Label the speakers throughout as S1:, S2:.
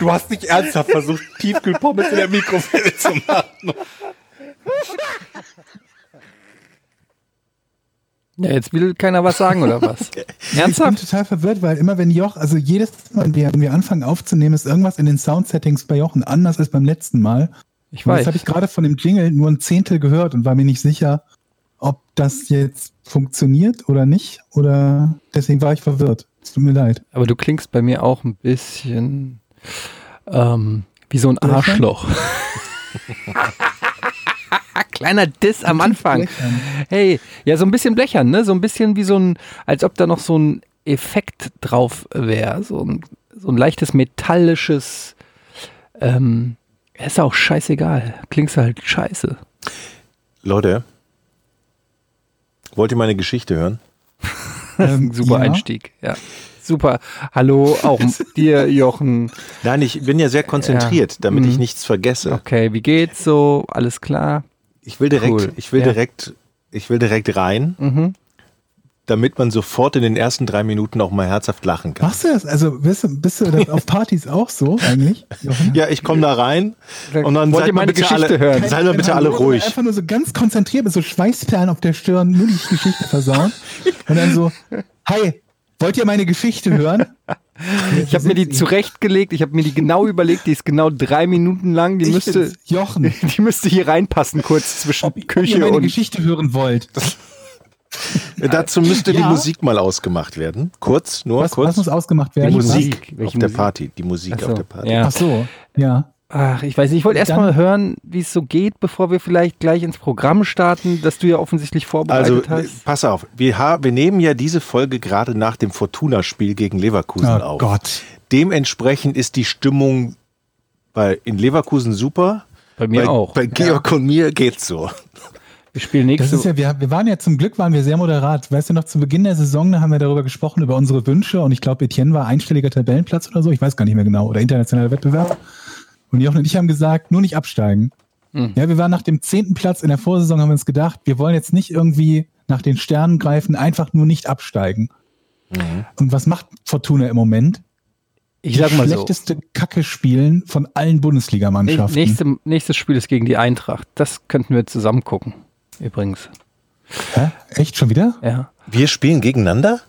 S1: Du hast nicht ernsthaft versucht, Tiefkühlpommes in der Mikrofile zu machen.
S2: Ja, jetzt will keiner was sagen oder was?
S3: Ich bin total verwirrt, weil immer wenn Joch, also jedes Mal, wenn wir, wenn wir anfangen aufzunehmen, ist irgendwas in den Soundsettings bei Jochen anders als beim letzten Mal.
S2: Ich
S3: Und
S2: weiß.
S3: jetzt habe ich gerade von dem Jingle nur ein Zehntel gehört und war mir nicht sicher, ob das jetzt funktioniert oder nicht. Oder deswegen war ich verwirrt. Es tut mir leid.
S2: Aber du klingst bei mir auch ein bisschen ähm, wie so ein
S3: Blöcher?
S2: Arschloch. Kleiner Diss am Anfang.
S3: Blechern.
S2: Hey, ja, so ein bisschen blechern, ne? So ein bisschen wie so ein, als ob da noch so ein Effekt drauf wäre. So ein, so ein leichtes metallisches. Ähm, ist auch scheißegal. Klingst halt scheiße.
S4: Leute, wollt ihr meine Geschichte hören?
S2: Das ist ein
S3: Ähm,
S2: super
S3: ja.
S2: Einstieg, ja. Super. Hallo auch dir, Jochen.
S4: Nein, ich bin ja sehr konzentriert, damit ich
S2: Mhm.
S4: nichts vergesse.
S2: Okay, wie geht's so? Alles klar?
S4: Ich will direkt,
S2: Cool.
S4: ich will
S2: Ja.
S4: direkt, ich will direkt rein,
S2: Mhm.
S4: damit man sofort in den ersten drei Minuten auch mal herzhaft lachen kann.
S3: Machst du das? Also bist, du- bist du das auf Partys auch so eigentlich? Jochen?
S4: Ja, ich komme da rein und dann
S2: Wollt ihr
S4: seid mal
S2: meine
S4: bitte
S2: Geschichte
S4: alle,
S2: hören? Genau.
S4: seid mal bitte alle
S3: Hallo,
S4: ruhig.
S3: Einfach nur so ganz konzentriert mit so Schweißperlen auf der Stirn, nur die Geschichte versauen. Und dann so, hi, wollt ihr meine Geschichte hören?
S2: Ich habe mir die zurechtgelegt, ich habe mir die genau überlegt, die ist genau drei Minuten lang, die
S3: Ich
S2: müsste,
S3: bin's, Jochen,
S2: die müsste hier reinpassen, kurz zwischen
S3: wenn ihr
S2: Küche
S3: meine
S2: und.
S3: Geschichte hören wollt.
S4: Dazu müsste die
S3: Ja.
S4: Musik mal ausgemacht werden. Kurz, nur
S3: Was,
S4: kurz.
S3: was muss ausgemacht
S4: die
S3: werden?
S4: Musik,
S2: Musik? Welche
S4: auf der
S2: Musik?
S4: Party. Die Musik
S2: Ach so,
S4: auf der Party.
S2: ja.
S3: Was? Ach so, ja.
S2: Ach, ich weiß nicht, ich wollte erst
S3: Dann-
S2: mal hören, wie es so geht, bevor wir vielleicht gleich ins Programm starten, das du ja offensichtlich
S4: Also,
S2: vorbereitet hast.
S4: pass auf, wir, ha- wir nehmen ja diese Folge gerade nach dem Fortuna-Spiel gegen Leverkusen
S3: Oh
S4: auf.
S3: Gott.
S4: Dementsprechend ist die Stimmung bei, in Leverkusen super.
S2: Bei mir
S4: bei,
S2: auch.
S4: Bei Georg und mir geht's so.
S2: Wir spielen
S3: Das
S2: nächste
S3: ist ja, wir, wir waren ja zum Glück waren wir sehr moderat. Weißt du noch, zu Beginn der Saison da haben wir darüber gesprochen, über unsere Wünsche und ich glaube, Etienne war einstelliger Tabellenplatz oder so, ich weiß gar nicht mehr genau, oder internationaler Wettbewerb. Und Jochen und ich haben gesagt, nur nicht absteigen.
S2: Mhm.
S3: Ja, wir waren nach dem zehnten Platz in der Vorsaison, haben wir uns gedacht, wir wollen jetzt nicht irgendwie nach den Sternen greifen, einfach nur nicht absteigen. Und was macht Fortuna im Moment?
S2: Mhm. Ich sag mal
S3: Die
S2: so.
S3: schlechteste Kacke spielen von allen Bundesligamannschaften.
S2: Nächste, nächstes Spiel ist gegen die Eintracht. Das könnten wir zusammen gucken. Übrigens.
S3: Hä? Echt schon wieder?
S2: Ja.
S4: Wir spielen gegeneinander?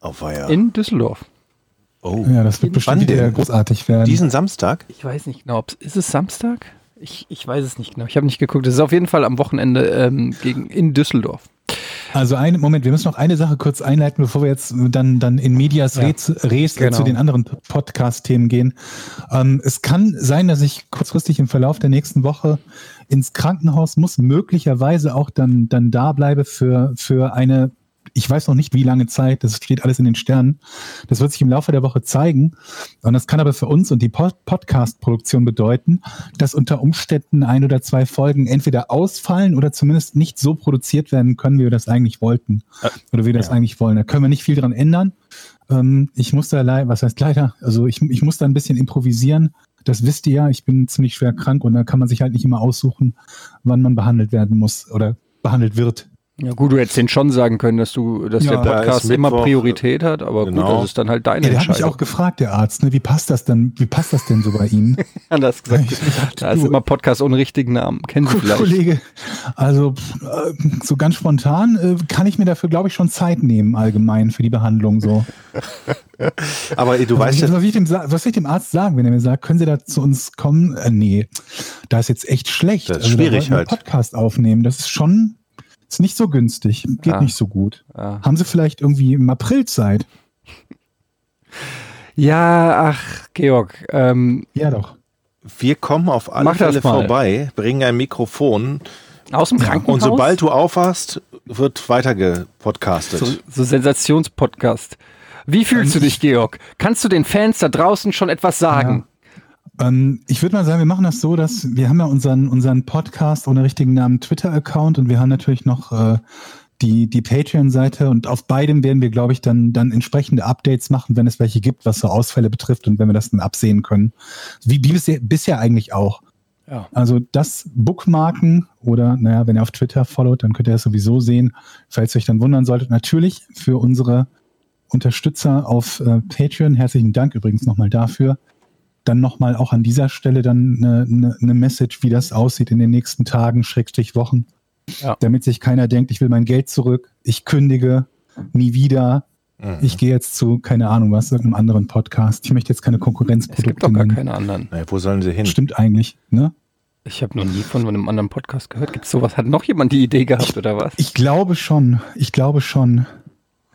S4: Oh, weia.
S2: Mhm. In Düsseldorf.
S4: oh.
S3: Ja, das wird
S4: Wann
S3: bestimmt wieder
S4: denn?
S3: großartig werden.
S4: Diesen Samstag?
S2: Ich weiß nicht genau, ob's, ist es Samstag? Ich, ich weiß es nicht genau. Ich habe nicht geguckt. Es ist auf jeden Fall am Wochenende ähm, gegen, in Düsseldorf.
S3: Also ein Moment, wir müssen noch eine Sache kurz einleiten, bevor wir jetzt dann, dann in Medias Res, Res
S2: genau.
S3: äh, zu den anderen P- Podcast-Themen gehen. Ähm, es kann sein, dass ich kurzfristig im Verlauf der nächsten Woche ins Krankenhaus muss, möglicherweise auch dann, dann da bleibe für, für eine, ich weiß noch nicht wie lange Zeit, das steht alles in den Sternen. Das wird sich im Laufe der Woche zeigen. Und das kann aber für uns und die Pod Podcast-Produktion bedeuten, dass unter Umständen ein oder zwei Folgen entweder ausfallen oder zumindest nicht so produziert werden können, wie wir das eigentlich wollten. Oder wie wir das eigentlich wollen. Da können wir nicht viel dran ändern. Ähm, ich muss da leider, was heißt leider? Also ich, ich muss da ein bisschen improvisieren. Das wisst ihr ja, ich bin ziemlich schwer krank und da kann man sich halt nicht immer aussuchen, wann man behandelt werden muss oder behandelt wird.
S2: Ja gut, du hättest den schon sagen können, dass du, dass
S3: Ja,
S2: der
S3: da
S2: Podcast
S4: ist
S2: immer
S4: Mittwoch.
S2: Priorität hat, aber gut,
S4: Genau.
S2: das ist dann halt deine
S3: Ja, der hat mich
S2: Entscheidung.
S3: auch gefragt, der Arzt, ne? Wie passt das denn? Wie passt das denn so bei Ihnen?
S2: anders gesagt.
S3: Ich dachte,
S2: Da ist
S3: du-
S2: immer Podcast ohne richtigen Namen. Kennen Sie vielleicht.
S3: Kollege, also pff, äh, so ganz spontan äh, kann ich mir dafür, glaube ich, schon Zeit nehmen allgemein für die Behandlung so.
S4: Aber äh, du weißt
S3: Also,
S4: ja,
S3: was, ich dem, sa- was will ich dem Arzt sagen, wenn er mir sagt, können Sie da zu uns kommen? Äh, nee, da ist jetzt echt schlecht. Also,
S4: Das ist
S3: da
S4: schwierig
S3: wollten wir
S4: halt.
S3: Einen Podcast aufnehmen, das ist schon ist nicht so günstig, geht
S2: Ah.
S3: nicht so gut.
S2: Ah.
S3: Haben Sie vielleicht irgendwie im April Zeit?
S2: Ja, ach, Georg, ähm,
S3: Ja doch.
S4: wir kommen auf alle
S2: Mach das
S4: Fälle
S2: mal.
S4: vorbei, bringen ein Mikrofon
S2: aus dem Krankenhaus.
S4: und sobald du aufwachst, wird weiter gepodcastet.
S2: So, so Sensationspodcast. Wie fühlst du dich, Georg? Kannst du den Fans da draußen schon etwas sagen?
S3: Ähm, ich würde mal sagen, wir machen das so, dass wir haben ja unseren, unseren Podcast ohne richtigen Namen Twitter-Account und wir haben natürlich noch äh, die, die Patreon-Seite und auf beidem werden wir, glaube ich, dann, dann entsprechende Updates machen, wenn es welche gibt, was so Ausfälle betrifft und wenn wir das dann absehen können. Wie, wie bisher, bisher eigentlich auch.
S2: Ja.
S3: Also das Bookmarken oder, naja, wenn ihr auf Twitter followt, dann könnt ihr das sowieso sehen, falls ihr euch dann wundern solltet. Natürlich für unsere Unterstützer auf äh, Patreon, herzlichen Dank übrigens nochmal dafür. Dann nochmal auch an dieser Stelle dann eine ne, ne Message, wie das aussieht in den nächsten Tagen, Schrägstrich Wochen,
S2: Ja.
S3: damit sich keiner denkt, ich will mein Geld zurück, ich kündige, nie wieder,
S4: Mhm.
S3: ich gehe jetzt zu, keine Ahnung was, irgendeinem anderen Podcast. Ich möchte jetzt keine Konkurrenzprodukte
S2: Es gibt doch gar
S3: nennen.
S2: keine anderen.
S4: Naja, wo sollen sie
S2: Hm.
S4: hin?
S3: Stimmt eigentlich, ne?
S2: Ich habe noch nie von einem anderen Podcast gehört. Gibt es sowas? Hat noch jemand die Idee gehabt oder was?
S3: Ich glaube schon, ich glaube schon.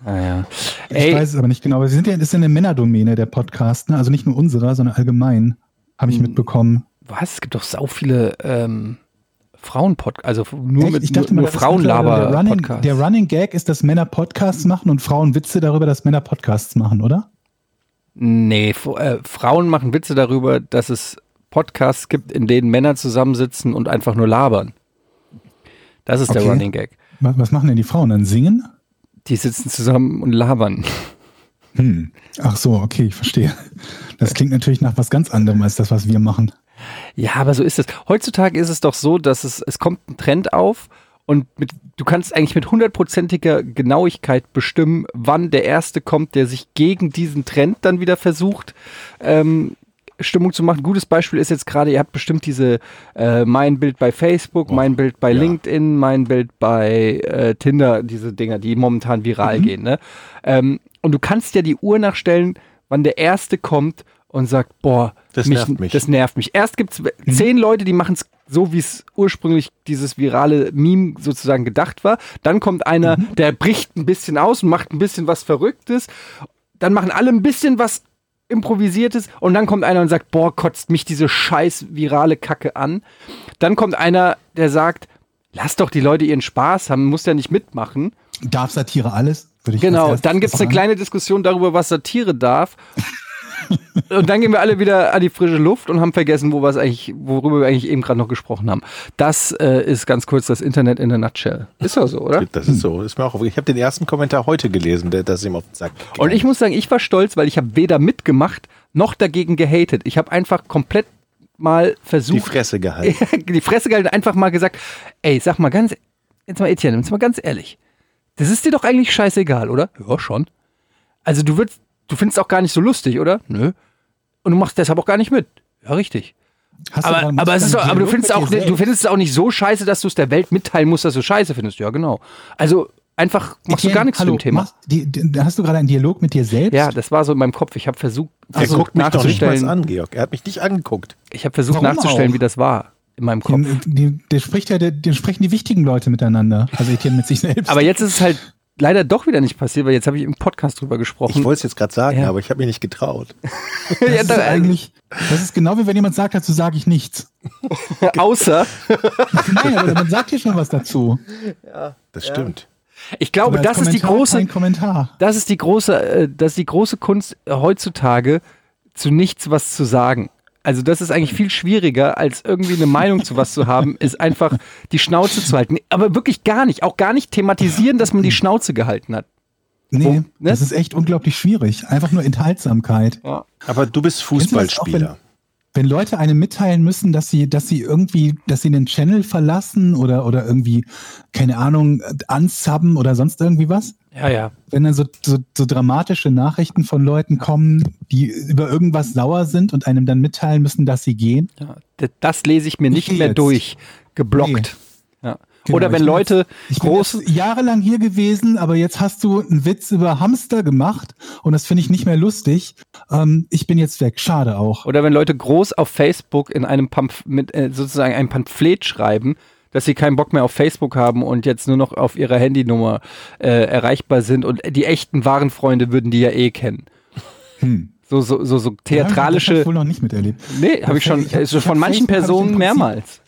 S2: ah, ja.
S3: Ich
S2: Ey.
S3: weiß es aber nicht genau. Aber wir sind ja, das ist ja eine Männerdomäne, der Podcast. Ne? Also nicht nur unserer, sondern allgemein, habe ich
S2: Hm.
S3: mitbekommen.
S2: Was? Es gibt doch sau viele ähm, Frauen-Podcasts. Also nur
S3: Echt?
S2: mit
S3: ich dachte
S2: nur,
S3: mal,
S2: nur
S3: das ist mittlerweile der Running,
S2: Frauenlaber-Podcasts.
S3: der Running Gag ist, dass Männer Podcasts machen und Frauen Witze darüber, dass Männer Podcasts machen, oder?
S2: Nee, F- äh, Frauen machen Witze darüber, dass es Podcasts gibt, in denen Männer zusammensitzen und einfach nur labern. Das ist der
S3: Okay.
S2: Running Gag.
S3: Was, was machen denn die Frauen dann? Singen?
S2: Die sitzen zusammen und labern.
S3: Hm. Ach so, okay, ich verstehe. Das klingt natürlich nach was ganz anderem als das, was wir machen.
S2: Ja, aber so ist es. Heutzutage ist es doch so, dass es, es kommt ein Trend auf und mit, du kannst eigentlich mit hundertprozentiger Genauigkeit bestimmen, wann der Erste kommt, der sich gegen diesen Trend dann wieder versucht, ähm, Stimmung zu machen. Gutes Beispiel ist jetzt gerade, ihr habt bestimmt diese äh, mein Bild bei Facebook, mein Bild bei
S4: ja.
S2: LinkedIn, mein Bild bei äh, Tinder, diese Dinger, die momentan viral
S4: Mhm.
S2: gehen. Ne? Ähm, und du kannst ja die Uhr nachstellen, wann der Erste kommt und sagt, boah,
S4: Das nervt mich. Mhm.
S2: das nervt mich. Erst gibt es zehn Leute, die machen es so, wie es ursprünglich dieses virale Meme sozusagen gedacht war. Dann kommt einer,
S4: Mhm.
S2: der bricht ein bisschen aus und macht ein bisschen was Verrücktes. Dann machen alle ein bisschen was Improvisiertes und dann kommt einer und sagt, boah, kotzt mich diese scheiß virale Kacke an. Dann kommt einer, der sagt, lass doch die Leute ihren Spaß haben, muss ja nicht mitmachen.
S3: Darf Satire alles? Würde ich als
S2: Genau,
S3: erstes
S2: dann gibt's eine
S3: sagen.
S2: kleine Diskussion darüber, was Satire darf. und dann gehen wir alle wieder an die frische Luft und haben vergessen, wo wir's eigentlich, worüber wir eigentlich eben gerade noch gesprochen haben. Das äh, ist ganz kurz das Internet in der Nutshell. Ist doch so, oder?
S4: Das ist so. Ist mir auch, auf- ich habe den ersten Kommentar heute gelesen, der das ihm auf den Sack.
S2: Und ich muss sagen, ich war stolz, weil ich habe weder mitgemacht noch dagegen gehatet. Ich habe einfach komplett mal
S4: die
S2: versucht,
S4: Fresse gehalten.
S2: die Fresse gehalten und einfach mal gesagt, ey, sag mal ganz, jetzt mal Etienne, jetzt mal ganz ehrlich. Das ist dir doch eigentlich scheißegal, oder? Ja, schon. Also du würdest, du findest auch gar nicht so lustig, oder? Nö. Und du machst deshalb auch gar nicht mit. Ja, richtig.
S3: Hast du
S2: Aber,
S3: gerade-
S2: aber, es ist doch, aber du,
S3: Dialog
S2: findest
S3: mit
S2: auch,
S3: dir
S2: nicht-
S3: selbst?
S2: du findest es auch nicht so scheiße, dass du es der Welt mitteilen musst, dass du scheiße findest. Ja, genau. Also einfach machst du
S3: Etienne,
S2: gar nichts
S3: hallo,
S2: zum Thema.
S3: machst- die, die, hast du gerade einen Dialog mit dir selbst?
S2: Ja, das war so in meinem Kopf. Ich habe versucht,
S4: Er
S2: versucht
S4: guckt mich doch nicht mal
S2: nachzustellen,
S4: an, Georg. Er hat mich nicht angeguckt.
S2: ich habe versucht
S3: Warum
S2: nachzustellen,
S3: auch?
S2: wie das war in meinem
S4: Hm.
S2: Kopf.
S3: Die, die, der spricht ja, der, der sprechen die wichtigen Leute miteinander. Also Etienne mit sich selbst.
S2: Aber jetzt ist es halt leider doch wieder nicht passiert, weil jetzt habe ich im Podcast drüber gesprochen.
S4: Ich wollte es jetzt gerade sagen,
S2: Ja.
S4: aber ich habe mich nicht getraut.
S3: das
S2: ja,
S3: ist
S2: da-
S3: eigentlich, das ist genau wie wenn jemand sagt, dazu sage ich nichts.
S2: Außer,
S3: Nein, aber man sagt hier schon was dazu.
S4: Das stimmt.
S2: ich glaube,
S3: Aber als
S2: Oh, das ist die
S3: Kommentar
S2: große,
S3: Kein Kommentar.
S2: das ist die große, äh, das ist die große Kunst äh, heutzutage, zu nichts was zu sagen. Also das ist eigentlich viel schwieriger, als irgendwie eine Meinung zu was zu haben, ist einfach die Schnauze zu halten. Aber wirklich gar nicht, auch gar nicht thematisieren, dass
S4: Hm.
S2: man die Schnauze gehalten hat.
S3: Nee,
S2: Wo- ne?
S3: das ist echt unglaublich schwierig. Einfach nur Enthaltsamkeit.
S4: Aber du bist Fußballspieler.
S3: Wenn Leute einem mitteilen müssen, dass sie, dass sie irgendwie, dass sie den Channel verlassen oder, oder irgendwie, keine Ahnung, ansubben oder sonst irgendwie was.
S2: Ja, ja.
S3: wenn dann so, so, so dramatische Nachrichten von Leuten kommen, die über irgendwas sauer sind und einem dann mitteilen müssen, dass sie gehen.
S2: Ja, d- das lese ich mir
S3: Ich
S2: nicht
S3: gehe
S2: mehr
S3: jetzt.
S2: durch. Geblockt. Ja.
S3: Genau,
S2: Oder
S3: ich
S2: wenn
S3: bin
S2: Leute
S3: Ich bin
S2: groß.
S3: jetzt jahrelang hier gewesen, aber jetzt hast du einen Witz über Hamster gemacht und das finde ich nicht mehr lustig. Ähm, ich bin jetzt weg. Schade auch.
S2: Oder wenn Leute groß auf Facebook in einem Pamph mit, äh, sozusagen ein Pamphlet schreiben, dass sie keinen Bock mehr auf Facebook haben und jetzt nur noch auf ihrer Handynummer äh, erreichbar sind und die echten wahren Freunde würden die ja eh kennen.
S3: Hm.
S2: So, so, so, so
S3: Ja, Das habe
S2: theatralische.
S3: ich wohl noch nicht miterlebt.
S2: nee, habe ich schon
S3: Ich hab-
S2: also
S3: ich
S2: von
S3: hab
S2: manchen
S3: Facebook- hab ich im
S2: Personen
S3: Prinzip-
S2: mehrmals.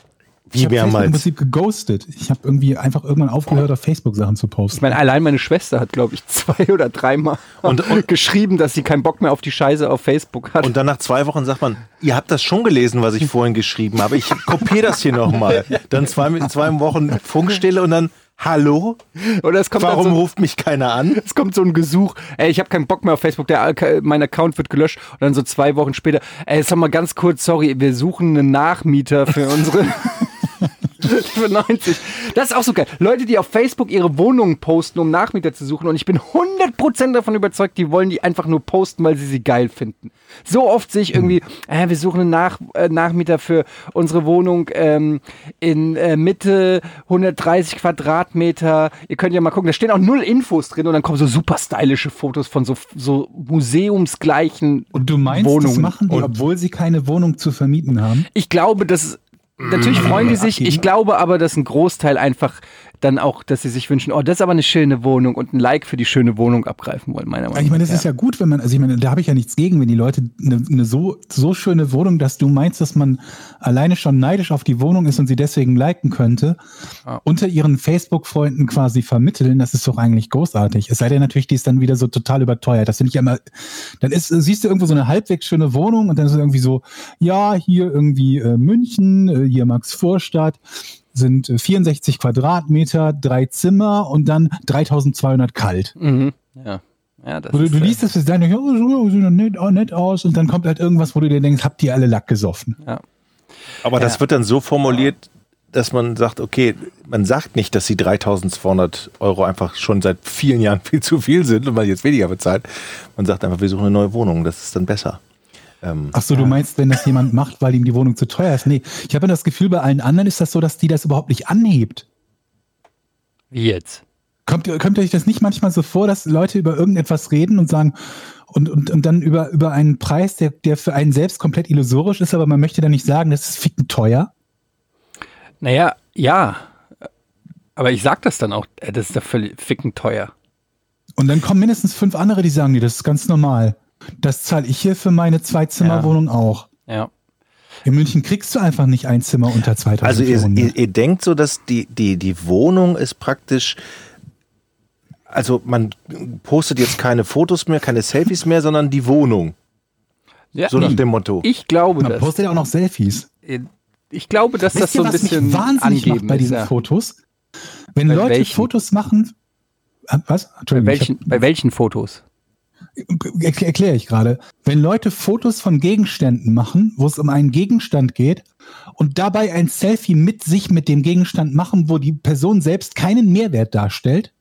S3: Ich
S4: Wie
S3: hab Facebook im
S4: mehrmals.
S3: Prinzip geghostet. Ich habe irgendwie einfach irgendwann aufgehört, auf Facebook Sachen zu
S2: Ich
S3: posten.
S2: meine, allein meine Schwester hat, glaube ich, zwei oder dreimal
S4: Und- und-
S2: geschrieben, dass sie keinen Bock mehr auf die Scheiße auf Facebook hat.
S4: Und dann nach zwei Wochen sagt man, ihr habt das schon gelesen, was ich vorhin geschrieben habe. Ich kopiere das hier nochmal. Dann zwei, zwei Wochen Funkstille und dann, hallo?
S2: Oder es kommt dann
S4: Warum
S2: so,
S4: ruft mich keiner an?
S2: es kommt so ein Gesuch, ey, ich habe keinen Bock mehr auf Facebook, der, Alka- mein Account wird gelöscht und dann so zwei Wochen später, ey, sag mal ganz kurz, sorry, wir suchen einen Nachmieter für unsere für 90. Das ist auch so geil. Leute, die auf Facebook ihre Wohnungen posten, um Nachmieter zu suchen und ich bin 100% davon überzeugt, die wollen die einfach nur posten, weil sie sie geil finden. So oft sehe ich irgendwie, äh, wir suchen einen Nach äh, Nachmieter für unsere Wohnung ähm, in äh, Mitte 130 Quadratmeter. Ihr könnt ja mal gucken, da stehen auch null Infos drin und dann kommen so super stylische Fotos von so, so museumsgleichen
S3: Und du meinst, das
S2: Wohnungen.
S3: machen die, obwohl sie keine Wohnung zu vermieten haben?
S2: ich glaube, dass natürlich freuen die sich. Ich glaube aber, dass ein Großteil einfach dann auch, dass sie sich wünschen, oh, das ist aber eine schöne Wohnung und ein Like für die schöne Wohnung abgreifen wollen, meiner
S3: Ich
S2: Meinung nach.
S3: meine, das ist ja gut, wenn man, also ich meine, da habe ich ja nichts gegen, wenn die Leute eine eine so, so schöne Wohnung, dass du meinst, dass man alleine schon neidisch auf die Wohnung ist und sie deswegen liken könnte, unter ihren Facebook-Freunden quasi vermitteln, das ist doch eigentlich großartig. Es sei denn natürlich, die ist dann wieder so total überteuert. Das finde ich ja immer, dann ist, siehst du irgendwo so eine halbwegs schöne Wohnung und dann ist es irgendwie so, ja, hier irgendwie äh, München, äh, hier Maxvorstadt sind äh, 64 Quadratmeter, drei Zimmer und dann 3200 kalt.
S2: Mhm. Ja. Ja, das
S3: Wo du,
S2: ist,
S3: du
S2: äh,
S3: liest das für deine, ja, so, sieht doch nett, oh, nett aus und dann kommt halt irgendwas, wo du dir denkst, habt ihr alle Lack gesoffen?
S4: Aber das wird dann so formuliert, dass man sagt, okay, man sagt nicht, dass die 3200 Euro einfach schon seit vielen Jahren viel zu viel sind und man jetzt weniger bezahlt. Man sagt einfach, wir suchen eine neue Wohnung, das ist dann besser.
S3: Ach so, du meinst, wenn das jemand macht, weil ihm die Wohnung zu teuer ist? Nee, ich habe ja das Gefühl, bei allen anderen ist das so, dass die das überhaupt nicht anhebt.
S2: Wie jetzt?
S3: Kommt, ihr- kommt euch das nicht manchmal so vor, dass Leute über irgendetwas reden und sagen, und, und, und dann über, über einen Preis, der, der für einen selbst komplett illusorisch ist, aber man möchte dann nicht sagen, das ist ficken teuer?
S2: Naja, ja. Aber ich sag das dann auch, äh, das ist ja völlig ficken teuer.
S3: Und dann kommen mindestens fünf andere, die sagen, nee, das ist ganz normal. Das zahle ich hier für meine Zwei-Zimmer-Wohnung auch.
S2: Ja.
S3: In München kriegst du einfach nicht ein Zimmer unter 2000
S4: Also ihr,
S3: Euro, ne?
S4: ihr, ihr denkt so, dass die, die, die Wohnung ist praktisch, also man postet jetzt keine Fotos mehr, keine Selfies mehr, sondern die Wohnung.
S2: ja
S4: So nach
S2: ich,
S4: dem Motto.
S2: ich glaube,
S3: Man
S2: dass,
S3: postet ja auch noch Selfies.
S2: ich glaube, dass das
S3: Wisst
S2: so
S3: ihr,
S2: ein
S3: was
S2: bisschen
S3: mich wahnsinnig
S2: angeben
S3: macht bei
S2: ist,
S3: diesen
S2: ja.
S3: Fotos? Wenn
S2: Bei
S3: Leute
S2: welchen?
S3: Fotos machen. Ah, Was?
S2: Bei
S3: Entschuldigung, ich
S2: welchen, bei welchen Fotos?
S3: hab- erkl- Erkläre ich gerade. Wenn Leute Fotos von Gegenständen machen, wo es um einen Gegenstand geht und dabei ein Selfie mit sich mit dem Gegenstand machen, wo die Person selbst keinen Mehrwert darstellt,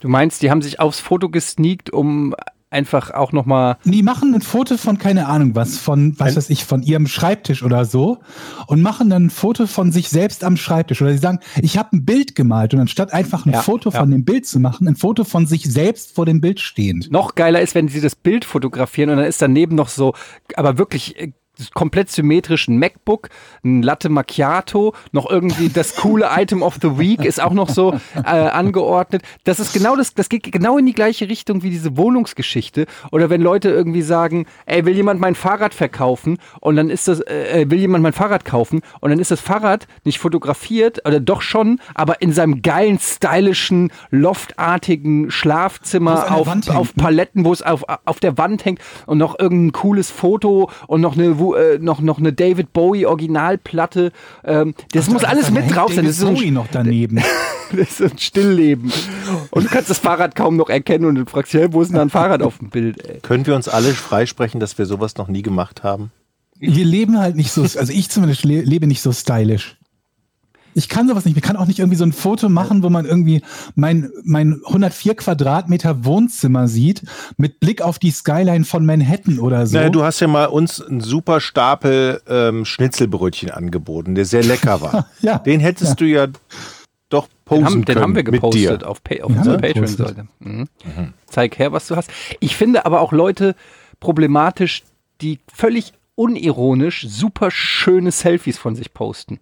S2: Du meinst, die haben sich aufs Foto gesneakt, um einfach auch nochmal
S3: Die machen ein Foto von keine Ahnung was, von was weiß ich, von ihrem Schreibtisch oder so und machen dann ein Foto von sich selbst am Schreibtisch oder sie sagen, ich habe ein Bild gemalt und anstatt einfach ein
S2: Ja,
S3: Foto
S2: ja.
S3: von dem Bild zu machen, ein Foto von sich selbst vor dem Bild stehend.
S2: Noch geiler ist, wenn sie das Bild fotografieren und dann ist daneben noch so, aber wirklich äh, komplett symmetrisch ein MacBook, ein Latte Macchiato, noch irgendwie das coole Item of the Week ist auch noch so äh, angeordnet. Das ist genau das, das geht genau in die gleiche Richtung wie diese Wohnungsgeschichte. Oder wenn Leute irgendwie sagen, ey, will jemand mein Fahrrad verkaufen und dann ist das, äh, äh, will jemand mein Fahrrad kaufen und dann ist das Fahrrad nicht fotografiert oder doch schon, aber in seinem geilen, stylischen, loftartigen
S3: Muss an
S2: Schlafzimmer
S3: der
S2: auf,
S3: Wand hängen,
S2: auf
S3: ne?
S2: Paletten, wo es auf, auf der Wand hängt und noch irgendein cooles Foto und noch eine, Wu- äh, noch, noch eine David Bowie Originalplatte. Ähm, das muss
S3: Da-
S2: alles
S3: da
S2: mit
S3: hängt
S2: drauf sein.
S3: David
S2: Das ist, so
S3: Bowie
S2: ein,
S3: noch daneben.
S2: das ist so ein Stillleben. Und du kannst das Fahrrad kaum noch erkennen und du fragst, hey, wo ist denn da ein Fahrrad auf dem Bild? Äh, Ey?
S4: Können wir uns alle freisprechen, dass wir sowas noch nie gemacht haben?
S3: Wir leben halt nicht so, also ich zumindest le lebe nicht so stylisch. Ich kann sowas nicht. Ich kann auch nicht irgendwie so ein Foto machen, wo man irgendwie mein, mein 104 Quadratmeter Wohnzimmer sieht, mit Blick auf die Skyline von Manhattan oder so.
S4: Naja, du hast ja mal uns einen super Stapel ähm, Schnitzelbrötchen angeboten, der sehr lecker war.
S3: Ja.
S4: Den hättest du ja doch posten
S2: Den
S4: Oh,
S2: haben,
S4: können
S2: den haben wir
S4: mit
S2: gepostet
S4: dir.
S2: auf, pa auf
S3: Den haben
S2: unserer
S3: wir gepostet.
S2: Patreon-Seite. Mhm. Zeig her, was du hast. Ich finde aber auch Leute problematisch, die völlig unironisch super schöne Selfies von sich posten.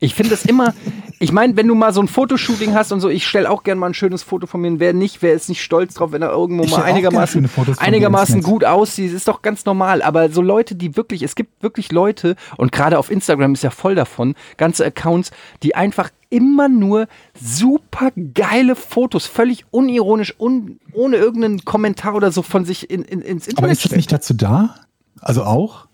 S2: Ich finde das immer, ich meine, wenn du mal so ein Fotoshooting hast und so, ich stelle auch gerne mal ein schönes Foto von mir. Und wer nicht, wer ist nicht stolz drauf, wenn er irgendwo
S3: Ich
S2: mal
S3: stell auch
S2: einigermaßen,
S3: gerne schöne Fotos von mir
S2: einigermaßen
S3: ins Netz.
S2: gut aussieht, ist doch ganz normal. Aber so Leute, die wirklich, es gibt wirklich Leute, und gerade auf Instagram ist ja voll davon, ganze Accounts, die einfach immer nur super geile Fotos, völlig unironisch, un, ohne irgendeinen Kommentar oder so von sich in, in, ins Internet
S3: Aber ist das
S2: stellen.
S3: nicht dazu da? Also auch?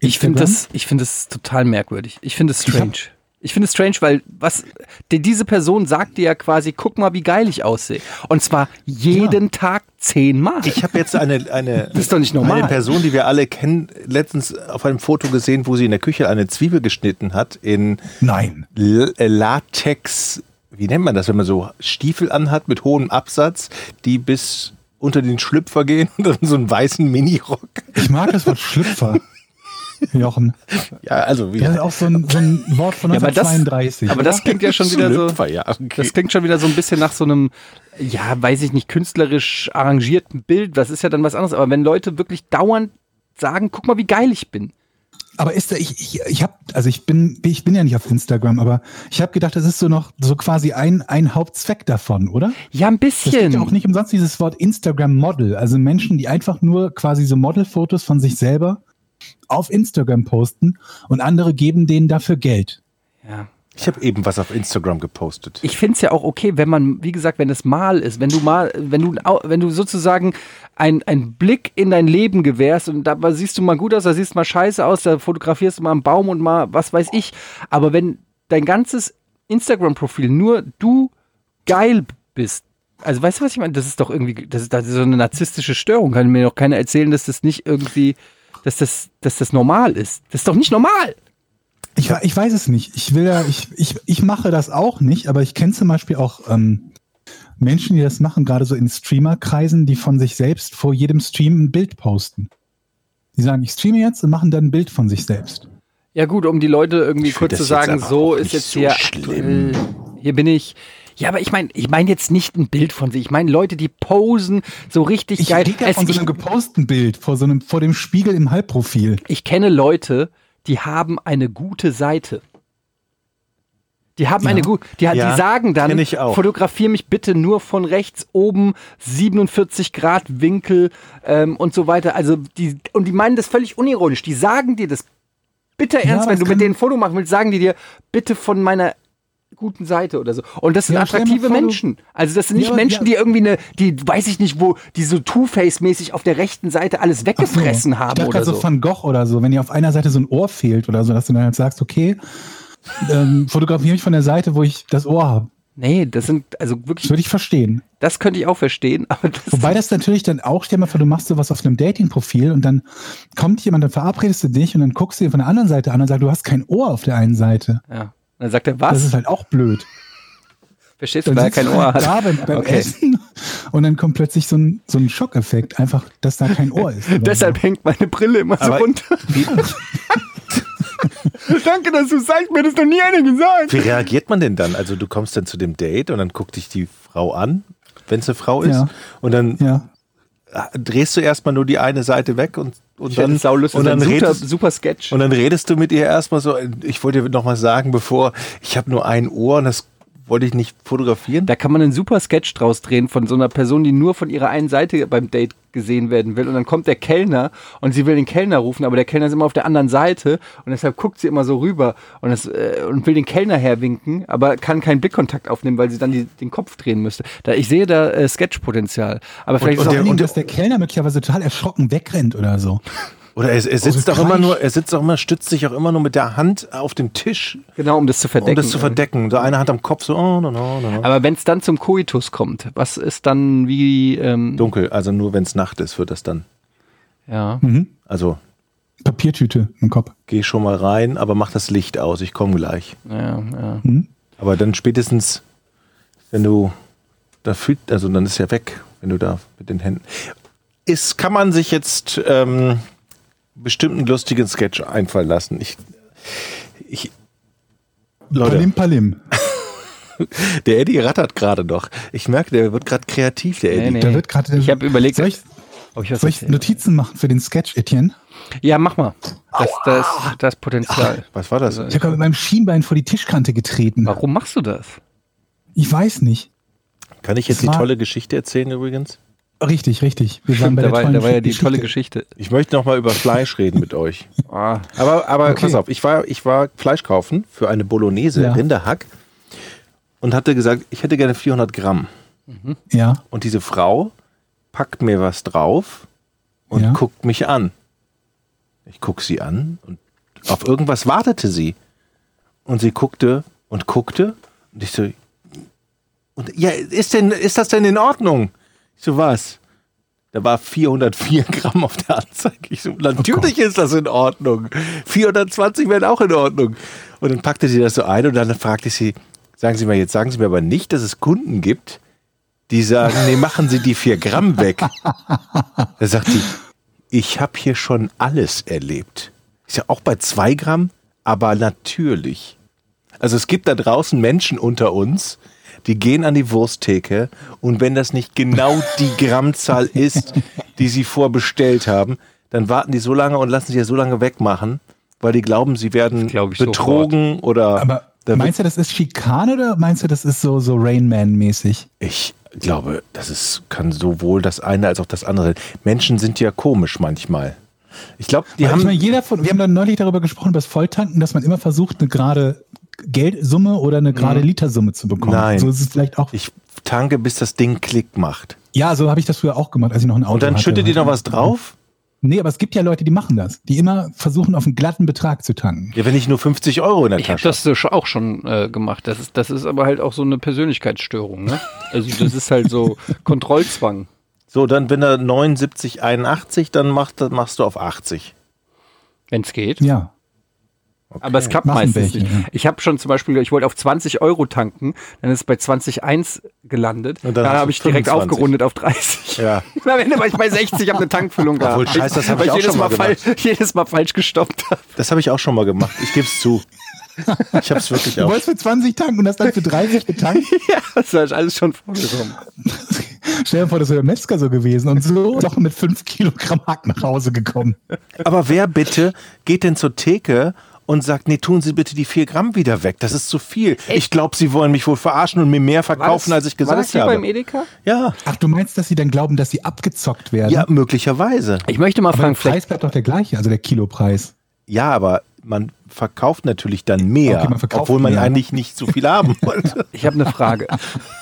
S2: Ich finde
S3: Instagram?
S2: das, ich finde das total merkwürdig. Ich finde es
S3: Ich
S2: strange. Ich finde es strange, weil was die, diese Person sagt dir ja quasi, guck mal, wie geil ich aussehe. Und zwar jeden Tag zehnmal.
S4: Ich habe jetzt eine, eine,
S2: Das ist doch nicht normal.
S4: eine Person, die wir alle kennen, letztens auf einem Foto gesehen, wo sie in der Küche eine Zwiebel geschnitten hat in
S3: Nein.
S4: L äh, Latex, wie nennt man das, wenn man so Stiefel anhat mit hohem Absatz, die bis unter den Schlüpfer gehen und dann so einen weißen Minirock.
S3: Ich mag das Wort Schlüpfer. Jochen.
S4: Ja, also wie
S3: Das ist auch so ein, so ein Wort von
S2: Ja, aber das-
S3: 1932.
S2: aber das klingt ja schon wieder so.
S4: Schlüpfer, ja. Okay.
S2: Das klingt schon wieder so ein bisschen nach so einem, ja, weiß ich nicht, künstlerisch arrangierten Bild. Das ist ja dann was anderes. Aber wenn Leute wirklich dauernd sagen, guck mal, wie geil ich bin.
S3: Aber ist da, ich, ich, ich habe, also ich bin, ich bin ja nicht auf Instagram, aber ich habe gedacht, das ist so noch so quasi ein, ein Hauptzweck davon, oder?
S2: Ja, ein
S3: Das gibt ja auch
S2: bisschen.
S3: nicht umsonst dieses Wort Instagram-Model. Also Menschen, die einfach nur quasi so Modelfotos von sich selber auf Instagram posten und andere geben denen dafür Geld.
S2: Ja.
S4: Ich habe eben was auf Instagram gepostet.
S2: Ich finde es ja auch okay, wenn man, wie gesagt, wenn es mal ist, wenn du mal, wenn du, au- wenn du sozusagen ein- einen Blick in dein Leben gewährst und da siehst du mal gut aus, da siehst du mal scheiße aus, da fotografierst du mal einen Baum und mal was weiß ich. Aber wenn dein ganzes Instagram-Profil nur du geil bist, also weißt du, was ich meine? Das ist doch irgendwie, das ist, das ist so eine narzisstische Störung. Kann mir doch keiner erzählen, dass das nicht irgendwie, dass das, dass das normal ist. Das ist doch nicht normal.
S3: Ich, we- ich weiß es nicht. Ich will ja, ich, ich, ich mache das auch nicht, aber ich kenne zum Beispiel auch ähm, Menschen, die das machen, gerade so in Streamerkreisen, die von sich selbst vor jedem Stream ein Bild posten. Die sagen, ich streame jetzt und machen dann ein Bild von sich selbst.
S2: Ja, gut, um die Leute irgendwie
S4: find
S2: kurz
S4: das
S2: zu
S4: jetzt
S2: sagen,
S4: aber
S2: so
S4: auch
S2: ist
S4: nicht
S2: jetzt
S4: so
S2: hier
S4: schlimm.
S2: aktuell, hier bin ich. Ja, aber ich meine, ich meine jetzt nicht ein Bild von sich. Ich meine Leute, die posen so richtig
S3: Ich
S2: geil.
S3: rede ja
S2: Es-
S3: von so
S2: ich,
S3: einem geposten Bild, vor so einem, vor dem Spiegel im Halbprofil.
S2: ich kenne Leute, die haben eine gute Seite. Die haben eine gute, die, die
S4: Ja,
S2: sagen dann,
S4: kenn ich auch.
S2: fotografier mich bitte nur von rechts oben, 47 Grad Winkel ähm, und so weiter. Also die, und die meinen das völlig unironisch. Die sagen dir das bitter ernst,
S3: aber
S2: wenn
S3: es
S2: du mit
S3: kann-
S2: denen ein Foto machen willst, sagen die dir, bitte von meiner guten Seite oder so. Und das sind
S3: Ja, stell dir mal
S2: attraktive
S3: vor, du-
S2: Menschen. Also das sind nicht
S3: Ja, aber-
S2: Menschen,
S3: ja.
S2: die irgendwie eine, die weiß ich nicht wo, die so Two-Face-mäßig auf der rechten Seite alles weggefressen
S3: Ach so. ich
S2: haben
S3: dachte
S2: oder
S3: grad
S2: so.
S3: so Van Gogh oder so, wenn dir auf einer Seite so ein Ohr fehlt oder so, dass du dann halt sagst, okay, ähm, fotografiere mich von der Seite, wo ich das Ohr habe.
S2: Nee, das sind, also
S3: Das
S2: wirklich,
S3: würde ich verstehen.
S2: das könnte ich auch verstehen, aber das
S3: Wobei das natürlich dann auch, stell mal vor, du machst sowas auf einem Dating-Profil und dann kommt jemand, dann verabredest du dich und dann guckst du ihn von der anderen Seite an und sagst, du hast kein Ohr auf der einen Seite.
S2: ja. Dann sagt er,
S3: Das
S2: was?
S3: ist halt auch blöd.
S2: Verstehst du,
S3: Dann
S2: weil er
S3: sitzt
S2: kein
S3: du
S2: Ohr
S3: halt da
S2: hat.
S3: beim, beim
S2: Okay.
S3: Essen und dann kommt plötzlich so ein, so ein Schockeffekt, einfach, dass da kein Ohr ist. oder
S2: Deshalb hängt meine Brille immer so
S4: Aber-
S2: runter. Danke, dass du sagst, mir hat das noch nie einer gesagt.
S4: Wie reagiert man denn dann? Also du kommst dann zu dem Date und dann guckt dich die Frau an, wenn es eine Frau ist.
S3: Ja.
S4: Und dann
S3: so. Ja.
S4: drehst du erstmal nur die eine Seite weg und, und
S2: Ich dann,
S4: dann,
S2: saulustig,
S4: und dann
S2: super,
S4: redest,
S2: super Sketch.
S4: Und dann redest du mit ihr erstmal so, ich wollte dir nochmal sagen, bevor, ich habe nur ein Ohr und das wollte ich nicht fotografieren.
S2: Da kann man einen super Sketch draus drehen von so einer Person, die nur von ihrer einen Seite beim Date gesehen werden will. Und dann kommt der Kellner und sie will den Kellner rufen, aber der Kellner ist immer auf der anderen Seite und deshalb guckt sie immer so rüber und, das, äh, und will den Kellner herwinken, aber kann keinen Blickkontakt aufnehmen, weil sie dann die, den Kopf drehen müsste. Da, ich sehe da äh, Sketchpotenzial. Aber vielleicht
S4: und
S2: ist
S3: Vor
S4: der-
S3: allen
S2: auch
S3: Dingen, dass der Kellner möglicherweise total erschrocken wegrennt oder so.
S4: Oder er, er sitzt
S3: so
S4: auch immer
S3: Kreisch.
S4: nur, er sitzt auch immer, stützt sich auch immer nur mit der Hand auf dem Tisch,
S2: genau, um das zu verdecken.
S4: um das zu verdecken. So eine Hand am Kopf, so, oh, no, no, no.
S2: Aber wenn es dann zum Koitus kommt, was ist dann wie, ähm,
S4: Dunkel, also nur wenn es Nacht ist, wird das dann.
S2: ja.
S4: Also
S3: Papiertüte im Kopf.
S4: geh schon mal rein, aber mach das Licht aus, ich komme gleich.
S2: ja, ja.
S4: Aber dann spätestens, wenn du da fühlt, also dann ist ja weg, wenn du da mit den Händen. Ist, kann man sich jetzt ähm, bestimmt einen lustigen Sketch einfallen lassen. Ich, ich, Leute,
S3: Palim, palim.
S4: der Eddie rattert gerade noch. Ich merke, der wird gerade kreativ, der Eddie.
S2: Nee, nee.
S3: Da wird gerade.
S2: Ich habe überlegt,
S3: Soll ich,
S2: Ob ich was
S3: Soll ich
S2: erzähle?
S3: Notizen machen für den Sketch, Etienne?
S2: Ja, mach mal. Das, das, das Potenzial.
S4: Was war das?
S2: Also,
S3: Ich habe mit meinem Schienbein vor die Tischkante getreten.
S2: Warum machst du das?
S3: Ich weiß nicht.
S4: Kann ich jetzt die
S3: war-
S4: tolle Geschichte erzählen übrigens?
S3: Richtig, richtig. Wir waren bei
S2: da
S3: der
S2: war,
S3: tollen
S2: da war ja die
S3: Geschichte.
S2: tolle Geschichte.
S4: Ich möchte noch mal über Fleisch reden mit euch.
S2: Ah,
S4: Aber, aber
S3: Okay.
S4: pass auf, ich war, ich war Fleisch kaufen für eine Bolognese,
S3: Ja.
S4: Rinderhack, und hatte gesagt, ich hätte gerne 400 Gramm.
S3: Ja,
S4: Und diese Frau packt mir was drauf und
S3: Ja.
S4: guckt mich an. Ich guck sie an und auf irgendwas wartete sie. Und sie guckte und guckte und ich so, und ja, ist denn, ist das denn in Ordnung? Ich so, was? Da war 404 Gramm auf der Anzeige. Ich so, natürlich ist das in Ordnung. 420 wären auch in Ordnung. Und dann packte sie das so ein und dann fragte ich sie, sagen Sie mir jetzt, sagen Sie mir aber nicht, dass es Kunden gibt, die sagen, nee, machen Sie die 4 Gramm weg. Da sagt die, ich habe hier schon alles erlebt. Ist ja auch bei 2 Gramm, aber natürlich. Also es gibt da draußen Menschen unter uns, die gehen an die Wursttheke und wenn das nicht genau die Grammzahl ist, die sie vorbestellt haben, dann warten die so lange und lassen sich ja so lange wegmachen, weil die glauben, sie werden
S2: glaub ich
S4: betrogen oder
S3: aber
S4: da wird
S3: meinst du, das ist Schikane oder meinst du, das ist so, so Rain Man-mäßig?
S4: Ich glaube, das ist, kann sowohl das eine als auch das andere. sein. Menschen sind ja komisch manchmal. Ich glaube, die
S3: Weil ich
S4: haben.
S3: meine, jeder von, wir haben dann neulich darüber gesprochen, über das Volltanken, dass man immer versucht, eine gerade Geldsumme oder eine gerade Litersumme zu bekommen.
S4: Mhm. Nein.
S3: So ist es vielleicht auch.
S4: ich tanke, bis das Ding Klick macht.
S3: ja, so habe ich das früher auch gemacht, als ich noch ein Auto
S4: Und dann
S3: hatte.
S4: schüttet ihr noch was drauf?
S3: Nee, aber es gibt ja Leute, die machen das. Die immer versuchen, auf einen glatten Betrag zu tanken.
S4: Ja, wenn ich nur 50 Euro in der
S2: ich habe
S4: Tasche
S2: das so sch- auch schon äh, gemacht. Das ist, das ist aber halt auch so eine Persönlichkeitsstörung. Ne? Also das ist halt so Kontrollzwang.
S4: hab. So, dann, wenn er 79, 81, dann macht, dann machst du auf 80.
S2: Wenn es geht.
S3: Ja.
S2: Aber es klappt
S3: Machen
S2: meistens
S3: welche,
S2: nicht.
S3: ja.
S2: Ich habe schon zum Beispiel, ich wollte auf 20 Euro tanken, dann ist es bei 20,1 gelandet.
S4: Und
S2: Und
S4: dann
S2: dann
S4: hast du
S2: habe ich direkt
S4: 25.
S2: aufgerundet auf 30.
S4: Ja.
S2: Und am Ende war ich bei 60, habe eine Tankfüllung gehabt.
S4: Obwohl, scheiße, das hab
S2: Weil
S4: ich auch
S2: jedes
S4: schon mal
S2: fal- jedes Mal falsch gestoppt habe.
S4: Das habe ich auch schon mal gemacht. Ich gebe es zu. Ich habe es wirklich
S3: Du
S4: auch.
S3: wolltest für 20 tanken und hast dann für 30 getankt.
S2: Ja, das ist alles schon vorgekommen.
S3: Stell dir vor, das wäre der Metzger so gewesen und so doch mit 5 Kilogramm Hack nach Hause gekommen.
S4: Aber wer bitte geht denn zur Theke und sagt, nee, tun Sie bitte die 4 Gramm wieder weg. Das ist zu viel. Ich glaube, Sie wollen mich wohl verarschen und mir mehr verkaufen, als ich gesagt
S2: war das hier
S4: habe.
S2: beim Edeka?
S4: Ja,
S3: Ach, du meinst, dass sie dann glauben, dass sie abgezockt werden?
S4: ja, möglicherweise.
S2: Ich möchte mal
S3: aber der
S2: fragen, vielleicht
S3: Preis bleibt doch der gleiche, also der Kilopreis.
S4: Ja, aber man verkauft natürlich dann mehr,
S3: Okay, man verkauft
S4: obwohl man
S3: mehr.
S4: eigentlich nicht so viel haben wollte.
S2: Ich habe eine Frage.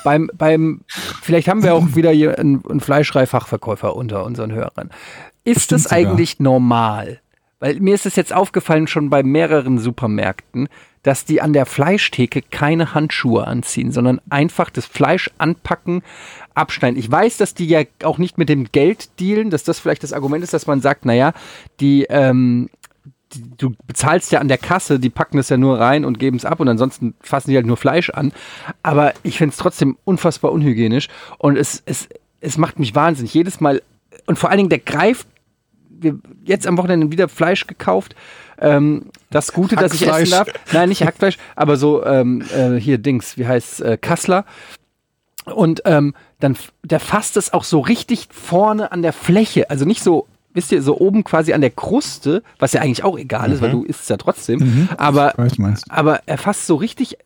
S2: beim, beim, vielleicht haben wir auch wieder hier einen, einen Fleischreifachverkäufer unter unseren Hörern. Ist
S3: Bestimmt
S2: das
S3: sogar.
S2: eigentlich normal? Weil mir ist es jetzt aufgefallen, schon bei mehreren Supermärkten, dass die an der Fleischtheke keine Handschuhe anziehen, sondern einfach das Fleisch anpacken, abschneiden. Ich weiß, dass die ja auch nicht mit dem Geld dealen, dass das vielleicht das Argument ist, dass man sagt, naja, die, ähm, du bezahlst ja an der Kasse, die packen es ja nur rein und geben es ab und ansonsten fassen die halt nur Fleisch an. Aber ich finde es trotzdem unfassbar unhygienisch und es, es, es macht mich wahnsinnig. Jedes Mal, und vor allen Dingen der greift, wir jetzt am Wochenende wieder Fleisch gekauft. Ähm, das Gute, dass ich essen darf.
S4: Hackfleisch.
S2: Nein, nicht Hackfleisch, aber so ähm, äh, hier Dings, wie heißt äh, Kassler. Und ähm, dann f- der fasst es auch so richtig vorne an der Fläche. Also nicht so, wisst ihr, so oben quasi an der Kruste, was ja eigentlich auch egal ist, weil
S4: Mhm.
S2: du isst es ja trotzdem. Aber,
S3: Ich weiß, was du meinst.
S2: aber er fasst so richtig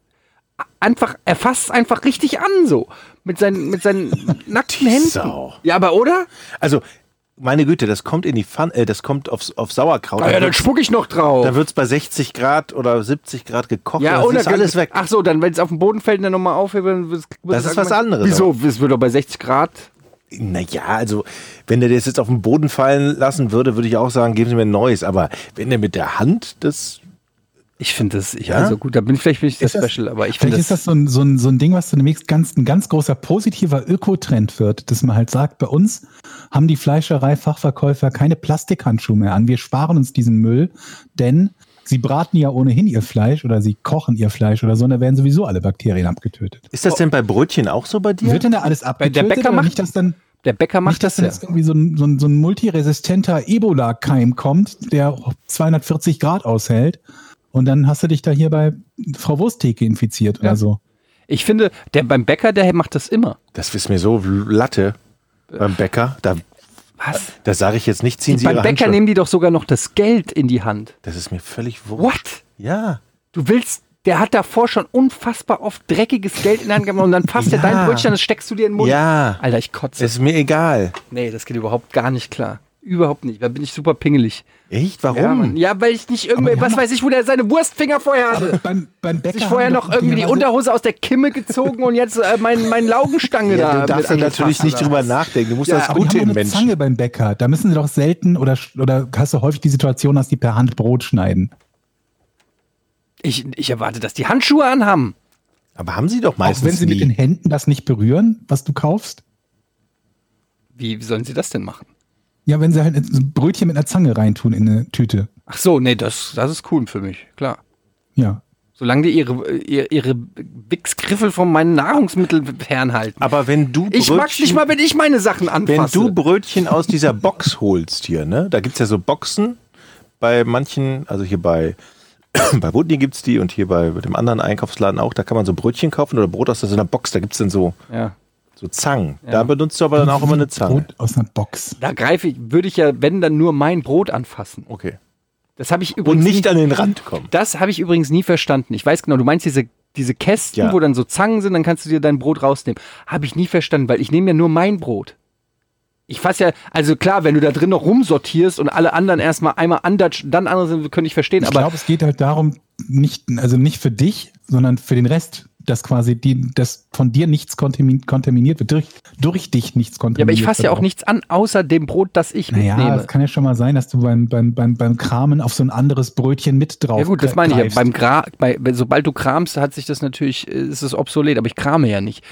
S2: a- einfach, er fasst einfach richtig an, so. Mit seinen, mit seinen nackten Händen.
S4: Sau.
S2: Ja, aber oder?
S4: Also, meine Güte, das kommt in die Pfanne, äh, das kommt aufs, auf Sauerkraut.
S2: Ah, ja, dann
S4: wird's-
S2: spuck ich noch drauf.
S4: da wird's bei 60 Grad oder 70 Grad gekocht.
S2: ja,
S4: und
S2: oder
S4: das ist alles weg.
S2: Ach so, dann wenn es auf den Boden fällt und dann nochmal aufheben, wird
S4: Das ist was anderes,
S2: Wieso? Es wird doch bei 60 Grad.
S4: Naja, also, wenn der das jetzt auf den Boden fallen lassen würde, würde ich auch sagen, geben Sie mir ein neues. Aber wenn der mit der Hand das.
S2: Ich finde das, ich,
S4: Ja?
S2: also gut, da bin vielleicht bin ich sehr
S3: Ist das-
S2: special, aber ich finde
S3: Vielleicht ist das so ein, so ein, so ein Ding, was zunächst ganz, ein ganz großer positiver Ökotrend wird, dass man halt sagt, bei uns haben die Fleischereifachverkäufer keine Plastikhandschuhe mehr an. Wir sparen uns diesen Müll, denn sie braten ja ohnehin ihr Fleisch oder sie kochen ihr Fleisch oder so, und da werden sowieso alle Bakterien abgetötet.
S4: Ist das denn bei Brötchen auch so bei dir?
S3: Wird denn da alles abgetötet?
S2: Bäcker
S3: oder
S2: macht-
S3: nicht, dass dann
S2: Der Bäcker macht
S3: nicht,
S2: das
S3: dass dann
S2: ja.
S3: jetzt irgendwie so ein, so ein, so ein multiresistenter Ebola-Keim kommt, der 240 Grad aushält. Und dann hast du dich da hier bei Frau Wursttheke infiziert oder so.
S2: Ich finde, der beim Bäcker, der macht das immer.
S4: Das ist mir so Latte beim Bäcker. Da
S2: Was?
S4: Das sage ich jetzt nicht, ziehen
S2: Die,
S4: Sie
S2: beim
S4: Ihre
S2: Bäcker
S4: Handschuhe.
S2: nehmen die doch sogar noch das Geld in die Hand.
S4: Das ist mir völlig wurscht.
S2: What?
S4: Ja.
S2: Du willst, der hat davor schon unfassbar oft dreckiges Geld in die Hand genommen und dann fasst er
S4: Ja.
S2: dein Brötchen, das steckst du dir in den Mund.
S4: Ja.
S3: Also-
S4: Äh.
S2: Alter, ich kotze.
S4: Ist mir egal.
S2: nee, das geht überhaupt gar nicht klar. Überhaupt nicht. Da bin ich super pingelig.
S4: Echt?
S2: Ja, Mann.
S4: Warum?
S2: ja weil ich nicht
S3: Aber
S2: irgendwie,
S3: die
S2: was
S3: haben
S2: weiß ich, wo der seine Wurstfinger vorher hatte.
S3: Beim, beim Bäcker.
S2: Sich vorher
S3: haben
S2: noch
S3: doch
S2: irgendwie die
S3: möglicherweise-
S2: Unterhose aus der Kimme gezogen und jetzt äh, mein, mein Laugenstange da.
S4: du darfst
S2: mit
S4: dann natürlich
S2: angefasst,
S4: nicht
S2: Alter.
S4: drüber nachdenken. Du musst
S2: Ja,
S4: das
S3: halt Aber die
S4: Gute
S3: haben
S4: im
S3: auch eine
S4: Menschen.
S3: Zange beim Bäcker. Da müssen sie doch selten oder, oder hast du häufig die Situation, dass die per Hand Brot schneiden.
S2: Ich, ich erwarte, dass die Handschuhe anhaben.
S4: Aber haben sie doch meistens
S3: Auch wenn sie
S4: nie.
S3: mit den Händen das nicht berühren, was du kaufst.
S2: Wie, wie sollen sie das denn machen?
S3: Ja, wenn sie halt ein Brötchen mit einer Zange reintun in eine Tüte.
S2: Ach so, nee, das, das ist cool für mich, klar.
S3: Ja.
S2: Solange die ihre, ihre, ihre Wichsgriffel von meinen Nahrungsmitteln fernhalten.
S4: Aber wenn du
S2: Ich mag's
S4: Brötchen-
S2: nicht mal, wenn ich meine Sachen
S4: Wenn
S2: anfasse.
S4: du Brötchen aus dieser Box holst hier, ne? Da gibt's ja so Boxen bei manchen, also hier bei, bei Woodney gibt's die und hier bei dem anderen Einkaufsladen auch, da kann man so Brötchen kaufen oder Brot aus so einer Box, da gibt's dann so,
S2: ja.
S4: so Zangen. Da benutzt du aber dann auch immer eine Zange.
S3: Brot aus einer Box.
S2: Da greife ich, würde ich ja, wenn dann nur mein Brot anfassen.
S4: Okay.
S2: Das habe ich
S4: Und
S2: übrigens
S4: nicht
S2: nie,
S4: an den Rand kommen.
S2: das habe ich übrigens nie verstanden. Ich weiß genau, du meinst diese diese Kästen,
S4: Ja.
S2: wo dann so Zangen sind, dann kannst du dir dein Brot rausnehmen. Habe ich nie verstanden, weil ich nehme ja nur mein Brot. Ich fasse ja, also klar, wenn du da drin noch rumsortierst und alle anderen erstmal einmal andatschen, dann andere sind, könnte ich verstehen.
S3: Ich
S2: Aber
S3: glaube, es geht halt darum, nicht, also nicht für dich, sondern für den Rest, dass quasi die, dass von dir nichts kontamin- kontaminiert wird, durch, durch dich nichts
S2: Ja, aber
S3: kontaminiert
S2: ich fasse ja auch nichts an, außer dem Brot, das ich
S3: Naja,
S2: mitnehme.
S3: es kann ja schon mal sein, dass du beim, beim, beim, beim Kramen auf so ein anderes Brötchen mit drauf
S2: Ja gut, das meine ich ja.
S3: greifst.
S2: Beim Gra bei, bei- sobald du kramst, hat sich das natürlich, äh, ist es obsolet, aber ich krame ja nicht.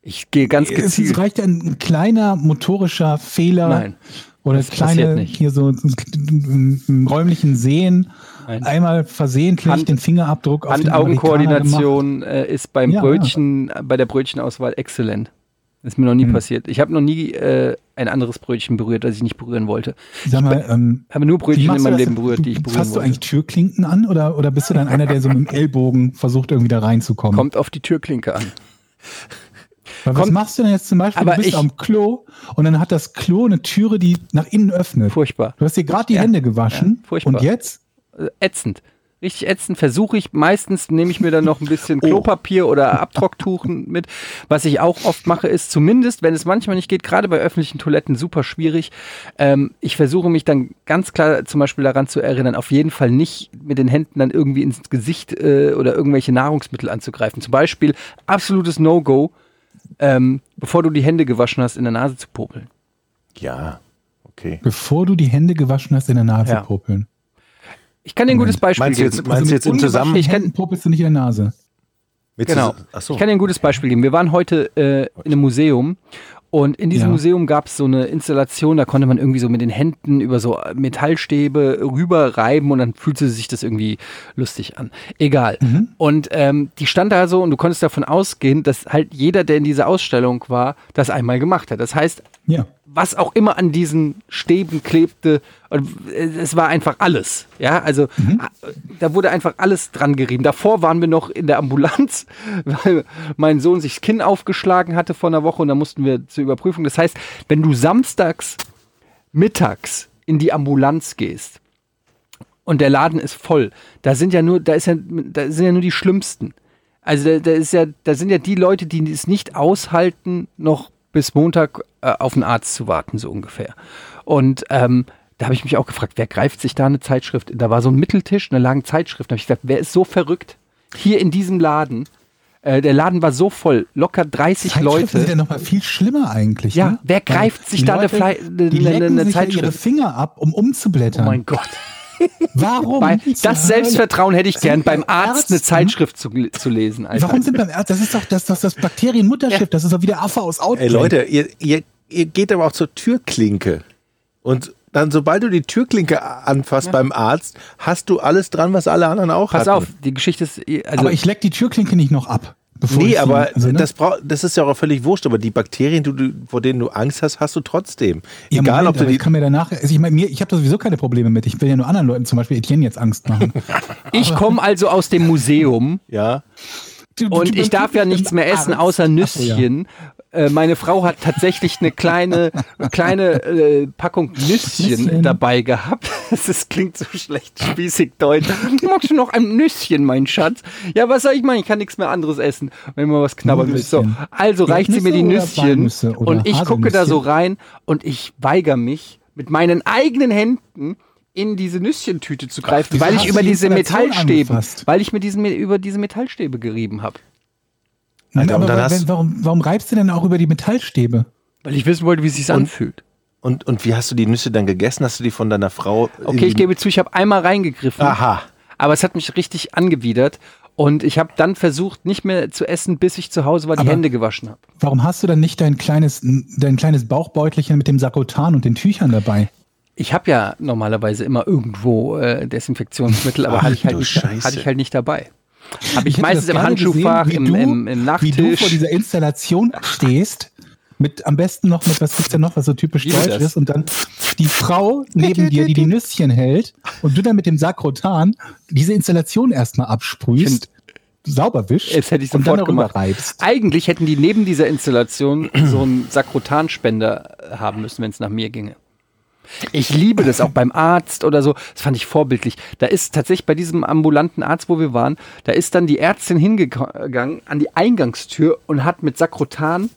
S2: Ich gehe ganz
S3: es, es
S2: gezielt.
S3: reicht ein, ein kleiner motorischer Fehler
S2: Nein,
S3: oder
S2: das passiert
S3: kleine
S2: nicht.
S3: hier so im- im im räumlichen Sehen
S2: Nein.
S3: einmal versehentlich
S2: Hand-
S3: den Fingerabdruck auf den Amerikaner gemacht.
S2: Hand-Augen-Koordination äh, ist beim
S3: Ja,
S2: Brötchen, äh, bei der Brötchenauswahl exzellent. Ist mir noch nie
S3: Hm.
S2: passiert. Ich habe noch nie äh, ein anderes Brötchen berührt, das ich nicht berühren wollte.
S3: Sag mal, ähm,
S2: Habe nur
S3: wie
S2: Brötchen
S3: machst
S2: in
S3: du
S2: meinem
S3: das?
S2: Leben berührt, die ich berühren
S3: Fasst du
S2: wollte.
S3: eigentlich Türklinken an oder, oder bist du dann einer, der so mit dem Ellbogen versucht, irgendwie da reinzukommen?
S2: Kommt auf die Türklinke an.
S3: Weil was
S2: kommt-
S3: machst du denn jetzt zum Beispiel?
S2: Aber
S3: du bist
S2: ich-
S3: am Klo und dann hat das Klo eine Türe, die nach innen öffnet.
S2: Furchtbar.
S3: Du hast dir gerade die
S2: Ja.
S3: Hände gewaschen
S2: Ja, furchtbar.
S3: und jetzt?
S2: äh, ätzend. Richtig ätzend versuche ich. Meistens nehme ich mir dann noch ein bisschen
S4: Oh.
S2: Klopapier oder Abtrocktuchen mit. Was ich auch oft mache, ist zumindest, wenn es manchmal nicht geht, gerade bei öffentlichen Toiletten super schwierig. Ähm, ich versuche mich dann ganz klar zum Beispiel daran zu erinnern, auf jeden Fall nicht mit den Händen dann irgendwie ins Gesicht äh, oder irgendwelche Nahrungsmittel anzugreifen. Zum Beispiel absolutes No-Go, ähm, bevor du die Hände gewaschen hast, in der Nase zu popeln.
S4: Ja. Okay.
S3: Bevor du die Hände gewaschen hast, in der Nase
S2: Ja.
S3: popeln.
S2: Ich kann dir ein gutes Beispiel
S4: Meinst du
S2: geben. Also
S4: jetzt, meinst du jetzt im
S3: mit
S4: Zusammenhang?
S3: ungewaschenen
S2: Ich kann-
S3: Händen popelst du nicht in der Nase.
S4: mit
S2: Genau.
S4: zus- Ach so.
S2: Ich kann dir ein gutes Beispiel geben. Wir waren heute äh, in einem Museum und in diesem
S3: Ja.
S2: Museum gab es so eine Installation, da konnte man irgendwie so mit den Händen über so Metallstäbe rüberreiben und dann fühlte sich das irgendwie lustig an. Egal.
S4: Mhm.
S2: Und ähm, die stand da so und du konntest davon ausgehen, dass halt jeder, der in dieser Ausstellung war, das einmal gemacht hat. Das heißt,
S3: Ja.
S2: was auch immer an diesen Stäben klebte. Und äh, es war einfach alles. Ja, also äh, da wurde einfach alles dran gerieben. Davor waren wir noch in der Ambulanz, weil mein Sohn sich das Kinn aufgeschlagen hatte vor einer Woche und da mussten wir zur Überprüfung. Das heißt, wenn du samstags mittags in die Ambulanz gehst und der Laden ist voll, da sind ja nur, da ist ja, da sind ja nur die Schlimmsten. Also da, da ist ja, da sind ja die Leute, die es nicht aushalten, noch bis Montag äh, auf einen Arzt zu warten, so ungefähr. Und ähm, da habe ich mich auch gefragt, wer greift sich da eine Zeitschrift? Da war so ein Mitteltisch, und da lagen Zeitschriften. Da habe ich gesagt, wer ist so verrückt hier in diesem Laden? Äh, der Laden war so voll, locker 30
S3: Zeitschriften
S2: Leute.
S3: sind ja noch mal viel schlimmer eigentlich.
S2: Ja,
S3: ne?
S2: wer
S3: Weil
S2: greift sich
S3: die
S2: da eine
S3: Leute,
S2: Fle- eine-
S3: die
S2: eine-
S3: lecken
S2: eine
S3: sich Ja ihre
S2: Zeitschrift?
S3: Finger ab, um
S2: Oh
S3: umzublättern.
S2: mein Gott.
S3: Warum?
S2: Bei,
S3: zur
S2: das
S3: Hölle?
S2: Selbstvertrauen hätte ich gern,
S3: Oh, Sind
S2: beim
S3: wir
S2: Arzt eine
S3: Ärzte?
S2: Zeitschrift zu, zu lesen. Alter.
S3: Warum sind beim Arzt? Das ist doch das, das, das Bakterienmutterschiff. Das ist doch wieder Affe aus Outback.
S4: Ey Leute, ihr, ihr, ihr geht aber auch zur Türklinke. Und dann, sobald du die Türklinke a- anfasst beim Arzt, hast du alles dran, was alle anderen auch
S2: Pass
S4: hatten.
S2: auf, die Geschichte ist. Also,
S3: aber ich leck die Türklinke nicht noch ab. Bevor ich
S4: Nee,
S3: sie-
S4: aber
S3: also, ne?
S4: das, brau- das ist ja auch völlig wurscht. Aber die Bakterien, du, du, vor denen du Angst hast, hast du trotzdem.
S3: Ja,
S4: Egal,
S3: Moment,
S4: ob du
S3: aber
S4: die.
S3: Ich kann mir danach, also ich meine, mir, ich habe da sowieso keine Probleme mit. Ich will ja nur anderen Leuten, zum Beispiel Etienne, jetzt Angst machen.
S2: ich komme also aus dem Museum
S4: Ja,
S3: Du- du-
S2: und
S3: du-
S2: ich darf ja nichts mehr essen außer
S3: Ach so, ja.
S2: Nüsschen. äh, meine Frau hat tatsächlich eine kleine, kleine äh, Packung Nüsschen
S3: Nüsschen.
S2: dabei gehabt. Das ist, klingt so schlecht, spießig deutsch. Magst du noch ein Nüsschen, mein Schatz? Ja, was soll ich machen? Ich kann nichts mehr anderes essen, wenn man was knabbern will. So,
S3: Nüsschen.
S2: also reicht sie mir die
S3: Erdnüsse oder
S2: Nüsschen
S3: Walnüsse oder
S2: und ich gucke da so
S3: Haselnüsschen?
S2: rein und ich weigere mich mit meinen eigenen Händen in diese Nüsschentüte zu greifen,
S3: Wieso
S2: weil ich
S3: hast
S2: über
S3: du die
S2: diese
S3: Installation
S2: Metallstäbe,
S3: angefasst?
S2: weil ich mir diesen, über diese Metallstäbe gerieben habe.
S3: Nein,
S4: Alter, und
S3: aber
S4: dann
S3: wa-
S4: hast-
S3: wenn, warum, warum reibst du denn auch über die Metallstäbe?
S2: Weil ich wissen wollte, wie es sich anfühlt.
S4: Und, und wie hast du die Nüsse dann gegessen? Hast du die von deiner Frau? in
S2: Okay,
S4: die-
S2: ich gebe zu, ich habe einmal reingegriffen,
S4: Aha.
S2: aber es hat mich richtig angewidert und ich habe dann versucht, nicht mehr zu essen, bis ich zu Hause war, die
S3: Aber-
S2: Hände gewaschen habe.
S3: Warum hast du dann nicht dein kleines, dein kleines Bauchbeutelchen mit dem Sakrotan und den Tüchern dabei?
S2: Ich habe ja normalerweise immer irgendwo äh, Desinfektionsmittel, aber
S4: Ach,
S2: hatte ich, halt
S4: du
S2: nicht,
S4: Scheiße.
S2: hatte ich halt nicht dabei. Habe ich,
S3: hätte
S2: meistens
S3: das
S2: im
S3: gerne
S2: Handschuhfach,
S3: gesehen, wie
S2: im, im, im
S3: Wie du
S2: Nachttisch.
S3: vor dieser Installation stehst, mit am besten noch mit, was gibt's denn noch, was so typisch
S2: Wie ist
S3: deutsch
S2: das?
S3: ist, und dann die Frau neben dir, die die Nüsschen hält, und du dann mit dem Sakrotan diese Installation erstmal absprühst, sauber wischst
S2: Jetzt hätte ich
S3: und dann
S2: sofort
S3: darüber
S2: gemacht.
S3: reibst.
S2: Eigentlich hätten die neben dieser Installation so einen Sakrotanspender äh, haben müssen, wenn es nach mir ginge. Ich liebe das auch beim Arzt oder so. Das fand ich vorbildlich. Da ist tatsächlich bei diesem ambulanten Arzt, wo wir waren, da ist dann die Ärztin hingegangen an die Eingangstür und hat mit Sakrotan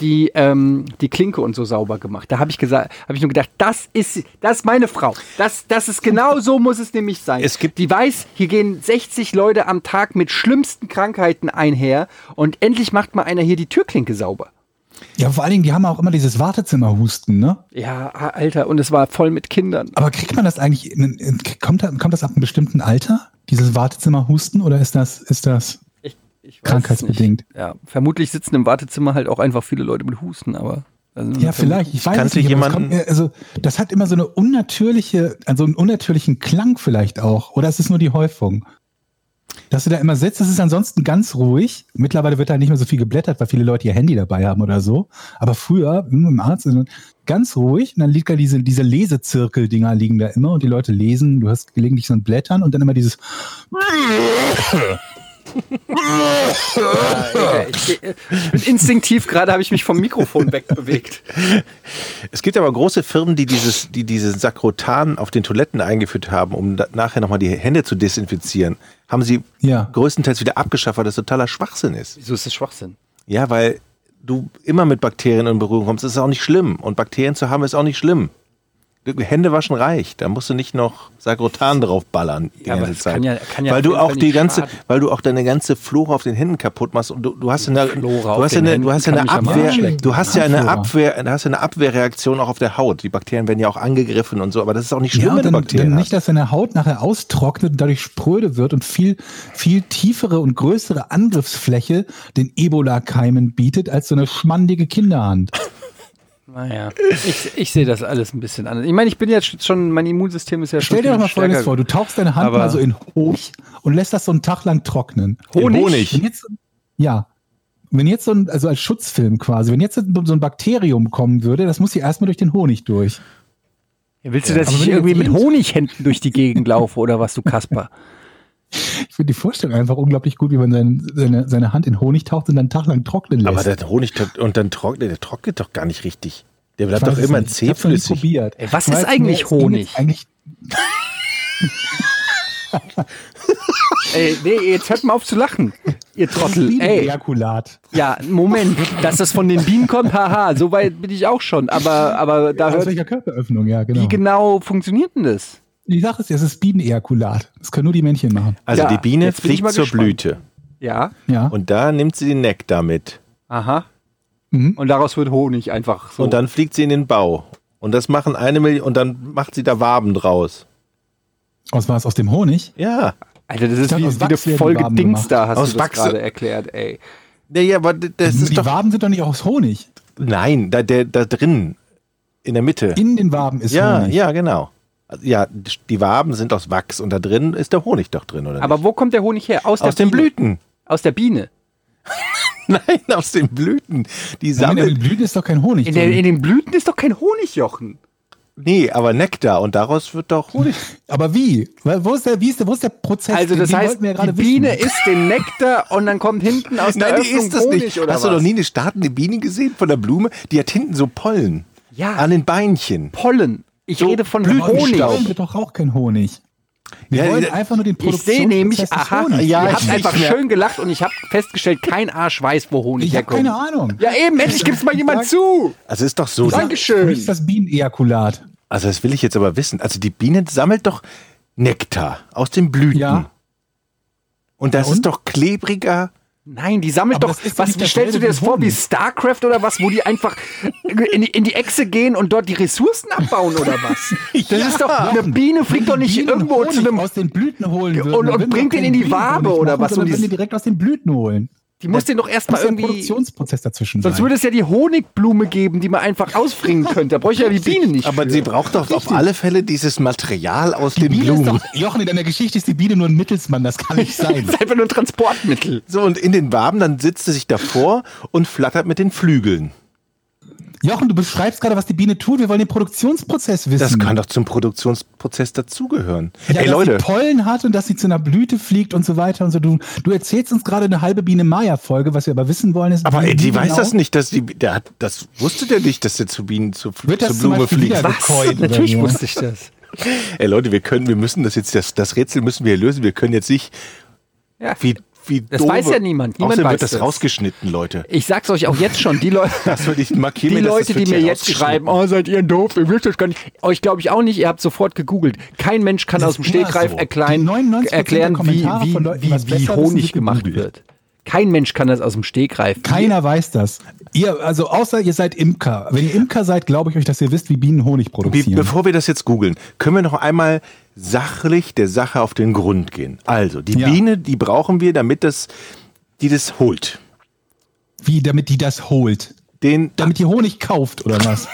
S2: die, ähm, die Klinke und so sauber gemacht. Da habe ich gesagt, habe ich nur gedacht, das ist, sie, das ist meine Frau. Das, das ist genau so muss es nämlich sein.
S4: Es gibt-
S2: die weiß, hier gehen 60 Leute am Tag mit schlimmsten Krankheiten einher und endlich macht mal einer hier die Türklinke sauber.
S3: Ja, vor allen Dingen, die haben auch immer dieses Wartezimmerhusten, ne?
S2: Ja, Alter, und es war voll mit Kindern.
S3: Aber kriegt man das eigentlich, in, in, kommt, da- kommt das ab einem bestimmten Alter, dieses Wartezimmerhusten, oder ist das, ist das?
S2: Ich, ich weiß
S3: Krankheitsbedingt.
S2: Nicht. Ja, vermutlich sitzen im Wartezimmer halt auch einfach viele Leute mit Husten, aber. also-
S3: Ja, vielleicht. Ähm, Ich weiß
S4: Kannst
S3: es nicht.
S4: du
S3: aber es
S4: jemanden-
S3: kommt mir, also, das hat immer so eine unnatürliche, also einen unnatürlichen Klang vielleicht auch. Oder ist es nur die Häufung? Dass du da immer sitzt, es ist ansonsten ganz ruhig. Mittlerweile wird da nicht mehr so viel geblättert, weil viele Leute ihr Handy dabei haben oder so. Aber früher, hm, im Arzt, ganz ruhig. Und dann liegt da diese, diese Lesezirkel-Dinger liegen da immer und die Leute lesen. Du hast gelegentlich so ein Blättern und dann immer dieses,
S2: Alter, ich, ich bin instinktiv gerade habe ich mich vom Mikrofon wegbewegt.
S4: Es gibt aber große Firmen, die dieses, die diesen Sakrotan auf den Toiletten eingeführt haben, um da, nachher nochmal die Hände zu desinfizieren. Haben sie
S3: Ja.
S4: größtenteils wieder abgeschafft, weil das totaler Schwachsinn ist.
S2: Wieso ist das Schwachsinn?
S4: Ja, weil du immer mit Bakterien in Berührung kommst. Das ist auch nicht schlimm. Und Bakterien zu haben ist auch nicht schlimm. Hände waschen reicht. Da musst du nicht noch Sagrotan draufballern die
S2: Ja, aber
S4: ganze
S2: es
S4: Zeit.
S2: kann ja- kann ja
S4: weil
S2: auf
S4: du
S2: jeden
S4: auch
S2: Fall
S4: die
S2: nicht
S4: ganze,
S2: schaden.
S4: weil du auch deine ganze Flora auf den Händen kaputt machst und du, du hast eine,
S2: Flora
S4: du
S2: auf
S4: hast ja
S2: den
S4: eine,
S2: Händen
S4: du hast ja eine
S2: kann mich am Arsch
S4: Abwehr,
S2: lecken.
S4: du hast ja eine
S3: Flora.
S4: Abwehr, du hast ja eine Abwehrreaktion auch auf der Haut. Die Bakterien werden ja auch angegriffen und so, aber das ist auch nicht schlimm,
S3: Ja,
S4: wenn
S3: und
S4: du
S3: dann,
S4: Bakterien
S3: dann
S4: hast.
S3: nicht, dass deine Haut nachher austrocknet und dadurch spröde wird und viel, viel tiefere und größere Angriffsfläche den Ebola-Keimen bietet als so eine schmandige Kinderhand.
S2: Naja, ich, ich sehe das alles ein bisschen anders. Ich meine, ich bin jetzt schon, mein Immunsystem ist ja schon.
S3: Stell dir doch mal
S2: viel stärker
S3: Folgendes vor, du tauchst deine Hand
S2: Aber-
S3: mal so in Honig und lässt das so einen Tag lang trocknen.
S4: In
S3: Wenn jetzt, ja. Wenn jetzt so ein, also als Schutzfilm quasi, wenn jetzt so ein Bakterium kommen würde, das muss ja erstmal durch den Honig durch.
S2: Ja, willst du, dass
S3: Aber
S2: ich
S3: wenn du
S2: irgendwie
S3: jetzt
S2: mit
S3: lebst-
S2: Honighänden durch die Gegend laufe oder was, du Kasper?
S3: Ich finde die Vorstellung einfach unglaublich gut, wie man seine, seine, seine Hand in Honig taucht und dann einen Tag lang trocknen lässt.
S4: Aber der Honig tro- und dann trocknet, der trocknet doch gar nicht richtig. Der bleibt
S3: Ich
S4: doch
S3: weiß es
S4: immer
S3: nicht. Ich hab's noch nie
S4: zähflüssig.
S3: probiert.
S2: Ey, was
S3: Ich
S2: ist
S3: weiß
S2: eigentlich
S3: nur, es ging jetzt
S2: Honig?
S3: Eigentlich,
S2: Ey, nee, jetzt hört mal auf zu lachen, ihr Trottel. Ey,
S3: Bienenjakulat.
S2: ja, Moment, dass das von den Bienen kommt, haha, so weit bin ich auch schon. Aber, aber da
S3: Aus
S2: hört,
S3: welcher Körperöffnung, ja, genau.
S2: wie genau funktioniert denn das?
S3: Die Sache ist, es ist Bienenejakulat. Das können nur die Männchen machen.
S4: Also
S2: Ja,
S4: die Biene
S2: jetzt bin ich
S4: fliegt
S2: mal
S4: zur
S2: gespannt.
S4: Blüte
S2: Ja,
S3: Ja.
S4: und da nimmt sie den Nektar mit
S2: aha.
S3: Mhm.
S2: Und daraus wird Honig einfach so.
S4: und dann fliegt sie in den Bau und das machen eine Million und dann macht sie da Waben draus.
S3: Aus was? Aus dem Honig?
S4: Ja,
S2: Alter, das ist
S3: dachte,
S2: wie,
S3: aus
S2: wie eine
S3: Wachs werden die
S2: Folge
S3: Waben
S2: Dings
S3: gemacht.
S2: da, hast
S4: Aus
S2: du das
S4: Wachs-
S2: gerade erklärt, ey.
S4: naja, aber d- das
S3: die
S4: ist doch
S3: Waben sind doch nicht auch aus Honig.
S4: nein, da der da drin in der Mitte.
S3: In den Waben ist
S4: Ja,
S3: Honig.
S4: ja, genau. Also, Ja, die Waben sind aus Wachs und da drin ist der Honig doch drin, oder?
S2: Aber
S4: nicht?
S2: wo kommt der Honig her? Aus,
S4: aus
S2: der
S4: den
S2: Biene.
S4: Blüten.
S2: Aus der Biene.
S4: Nein, aus den Blüten. Die
S3: Damit in den
S4: sammeln.
S3: Blüten ist doch kein Honig.
S2: In, der,
S3: drin.
S2: in den Blüten ist doch kein Honigjochen.
S4: Nee, aber Nektar und daraus wird doch Honig.
S3: Aber wie? Weil Wo ist der, wie ist der, wo ist der Prozess?
S2: Also
S3: Den-
S2: das
S3: den
S2: heißt,
S3: wollten wir ja
S2: die
S3: gerade
S2: Biene
S3: wissen.
S2: isst den Nektar und dann kommt hinten aus der
S4: Nein, die
S2: Öffnung
S4: ist das
S2: Honig
S4: nicht.
S2: oder
S4: Hast
S2: was?
S4: du noch nie eine startende Biene gesehen von der Blume? Die hat hinten so Pollen.
S2: Ja.
S4: An den Beinchen.
S2: Pollen. Ich
S4: So
S2: rede von
S4: Blütenstaub.
S3: Honig.
S2: Honig.
S3: Wir doch auch kein Honig. Wir
S4: Ja,
S3: wollen
S4: ja,
S3: einfach nur den
S2: Ich
S3: Produktionsprozess
S2: sehe nämlich,
S3: des
S2: aha,
S3: Honigs.
S4: Ja,
S2: ihr
S4: ich
S2: habt
S4: nicht
S2: einfach
S4: mehr.
S2: schön gelacht und ich habe festgestellt, kein Arsch weiß, wo Honig
S3: ich habe
S2: herkommt.
S3: keine Ahnung.
S2: Ja eben, endlich gibt's mal jemand zu.
S4: Also ist doch so.
S3: Für mich
S2: Dankeschön.
S3: ist das Bienenejakulat.
S4: Also das will ich jetzt aber wissen. Also die Biene sammelt doch Nektar aus den Blüten.
S3: Ja.
S4: Und das
S3: Ja,
S4: ist
S3: und?
S4: doch klebriger.
S2: Nein, die sammelt
S3: Aber
S2: doch.
S3: das ist doch
S2: Was
S3: nicht
S2: wie stellst du dir das vor, wie StarCraft oder was, wo die einfach in die, in die Echse gehen und dort die Ressourcen abbauen oder was? Das ist doch eine Biene fliegt doch nicht
S3: Bienen
S2: irgendwo
S3: Honig
S2: zu einem.
S3: aus den Blüten holen würden,
S2: und
S3: dann würden
S2: bringt
S3: wir
S2: den in die
S3: keinen
S2: Wabe
S3: Bienenhonig
S2: oder
S3: machen,
S2: was
S3: sondern
S2: und
S3: würden
S2: die-
S3: den direkt aus den Blüten holen.
S2: Die muss den doch erstmal
S3: Muss ja ein
S2: irgendwie.
S3: Produktionsprozess dazwischen
S2: Sonst
S3: sein.
S2: würde es ja die Honigblume geben, die man einfach ausfringen könnte. Da bräuchte ja die Biene nicht.
S4: Aber sie braucht doch auf alle Fälle dieses Material aus den
S3: Biene ist
S4: Blumen.
S3: doch, Jochen, in deiner Geschichte ist die Biene nur ein Mittelsmann, das kann nicht sein.
S2: Das ist einfach nur ein Transportmittel.
S4: So, und in den Waben, dann sitzt sie sich davor und flattert mit den Flügeln.
S3: Jochen, du beschreibst gerade, was die Biene tut. Wir wollen den Produktionsprozess wissen.
S4: Das kann doch zum Produktionsprozess dazugehören.
S3: Hm. ja,
S4: Ey,
S3: dass
S4: Leute,
S3: sie Pollen hat und dass sie zu einer Blüte fliegt und so weiter und so. Du, du erzählst uns gerade eine halbe Biene-Maya-Folge, was wir aber wissen wollen ist.
S4: aber
S3: wie
S4: ey, die weiß
S3: genau
S4: das nicht, dass die, der hat, das wusste der nicht, dass der zu Bienen zu,
S3: Wird das
S4: zur
S3: zum
S4: Blume
S3: Beispiel
S4: fliegt.
S3: wieder- Gekäut oder
S2: Natürlich
S3: so.
S2: wusste ich das.
S4: Ey, Leute, wir können, wir müssen das jetzt, das, das Rätsel müssen wir lösen. Wir können jetzt nicht,
S2: Ja.
S4: wie, wie
S2: Das weiß ja niemand. Niemand
S4: Außerdem
S2: weiß
S4: wird das
S2: das.
S4: rausgeschnitten, Leute.
S2: Ich sag's euch auch jetzt schon, die Leute.
S4: Das würde ich markieren.
S2: Die
S4: mir, dass
S2: Leute,
S4: das
S2: die
S4: wird
S2: mir
S4: hier
S2: jetzt
S4: rausgeschnitten.
S2: schreiben, oh, seid ihr doof, ihr wisst das gar nicht. Euch glaube ich auch nicht, ihr habt sofort gegoogelt. Kein Mensch kann
S3: Das
S2: aus dem
S3: ist immer
S2: Stegreif
S3: so. Die
S2: erklären,
S3: 99% der
S2: erklären wie,
S3: Kommentare
S2: wie,
S3: von Leuten, die was
S2: wie, wie
S3: besser wissen,
S2: Honig
S3: sind
S2: gemacht
S3: gegoogelt.
S2: wird. Kein Mensch kann das aus dem Stegreif.
S3: Keiner weiß das. Ihr, also außer ihr seid Imker. Wenn ihr Imker seid, glaube ich euch, dass ihr wisst, wie Bienen Honig
S4: Be
S3: produzieren.
S4: bevor wir das jetzt googeln, können wir noch einmal sachlich der Sache auf den Grund gehen. Also, die
S3: Ja.
S4: Biene, die brauchen wir, damit das, die das holt.
S3: wie, damit die das holt.
S4: Den,
S3: Damit die Honig kauft oder was?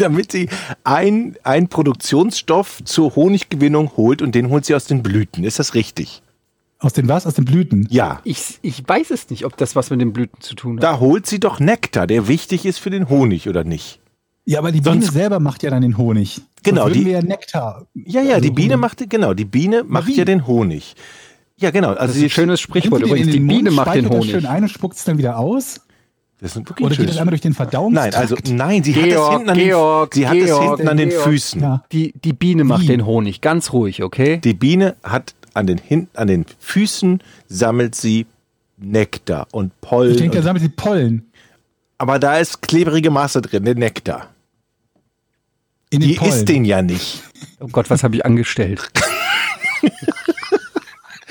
S4: damit sie ein, ein Produktionsstoff zur Honiggewinnung holt und den holt sie aus den Blüten. Ist das richtig?
S3: Aus den was? Aus den Blüten.
S4: Ja.
S2: Ich, ich weiß es nicht, ob das was mit den Blüten zu tun hat.
S4: Da holt sie doch Nektar, der wichtig ist für den Honig, oder nicht?
S3: Ja, aber die
S4: Sonst-
S3: Biene selber macht ja dann den Honig.
S4: Genau,
S3: Sonst
S4: die-
S3: würden wir ja Nektar.
S4: Ja, ja, die Biene macht, genau, die Biene macht
S3: wie?
S4: ja den Honig. Ja, genau. Also
S2: Das ist ein
S4: sie-
S2: schönes
S3: Nimmt
S2: Sprichwort.
S3: ihr den
S2: Übrigens,
S3: in
S2: die
S3: den
S2: Biene
S3: Mund,
S2: macht den
S3: spaltet das
S2: Honig.
S3: schön ein und spuckt es dann wieder aus?
S4: Das ist wirklich
S3: Oder geht
S4: schön.
S3: das einmal durch den Verdauungstrakt?
S4: Nein, also nein, sie hat das
S2: Georg,
S4: hinten an,
S2: Georg,
S4: den, sie hat das
S2: Georg,
S4: hinten an den
S2: Georg.
S4: Füßen.
S3: Ja.
S2: Die, die Biene macht den Honig, ganz ruhig, okay?
S4: Die Biene hat an den, hin, an den Füßen sammelt sie Nektar und Pollen.
S3: Ich denke, da
S4: und,
S3: sammelt sie Pollen.
S4: aber da ist klebrige Masse drin, der Nektar.
S3: In den
S4: Die
S3: Pollen.
S4: isst den ja nicht.
S2: Oh Gott, was habe ich angestellt?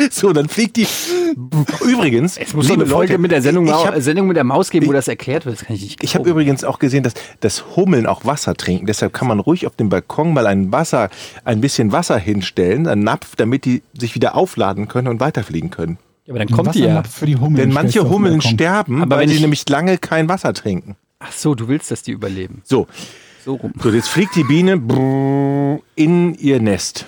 S4: So, dann fliegt die. Übrigens,
S2: Es muss so eine
S4: liebe
S2: Folge
S4: Leute,
S2: mit der Sendung,
S4: ich
S2: mal-
S4: hab-
S2: Sendung mit der Maus geben, wo das erklärt wird. Das kann ich nicht
S4: Ich habe
S2: glauben.
S4: übrigens auch gesehen, dass das Hummeln auch Wasser trinken. Deshalb kann man ruhig auf dem Balkon mal ein Wasser, ein bisschen Wasser hinstellen, einen Napf, damit die sich wieder aufladen können und weiterfliegen können.
S2: Ja, aber dann
S3: Ein
S2: kommt die ja.
S3: Wassernapf Für die Hummeln
S4: Denn manche
S3: stellst du auf den
S4: Hummeln
S3: Balkon.
S4: sterben,
S2: Aber
S4: weil
S2: wenn
S4: sie
S2: ich-
S4: nämlich lange kein Wasser trinken.
S2: Ach so, du willst, dass die überleben.
S4: So,
S2: So rum.
S4: so jetzt fliegt die Biene brrr, in ihr Nest,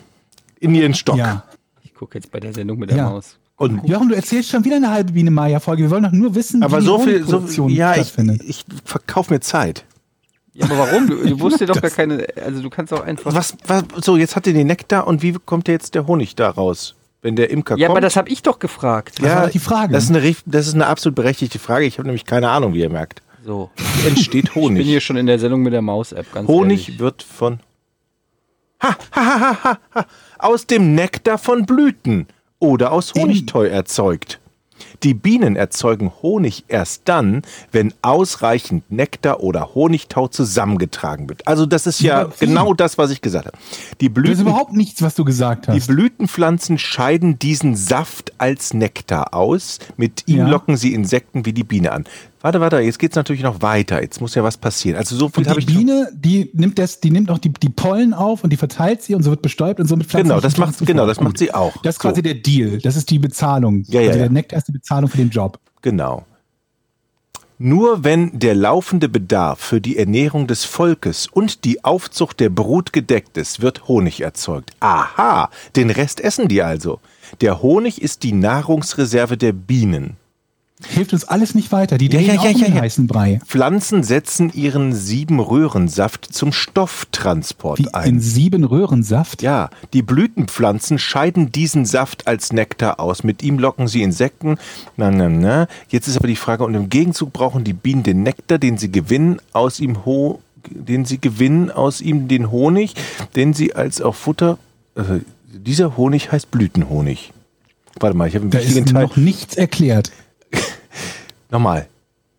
S4: in ihren Stock.
S3: Ja.
S2: Ich gucke jetzt bei der Sendung mit der
S3: Ja.
S2: Maus.
S4: Und,
S3: Jochen, du erzählst schon wieder eine halbe Biene-Maya-Folge. Wir wollen doch nur wissen,
S4: aber so viel, so,
S3: Honigproduktion
S4: ja, ich,
S3: stattfindet.
S4: ich verkaufe mir Zeit.
S2: Ja, aber warum? Du, du wusstest doch gar keine. Also du kannst auch einfach.
S4: Was, was, so, jetzt hat ihr den Nektar und wie kommt der jetzt der Honig da raus, wenn der Imker
S2: Ja,
S4: kommt?
S2: aber das habe ich doch gefragt.
S3: Das war doch die Frage.
S4: Das ist eine, richt- das ist eine absolut berechtigte Frage. Ich habe nämlich keine Ahnung, wie ihr merkt.
S2: So.
S4: Wie entsteht
S2: Ich bin hier
S4: Honig?
S2: schon in der Sendung mit der Maus-App. Ganz
S4: Honig
S2: ehrlich.
S4: wird von ha, ha, ha, ha, ha, ha, aus dem Nektar von Blüten oder aus
S3: Hm.
S4: Honigteu erzeugt. Die Bienen erzeugen Honig erst dann, wenn ausreichend Nektar oder Honigtau zusammengetragen wird. Also das ist ja,
S3: Ja, aber wie?
S4: genau das, was ich gesagt habe. Die
S3: Das ist
S4: Blüten
S3: überhaupt nichts, was du gesagt
S4: Die
S3: hast.
S4: Blütenpflanzen scheiden diesen Saft als Nektar aus. Mit ihm
S3: Ja.
S4: locken sie Insekten wie die Biene an. Warte, warte, jetzt geht's natürlich noch weiter. Jetzt muss ja was passieren. Also so viel
S3: Und
S4: habe
S3: die
S4: ich.
S3: Biene, die nimmt das, die nimmt auch die, die Pollen auf und die verteilt sie und so wird bestäubt und so mit
S4: Genau, das
S3: pflanzlichen
S4: macht-
S3: Pflanzen
S4: genau, das
S3: vorkommen.
S4: macht sie auch.
S3: Das ist
S4: So.
S3: quasi der Deal. Das ist die Bezahlung.
S4: Ja, ja,
S3: also
S4: ja.
S3: der Nektar ist die Bezahlung für den Job.
S4: Genau. Nur wenn der laufende Bedarf für die Ernährung des Volkes und die Aufzucht der Brut gedeckt ist, wird Honig erzeugt. Aha, den Rest essen die also. Der Honig ist die Nahrungsreserve der Bienen.
S3: Hilft uns alles nicht weiter. Die
S4: Ja,
S3: drehen
S4: ja,
S3: auch
S4: ja,
S3: um
S4: ja,
S3: den
S4: ja.
S3: heißen Brei.
S4: Pflanzen setzen ihren Siebenröhrensaft zum Stofftransport
S3: Wie in
S4: ein.
S3: sieben Röhrensaft.
S4: Ja, die Blütenpflanzen scheiden diesen Saft als Nektar aus. Mit ihm locken sie Insekten. Na, na, na. Jetzt ist aber die Frage, und im Gegenzug brauchen die Bienen den Nektar, den sie gewinnen, aus ihm ho den sie gewinnen aus ihm den Honig, den sie als auch Futter. Äh, dieser Honig heißt Blütenhonig. Warte mal, ich habe einen
S3: Da
S4: wichtigen
S3: ist
S4: Teil.
S3: noch nichts erklärt.
S4: Nochmal.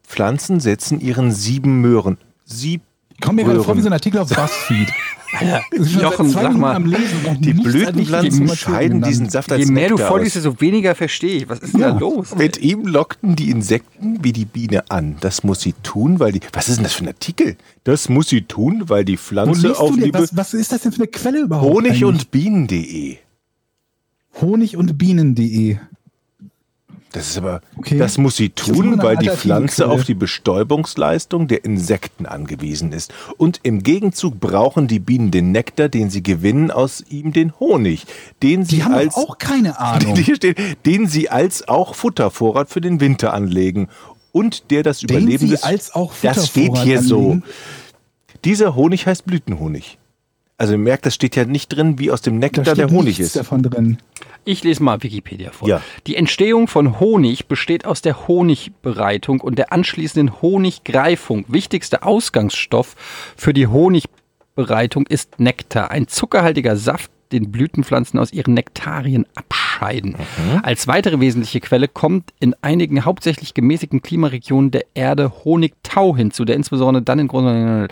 S4: Pflanzen setzen ihren sieben Möhren. Sieb
S3: Kommt mir gerade vor wie
S4: Röhren.
S3: so ein Artikel auf BuzzFeed. Ich bin
S2: Jochen,
S3: seit zwei
S2: sag
S3: Minuten
S2: mal,
S3: am Lesen und noch
S4: die
S3: nichts an richtige
S4: Blütenpflanzen
S3: Informationen
S4: scheiden
S3: genannt.
S4: diesen Saft als
S2: Je mehr du
S4: Nektar
S2: vorliest,
S4: aus.
S2: desto weniger verstehe ich. Was ist denn da los?
S4: Mit ihm lockten die Insekten wie die Biene an. Das muss sie tun, weil die. Was ist denn das für ein Artikel? Das muss sie tun, weil die
S3: Wo
S4: Pflanze
S3: liest
S4: auf
S3: du denn?
S4: Liebe
S3: Was, was ist das denn für eine Quelle überhaupt?
S4: Honig
S3: eigentlich?
S4: und Bienen.de.
S3: Honig und Bienen.de.
S4: Das ist aber.
S3: Okay.
S4: Das muss sie
S3: suche
S4: tun,
S3: eine
S4: weil die
S3: alternative
S4: Pflanze
S3: Quelle.
S4: auf die Bestäubungsleistung der Insekten angewiesen ist. Und im Gegenzug brauchen die Bienen den Nektar, den sie gewinnen, aus ihm den Honig, den sie
S3: Die haben doch
S4: als
S3: auch keine Ahnung.
S4: Hier steht, den sie als auch Futtervorrat für den Winter anlegen und der das
S3: Den
S4: Überleben
S3: sie
S4: des
S3: als auch
S4: Das steht hier
S3: Futtervorrat
S4: so.
S3: anlegen.
S4: Dieser Honig heißt Blütenhonig. Also ihr merkt, das steht ja nicht drin, wie aus dem
S3: Da
S4: Nektar
S3: steht
S4: der Honig
S3: nichts
S4: ist.
S3: davon drin.
S2: Ich lese mal Wikipedia vor.
S4: Ja.
S2: Die Entstehung von Honig besteht aus der Honigbereitung und der anschließenden Honiggreifung. Wichtigster Ausgangsstoff für die Honigbereitung ist Nektar, ein zuckerhaltiger Saft, den Blütenpflanzen aus ihren Nektarien abscheiden. Als weitere wesentliche Quelle kommt in einigen hauptsächlich gemäßigten Klimaregionen der Erde Honigtau hinzu, der insbesondere dann in großen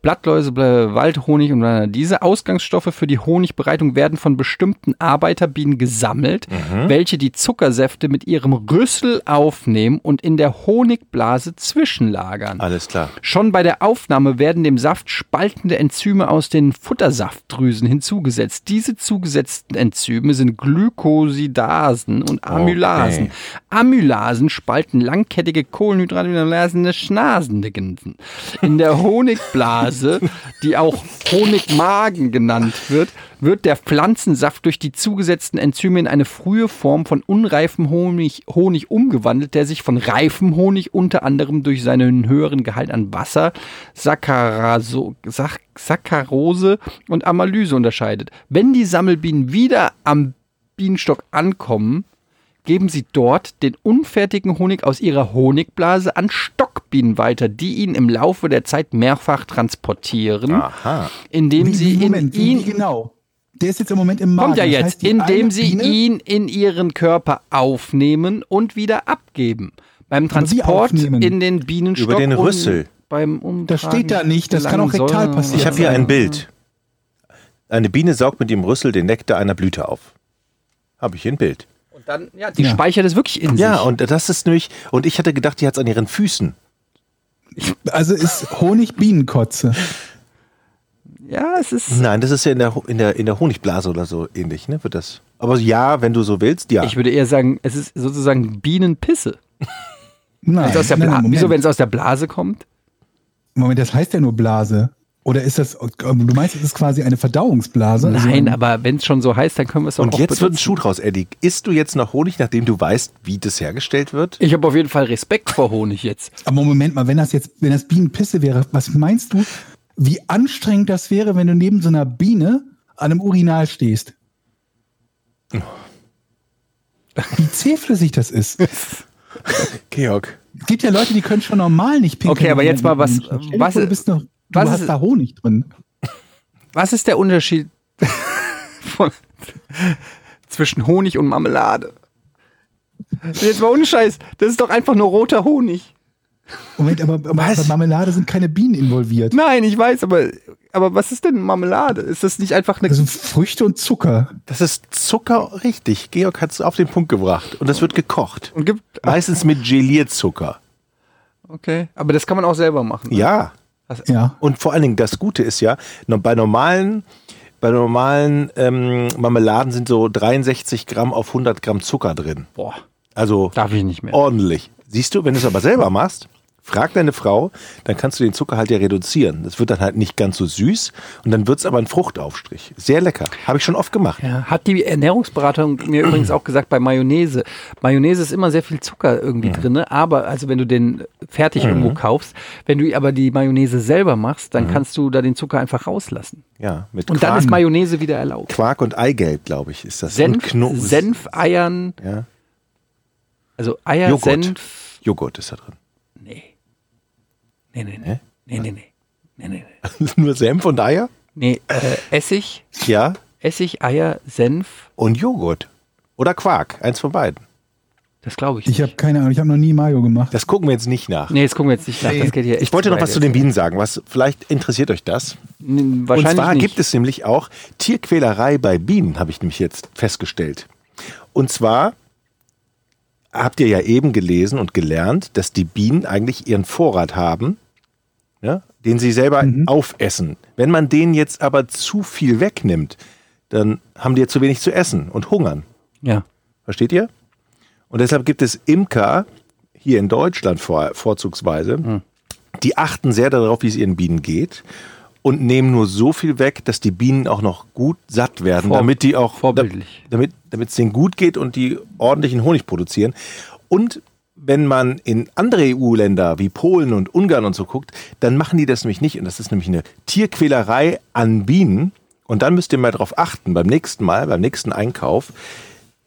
S2: Blattläuse, Bla- Waldhonig und bla- diese Ausgangsstoffe für die Honigbereitung werden von bestimmten Arbeiterbienen gesammelt, welche die Zuckersäfte mit ihrem Rüssel aufnehmen und in der Honigblase zwischenlagern.
S4: Alles klar.
S2: Schon bei der Aufnahme werden dem Saft spaltende Enzyme aus den Futtersaftdrüsen hinzugesetzt. Diese zugesetzten Enzyme sind Glykosidasen und Amylasen.
S4: Okay.
S2: Amylasen spalten langkettige Kohlenhydrate in Schnasendegenden. In der Honigblase, die auch Honigmagen genannt wird, wird der Pflanzensaft durch die zugesetzten Enzyme in eine frühe Form von unreifem Honig, Honig umgewandelt, der sich von reifem Honig unter anderem durch seinen höheren Gehalt an Wasser, Saccharase, Sac Saccharose und Amalyse unterscheidet. Wenn die Sammelbienen wieder am Bienenstock ankommen, geben sie dort den unfertigen Honig aus ihrer Honigblase an Stockbienen weiter, die ihn im Laufe der Zeit mehrfach transportieren,
S4: Aha.
S2: indem sie in
S3: Moment, wie- wie
S2: ihn
S3: genau? Der ist jetzt im Moment im Magen.
S2: kommt ja
S3: Das
S2: jetzt,
S3: heißt, die eine
S2: indem sie
S3: Biene-
S2: ihn in ihren Körper aufnehmen und wieder abgeben. Beim
S3: wie
S2: Transport
S3: aufnehmen?
S2: in den Bienenstock
S4: Über den
S2: und
S4: Rüssel.
S2: beim Umtragen
S3: Das steht da nicht, das
S2: der
S3: kann auch
S2: langen
S3: rektal
S2: Säure.
S3: passieren.
S4: Ich habe hier ein Bild. Eine Biene saugt mit ihrem Rüssel den Nektar einer Blüte auf. Habe ich hier ein Bild.
S2: Und dann, ja, die
S3: Ja.
S2: speichert es wirklich in
S4: Ja,
S2: sich.
S4: und das ist nämlich, und ich hatte gedacht, die hat es an ihren Füßen.
S3: Also ist Honig Bienenkotze.
S2: ja, es ist.
S4: Nein, das ist ja in der, Ho- in der, in der Honigblase oder so ähnlich, ne? Wird das. Aber ja, wenn du so willst, ja.
S2: Ich würde eher sagen, es ist sozusagen Bienenpisse.
S3: Nein,
S2: Wenn's aus der
S3: nein,
S2: Bla
S3: Moment.
S2: Wieso, wenn es aus der Blase kommt?
S3: Moment, das heißt ja nur Blase. Oder ist das, du meinst, es ist quasi eine Verdauungsblase? Also
S2: Nein,
S3: ein-
S2: aber wenn es schon so heißt, dann können wir es doch
S4: und
S2: auch
S4: jetzt wird ein
S2: benutzen.
S4: Schuh draus, Eddie. Isst du jetzt noch Honig, nachdem du weißt, wie das hergestellt wird?
S2: Ich habe auf jeden Fall Respekt vor Honig jetzt.
S3: Aber Moment mal, wenn das jetzt, wenn das Bienenpisse wäre, was meinst du, wie anstrengend das wäre, wenn du neben so einer Biene an einem Urinal stehst?
S2: Oh.
S3: Wie zähflüssig das ist. Es
S4: Georg.
S3: gibt ja Leute, die können schon normal nicht pinkeln.
S2: Okay, aber jetzt mal was-
S4: äh,
S3: Stell dir
S2: was-
S3: vor, du bist noch, du
S2: was
S3: hast
S2: ist-
S3: da Honig drin.
S2: Was ist der Unterschied von, zwischen Honig und Marmelade? Jetzt mal ohne Scheiß, das ist doch einfach nur roter Honig.
S3: Moment, aber aber bei Marmelade sind keine Bienen involviert.
S2: Nein, ich weiß, aber, aber was ist denn Marmelade? Ist das nicht einfach
S3: Das
S2: eine...
S3: sind Früchte und Zucker.
S4: Das ist Zucker, richtig. Georg hat es auf den Punkt gebracht. Und das wird gekocht.
S2: Und gibt,
S4: Meistens mit Gelierzucker.
S2: okay, aber das kann man auch selber machen.
S4: Ja.
S3: Ja.
S4: Und vor allen Dingen, das Gute ist ja, no- bei normalen, bei normalen ähm, Marmeladen sind so 63 Gramm auf 100 Gramm Zucker drin.
S2: Boah,
S4: Also
S2: darf ich nicht mehr.
S4: ordentlich. Siehst du, wenn du es aber selber machst, Frag deine Frau, dann kannst du den Zucker halt ja reduzieren. Das wird dann halt nicht ganz so süß und dann wird es aber ein Fruchtaufstrich. Sehr lecker. Habe ich schon oft gemacht.
S2: Ja, hat die Ernährungsberatung mir übrigens auch gesagt bei Mayonnaise. Mayonnaise ist immer sehr viel Zucker irgendwie drinne, aber also wenn du den fertig
S4: Mhm.
S2: irgendwo kaufst, wenn du aber die Mayonnaise selber machst, dann kannst du da den Zucker einfach rauslassen.
S4: Ja, mit
S2: Und dann
S4: Quark,
S2: ist Mayonnaise wieder erlaubt.
S4: Quark und Eigelb, glaube ich, ist das. Und
S2: Senf,
S4: Knoblauch-
S2: Senf, Eiern,
S4: Ja.
S2: also Eier,
S4: Joghurt.
S2: Senf.
S4: Joghurt ist da drin.
S2: Nee. Nee, nee, nee.
S4: Hä?
S2: Nee, nee, nee. Nee, nee, nee.
S4: Nur Senf und Eier?
S2: nee äh, Essig,
S4: Ja.
S2: Essig, Eier, Senf,
S4: Und Joghurt. Oder Quark. Eins von beiden.
S2: das glaube ich nicht.
S3: Ich habe keine Ahnung, ich habe noch nie Mayo gemacht.
S4: Das gucken wir jetzt nicht nach.
S2: nee, jetzt gucken wir jetzt nicht nach. Das geht hier echt
S4: Ich wollte
S2: zu
S4: noch
S2: weit
S4: was zu
S2: jetzt.
S4: den Bienen sagen. Was, vielleicht interessiert euch das.
S2: Nee, Wahrscheinlich
S4: und zwar
S2: nicht.
S4: gibt es nämlich auch Tierquälerei bei Bienen, habe ich nämlich jetzt festgestellt. Und zwar habt ihr ja eben gelesen und gelernt, dass die Bienen eigentlich ihren Vorrat haben, ja, den sie selber
S2: Mhm.
S4: aufessen. Wenn man den jetzt aber zu viel wegnimmt, dann haben die ja zu wenig zu essen und hungern.
S2: Ja.
S4: Versteht ihr? Und deshalb gibt es Imker, hier in Deutschland vor, vorzugsweise,
S2: Hm.
S4: die achten sehr darauf, wie es ihren Bienen geht und nehmen nur so viel weg, dass die Bienen auch noch gut satt werden,
S2: Vor-
S4: damit die auch
S2: vorbildlich.
S4: da- damit damit es denen gut geht und die ordentlichen Honig produzieren. Und wenn man in andere EU-Länder wie Polen und Ungarn und so guckt, dann machen die das nämlich nicht und das ist nämlich eine Tierquälerei an Bienen. Und dann müsst ihr mal darauf achten beim nächsten Mal, beim nächsten Einkauf,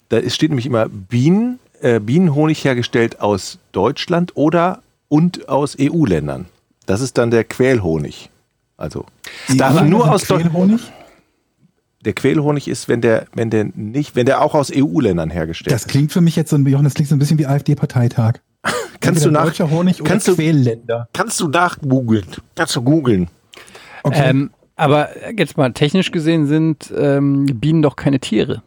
S4: da ist- steht nämlich immer Bienen, äh, Bienenhonig hergestellt aus Deutschland oder und aus EU-Ländern. Das ist dann der Quälhonig. Also es darf nur aus Deu-
S3: Honig?
S4: Der Quälhonig ist, wenn der, wenn der nicht, wenn der auch aus EU-Ländern hergestellt
S3: Das
S4: ist.
S3: klingt für mich jetzt so, ein- Jochen, das klingt so ein bisschen wie AfD-Parteitag.
S4: Kannst du
S3: Entweder
S4: nach-
S3: Deutscher Honig oder
S4: kannst du-
S3: Quälländer.
S4: Kannst du nachgoogeln. Kannst du googeln.
S3: Okay.
S2: Ähm, aber jetzt mal technisch gesehen sind ähm, Bienen doch keine Tiere.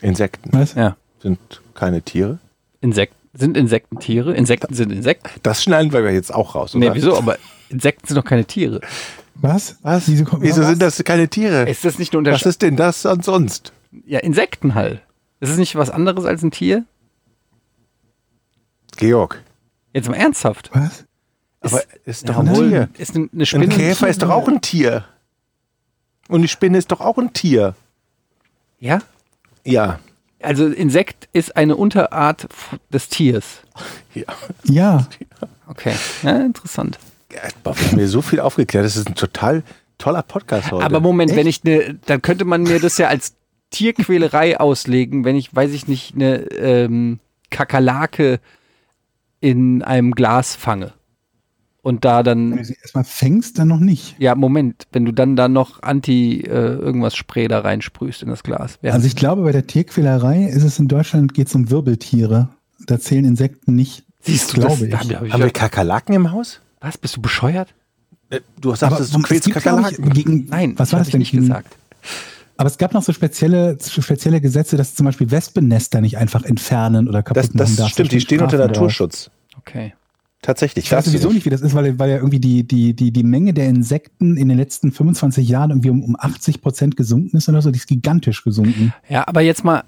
S4: Insekten
S3: Was?
S2: Ja.
S4: sind keine Tiere.
S2: Insekten sind Insekten Tiere. Insekten sind Insekten.
S4: Das schneiden wir ja jetzt auch raus, oder?
S2: Nee, wieso? Aber Insekten sind doch keine Tiere.
S3: Was?
S4: Was?
S3: Wieso,
S4: Wieso,
S3: kommt-
S4: sind das keine Tiere?
S2: Ist das nicht eine
S4: Was
S2: Unterscheidung?
S4: ist denn das ansonst?
S2: Ja, Insekten halt. Ist es nicht was anderes als ein Tier?
S4: Georg.
S2: Jetzt mal ernsthaft.
S3: Was?
S4: Aber
S2: ist,
S4: ist
S2: ja,
S4: doch ein
S2: wohl.
S4: Tier.
S2: Ist eine, eine
S4: Ein
S2: Spinne.
S4: Käfer ist doch auch ein Tier. Und die Spinne ist doch auch ein Tier.
S2: Ja.
S4: Ja.
S2: Also Insekt ist eine Unterart f- des Tiers.
S4: ja.
S3: Ja.
S2: Okay. Ja, interessant.
S4: Boah, wir haben hier so viel aufgeklärt. Das ist ein total toller Podcast heute.
S2: Aber Moment, wenn ich eine, dann könnte man mir das ja als Tierquälerei auslegen, wenn ich, weiß ich nicht, eine ähm, Kakerlake in einem Glas fange. Und da
S3: Wenn
S2: dann,
S3: du sie erstmal fängst, dann noch nicht.
S2: ja, Moment, wenn du dann da noch Anti-Irgendwas-Spray da reinsprühst in das Glas. Ja.
S3: Also ich glaube, bei der Tierquälerei ist es in Deutschland, geht es um Wirbeltiere. Da zählen Insekten nicht.
S2: Siehst du, das,
S3: glaube ich.
S2: hab ich- hab ich-
S4: haben wir Kakerlaken im Haus?
S2: was, bist du bescheuert?
S4: Äh, Du sagtest, du
S3: es
S4: quälst
S3: gibt, glaube
S4: Kakerlaken.
S3: Ich, gegen,
S2: Nein,
S3: was war
S2: hab
S3: das
S2: ich
S3: denn?
S2: nicht
S3: Gegen-
S2: gesagt.
S3: Aber es gab noch so spezielle, spezielle Gesetze, dass zum Beispiel Wespennester nicht einfach entfernen oder kaputt
S4: Das, das
S3: machen darfst. Da
S4: stimmt, die stehen unter
S3: Strafen drauf.
S4: Naturschutz.
S2: Okay.
S4: Tatsächlich.
S3: Ich weiß
S4: darfst du
S3: sowieso nicht, wie das ist, weil, weil ja irgendwie die, die, die, die Menge der Insekten in den letzten 25 Jahren irgendwie um, um 80 Prozent gesunken ist oder so. Die ist gigantisch gesunken.
S2: Ja, aber jetzt mal,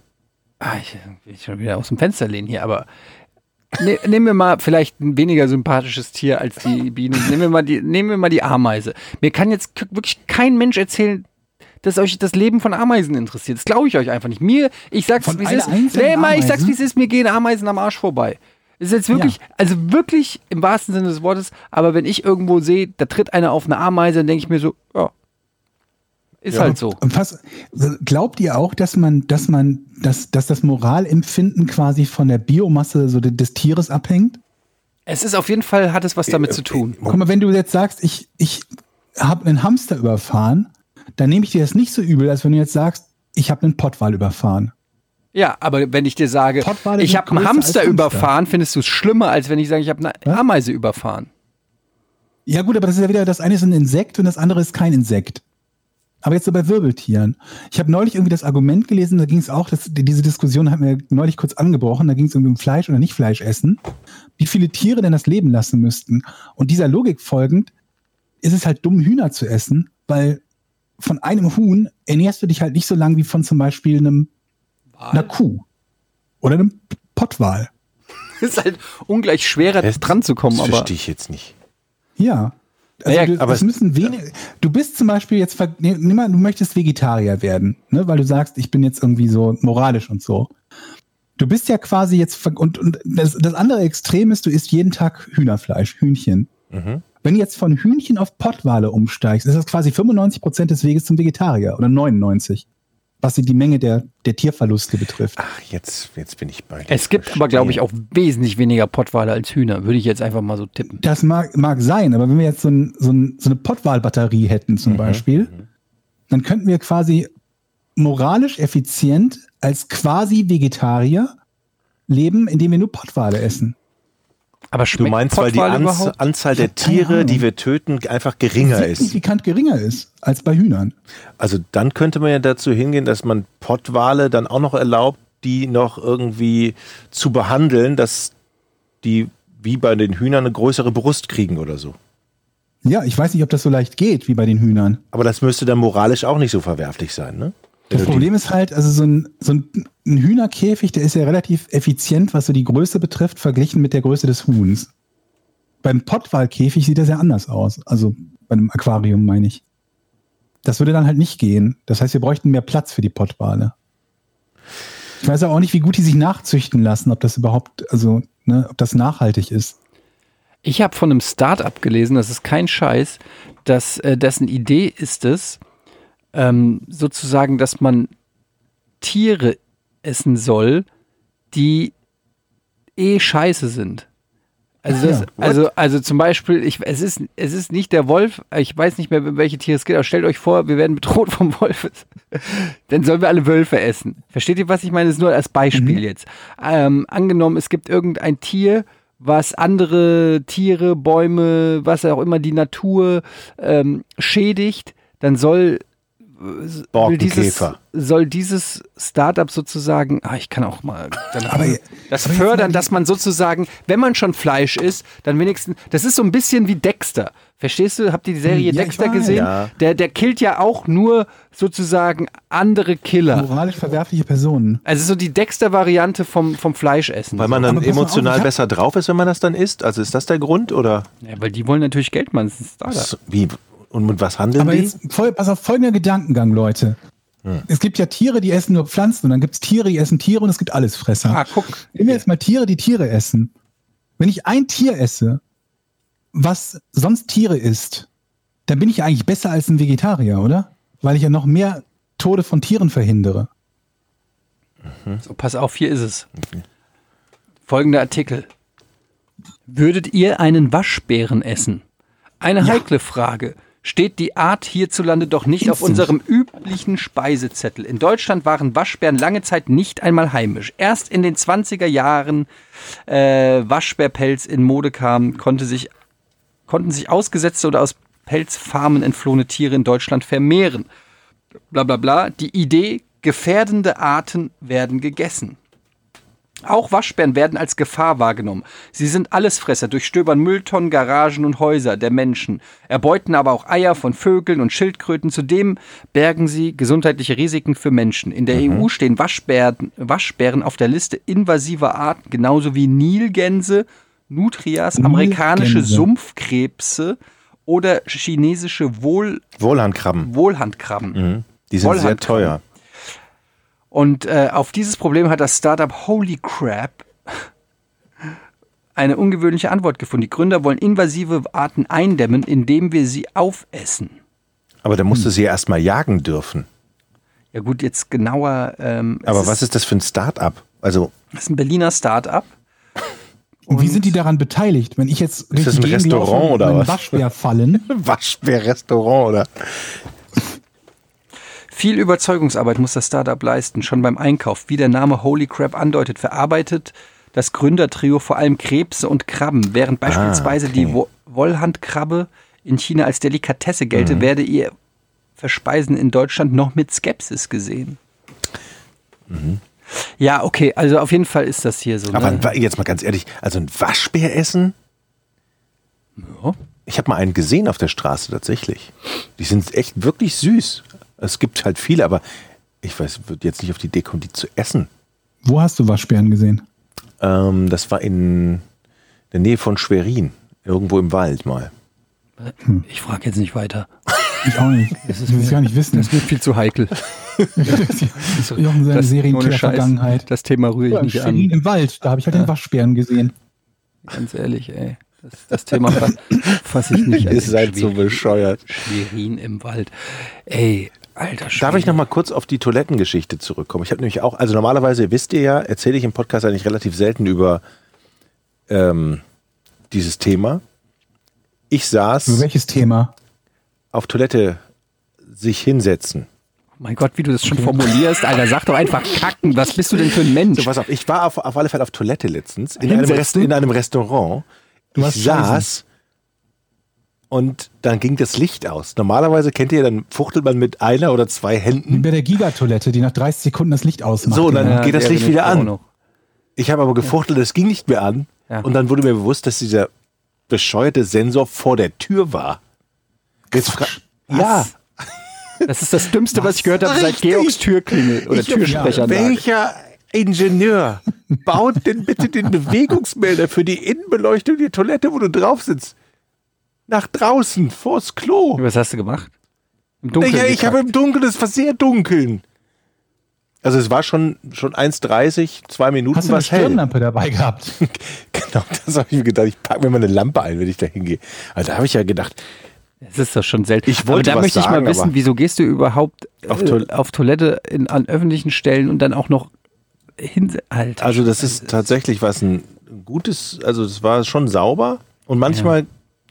S2: ah, ich will schon wieder aus dem Fenster lehnen hier, aber ne, nehmen wir mal vielleicht ein weniger sympathisches Tier als die Biene. Nehmen wir mal die, nehmen wir mal die Ameise. Mir kann jetzt k- wirklich kein Mensch erzählen, dass euch das Leben von Ameisen interessiert. Das glaube ich euch einfach nicht. Mir, ich sag's,
S3: Von
S2: wie es
S3: einer
S2: ist.
S3: einzelnen
S2: Nee, mal, ich sag's,
S3: Ameisen?
S2: wie es ist. Mir gehen Ameisen am Arsch vorbei. Es Ist jetzt wirklich, also wirklich im wahrsten Sinne des Wortes, aber wenn ich irgendwo sehe, da tritt einer auf eine Ameise, dann denke ich mir so, ja, ist halt so.
S3: Und fast, glaubt ihr auch, dass man, dass man, dass, dass das Moralempfinden quasi von der Biomasse so de- des Tieres abhängt?
S2: Es ist auf jeden Fall, hat es was damit zu tun.
S3: Guck mal, wenn du jetzt sagst, ich, ich habe einen Hamster überfahren, dann nehme ich dir das nicht so übel, als wenn du jetzt sagst, ich habe einen Pottwal überfahren.
S2: Ja, aber wenn ich dir sage,
S3: Pottwale
S2: ich
S3: sind
S2: habe einen
S3: größer
S2: Hamster,
S3: als Hamster.
S2: überfahren, findest du es schlimmer, als wenn ich sage, ich habe eine Ameise überfahren.
S3: Ja, gut, aber das ist ja wieder, das eine ist ein Insekt und das andere ist kein Insekt. Aber jetzt so bei Wirbeltieren. Ich habe neulich irgendwie das Argument gelesen, da ging es auch, dass, die- diese Diskussion hat mir neulich kurz angebrochen, da ging es irgendwie um Fleisch oder nicht Fleisch essen, wie viele Tiere denn das leben lassen müssten. Und dieser Logik folgend ist es halt dumm, Hühner zu essen, weil von einem Huhn ernährst du dich halt nicht so lang wie von zum Beispiel einem, einer Kuh oder einem Pottwal.
S2: ist halt ungleich schwerer,
S4: Test-
S2: dran zu kommen.
S4: Das
S2: Aber
S4: verstehe ich jetzt nicht.
S3: Ja. Also
S2: Naja,
S3: du,
S4: aber
S3: aber es
S4: es-
S3: müssen wenig, du bist zum Beispiel jetzt, ver- ne- nimm mal, du möchtest Vegetarier werden, ne, weil du sagst, ich bin jetzt irgendwie so moralisch und so. Du bist ja quasi jetzt, ver- und, und das, das andere Extrem ist, du isst jeden Tag Hühnerfleisch, Hühnchen.
S4: Mhm.
S3: Wenn du jetzt von Hühnchen auf Pottwale umsteigst, ist das quasi 95 Prozent des Weges zum Vegetarier oder 99, was die Menge der, der Tierverluste betrifft.
S4: Ach, jetzt, jetzt bin ich bei dir.
S2: es gibt aber, glaube ich, auch wesentlich weniger Pottwale als Hühner, würde ich jetzt einfach mal so tippen.
S3: Das mag, mag sein, aber wenn wir jetzt so, ein, so, ein, so eine Pottwahlbatterie hätten zum Beispiel, dann könnten wir quasi moralisch effizient als quasi Vegetarier leben, indem wir nur Pottwale essen.
S2: Aber
S4: Du
S2: schmeckt
S4: meinst, weil die
S2: Pottwal
S4: Anz
S2: überhaupt?
S4: Anzahl der
S3: keine
S4: Tiere,
S3: Ahnung.
S4: die wir töten, einfach geringer ist.
S3: Signifikant geringer ist als bei Hühnern.
S4: Also dann könnte man ja dazu hingehen, dass man Pottwale dann auch noch erlaubt, die noch irgendwie zu behandeln, dass die wie bei den Hühnern eine größere Brust kriegen oder so.
S3: Ja, ich weiß nicht, ob das so leicht geht wie bei den Hühnern.
S4: Aber das müsste dann moralisch auch nicht so verwerflich sein, ne?
S3: Das Problem ist halt, also so ein, so ein ein Hühnerkäfig, der ist ja relativ effizient, was so die Größe betrifft, verglichen mit der Größe des Huhns. Beim Pottwalkäfig sieht das ja anders aus. Also bei einem Aquarium meine ich. Das würde dann halt nicht gehen. Das heißt, wir bräuchten mehr Platz für die Pottwale. Ich weiß aber auch nicht, wie gut die sich nachzüchten lassen, ob das überhaupt, also, ne, ob das nachhaltig ist.
S2: Ich habe von einem Start-up gelesen, das ist kein Scheiß, dass äh, dessen Idee ist es, ähm, sozusagen, dass man Tiere essen soll, die eh scheiße sind. Also, das,
S3: Ja,
S2: also, also zum Beispiel, ich, es, ist, es ist nicht der Wolf, ich weiß nicht mehr, um welche Tiere es geht, aber stellt euch vor, wir werden bedroht vom Wolf. Dann sollen wir alle Wölfe essen. Versteht ihr, was ich meine? Das ist nur als Beispiel jetzt. Ähm, angenommen, es gibt irgendein Tier, was andere Tiere, Bäume, was auch immer die Natur ähm, schädigt, dann soll will dieses,
S4: Borkenkäfer.
S2: soll dieses Startup sozusagen, ah, ich kann auch mal danach,
S3: Aber-
S2: das
S3: aber jetzt
S2: fördern,
S3: mal-
S2: dass man sozusagen, wenn man schon Fleisch isst, dann wenigstens, das ist so ein bisschen wie Dexter. Verstehst du? Habt ihr die Serie
S3: Hm, ja, ich
S2: Dexter
S3: weiß.
S2: gesehen?
S4: Ja.
S2: Der, der killt ja auch nur sozusagen andere Killer.
S3: Moralisch verwerfliche Personen.
S2: Also so die Dexter-Variante vom, vom Fleischessen.
S4: Weil man
S3: Aber
S4: dann
S3: pass mal auf,
S4: emotional
S3: ich hab-
S4: besser drauf ist, wenn man das dann isst? Also ist das der Grund oder
S2: ja, weil die wollen natürlich Geld machen. Das ist ein Startup.
S4: was, wie und mit was handeln
S3: Aber
S4: die?
S3: jetzt, voll, pass auf, folgender Gedankengang, Leute. Es gibt ja Tiere, die essen nur Pflanzen und dann gibt es Tiere, die essen Tiere und es gibt Allesfresser.
S2: Ah, guck.
S3: Nehmen wir jetzt mal Tiere, die Tiere essen. Wenn ich ein Tier esse, was sonst Tiere isst, dann bin ich ja eigentlich besser als ein Vegetarier, oder? Weil ich ja noch mehr Tode von Tieren verhindere.
S2: So, pass auf, hier ist es. Folgender Artikel. Würdet ihr einen Waschbären essen? Eine heikle Frage. Steht die Art hierzulande doch nicht auf unserem üblichen Speisezettel. In Deutschland waren Waschbären lange Zeit nicht einmal heimisch. Erst in den 20er Jahren äh, Waschbärpelz in Mode kam, konnte sich, konnten sich ausgesetzte oder aus Pelzfarmen entflohene Tiere in Deutschland vermehren. Bla bla bla. Die Idee, gefährdende Arten werden gegessen. Auch Waschbären werden als Gefahr wahrgenommen. Sie sind Allesfresser, durchstöbern Mülltonnen, Garagen und Häuser der Menschen, erbeuten aber auch Eier von Vögeln und Schildkröten. Zudem bergen sie gesundheitliche Risiken für Menschen. In der EU stehen Waschbären, Waschbären auf der Liste invasiver Arten, genauso wie Nilgänse, Nutrias, amerikanische
S3: Nilgänse.
S2: Sumpfkrebse oder chinesische Wohl
S4: Wohlhandkrabben.
S2: Wohlhandkrabben.
S4: Die sind sehr
S2: Wollhandkrabben.
S4: teuer.
S2: Und äh, auf dieses Problem hat das Startup Holy Crap eine ungewöhnliche Antwort gefunden. Die Gründer wollen invasive Arten eindämmen, indem wir sie aufessen.
S4: Aber da
S3: Hm.
S4: musst du sie ja erstmal jagen dürfen.
S2: Ja gut, jetzt genauer. Ähm, es
S4: Aber
S2: ist,
S4: was ist das für ein Start-up? Also
S2: Das ist ein Berliner Startup.
S3: Und, wie sind die daran beteiligt? Wenn ich jetzt durch
S4: das
S3: die
S4: ein
S3: Gegend laufe
S4: Restaurant
S3: und
S4: oder
S3: einen
S4: was?
S3: Waschbär fallen,
S4: Waschbär-Restaurant oder
S2: Viel Überzeugungsarbeit muss das Startup leisten, schon beim Einkauf. Wie der Name Holy Crab andeutet, verarbeitet das Gründertrio vor allem Krebse und Krabben. Während beispielsweise die Wo Wollhandkrabbe in China als Delikatesse gelte, werde ihr Verspeisen in Deutschland noch mit Skepsis gesehen. Ja, okay, also auf jeden Fall ist das hier so.
S4: Aber
S2: ne?
S4: ein Wa- jetzt mal ganz ehrlich, also ein Waschbär essen?
S2: Ja.
S4: Ich habe mal einen gesehen auf der Straße tatsächlich. Die sind echt wirklich süß. Es gibt halt viele, aber ich weiß, würde jetzt nicht auf die Idee kommen, die zu um essen.
S3: wo hast du Waschbären gesehen?
S4: Ähm, das war in der Nähe von Schwerin, irgendwo im Wald mal.
S5: Ich frage jetzt nicht weiter.
S3: Ich auch nicht. Das will ich gar nicht wissen.
S2: Das ist mir viel zu heikel.
S3: Jochen seine
S2: Das- ohne Scheiß.
S3: Serienkiller-Vergangenheit.
S2: Das Thema rühre ich nicht
S3: Schwerin
S2: an.
S3: im Wald, da habe ich halt den Waschbären gesehen.
S2: Ganz ehrlich, ey. Das, das Thema fa- fasse ich nicht an.
S4: Ist halt so
S2: Schwerin-
S4: bescheuert.
S2: Schwerin im Wald. Ey, alter Schwede.
S4: Darf ich nochmal kurz auf die Toilettengeschichte zurückkommen? Ich habe nämlich auch, also normalerweise wisst ihr ja, erzähle ich im Podcast eigentlich relativ selten über ähm, dieses Thema. Ich
S3: Über
S4: saß
S3: welches Thema?
S4: auf Toilette sich hinsetzen.
S2: Mein Gott, wie du das schon formulierst, Alter. Sag doch einfach kacken. Was bist du denn für ein Mensch?
S4: So, pass auf, ich war auf, auf alle Fälle auf Toilette letztens, in, einem,
S2: Hinsetzen?
S4: Rest, in einem Restaurant.
S3: Du hast
S4: ich saß und dann ging das Licht aus. Normalerweise kennt ihr, dann fuchtelt man mit einer oder zwei
S3: Wie
S4: Händen.
S3: bei der Gigatoilette, die nach 30 Sekunden das Licht ausmacht.
S4: So, dann
S2: Ja,
S4: geht das
S2: Äh, der
S4: Licht
S2: bin ich
S4: wieder
S2: auch
S4: an.
S2: noch.
S4: Ich habe aber gefuchtelt, es ging nicht mehr an.
S2: Ja.
S4: Und dann wurde mir bewusst, dass dieser bescheuerte Sensor vor der Tür war. Jetzt fra- ja,
S2: Das ist das Dümmste, was, ich gehört habe, seit Georgs Türklingel oder Türsprecher.
S4: welcher Ingenieur baut denn bitte den Bewegungsmelder für die Innenbeleuchtung der Toilette, wo du drauf sitzt? Nach draußen, vors Klo.
S2: Was hast du gemacht? Im Dunkeln.
S4: Ja, ich
S2: gekackt.
S4: habe im Dunkeln, es war sehr dunkeln. Also es war schon, schon 1,30, zwei Minuten
S3: Hast du
S4: war
S3: eine
S4: es hell.
S3: Stirnlampe dabei gehabt?
S4: Genau, das habe ich mir gedacht. Ich packe mir mal eine Lampe ein, wenn ich da hingehe. Also da habe ich ja gedacht,
S2: Das ist doch schon selten.
S4: Ich wollte
S2: aber
S4: was
S2: da möchte ich
S4: sagen,
S2: mal wissen,
S4: aber-
S2: wieso gehst du überhaupt
S4: Auf
S2: auf, äh,
S4: Toil-
S2: auf Toilette in, an öffentlichen Stellen und dann auch noch hin. Alter.
S4: also das ist tatsächlich was ein gutes, also es war schon sauber und manchmal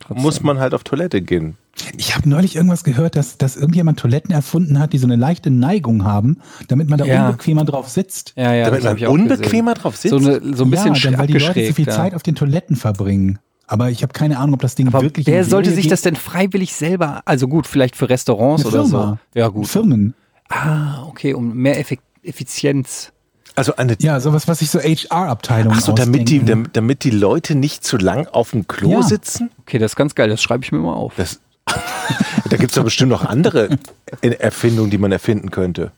S4: muss man halt auf Toilette gehen.
S3: Ich habe neulich irgendwas gehört, dass, dass irgendjemand Toiletten erfunden hat, die so eine leichte Neigung haben, damit man da
S2: Ja.
S3: unbequemer drauf sitzt.
S2: ja, ja,
S4: Damit
S2: das hab
S4: man
S2: ich auch
S4: unbequemer drauf
S2: gesehen.
S4: sitzt.
S2: So, eine, so ein bisschen
S3: ja,
S2: ja,
S3: dann, weil die Leute zu
S2: abgeschrägt.
S3: viel
S2: ja.
S3: Zeit auf den Toiletten verbringen. Aber ich habe keine Ahnung, ob das Ding
S2: aber
S3: wirklich.
S2: wer
S3: in die
S2: sollte
S3: Höhe
S2: sich
S3: geht.
S2: das denn freiwillig selber, also gut, vielleicht für Restaurants
S3: Eine
S2: oder
S3: Firma.
S2: so. Ja, gut.
S3: Firmen.
S2: Ah, okay, um mehr Effekt Effizienz.
S4: Also eine
S3: Ja, sowas, was sich so HR-Abteilungen
S4: Ach so, damit die,
S3: ausdenken.
S4: damit, damit die Leute nicht zu lang auf dem Klo
S3: Ja.
S4: sitzen?
S2: Okay, das ist ganz geil, das schreibe ich mir mal auf.
S4: Das, da gibt es doch bestimmt noch andere Erfindungen, die man erfinden könnte.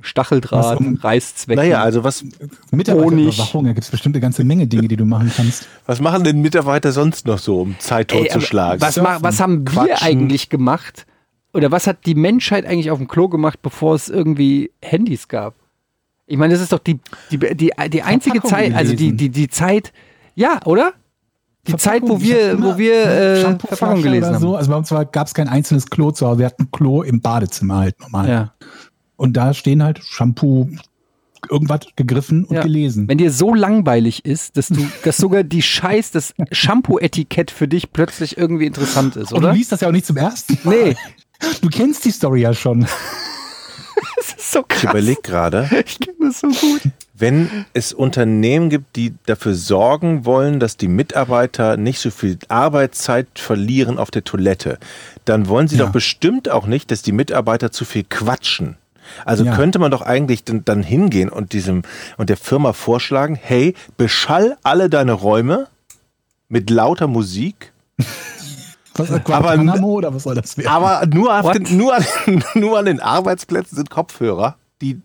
S2: Stacheldraht,
S3: Was um-
S2: Reißzwecken.
S4: Naja, also was,
S3: Mitarbeiterüberwachung, da gibt es bestimmt eine ganze Menge Dinge, die du machen kannst.
S4: was machen denn Mitarbeiter sonst noch so, um Zeit
S2: Ey,
S4: totzuschlagen?
S2: aber Was, ma- was haben wir
S4: Quatschen.
S2: eigentlich gemacht? Oder was hat die Menschheit eigentlich auf dem Klo gemacht, bevor es irgendwie Handys gab? Ich meine, das ist doch die, die, die, die einzige
S3: Verpackung
S2: Zeit, also die,
S3: gelesen.
S2: die, die Zeit, ja, oder? Die Zeit, wo wir, wo wir äh,
S3: ne? Shampoo-Flasche
S2: Verpackung gelesen
S3: oder
S2: haben.
S3: so. Also bei uns gab es kein einzelnes Klo zu Hause. Wir hatten ein Klo im Badezimmer halt normal.
S2: Ja.
S3: Und da stehen halt Shampoo, irgendwas gegriffen und
S2: Ja.
S3: gelesen.
S2: Wenn dir so langweilig ist, dass du, dass sogar die Scheiß, das Shampoo-Etikett für dich plötzlich irgendwie interessant ist,
S3: Und du
S2: oder?
S3: liest das ja auch nicht zum ersten Mal.
S2: Nee,
S3: Du kennst die Story ja schon.
S2: das ist so
S4: ich
S2: krass.
S4: überlege gerade,
S2: Ich kenne das so gut.
S4: wenn es Unternehmen gibt, die dafür sorgen wollen, dass die Mitarbeiter nicht so viel Arbeitszeit verlieren auf der Toilette, dann wollen sie
S3: Ja.
S4: doch bestimmt auch nicht, dass die Mitarbeiter zu viel quatschen. Also
S3: Ja.
S4: könnte man doch eigentlich dann, dann hingehen und diesem und der Firma vorschlagen, hey, beschall alle deine Räume mit lauter Musik,
S3: Was, Guantanamo oder was soll das werden?
S4: aber nur, auf
S2: What?
S4: den, nur, an, nur an den Arbeitsplätzen sind Kopfhörer, die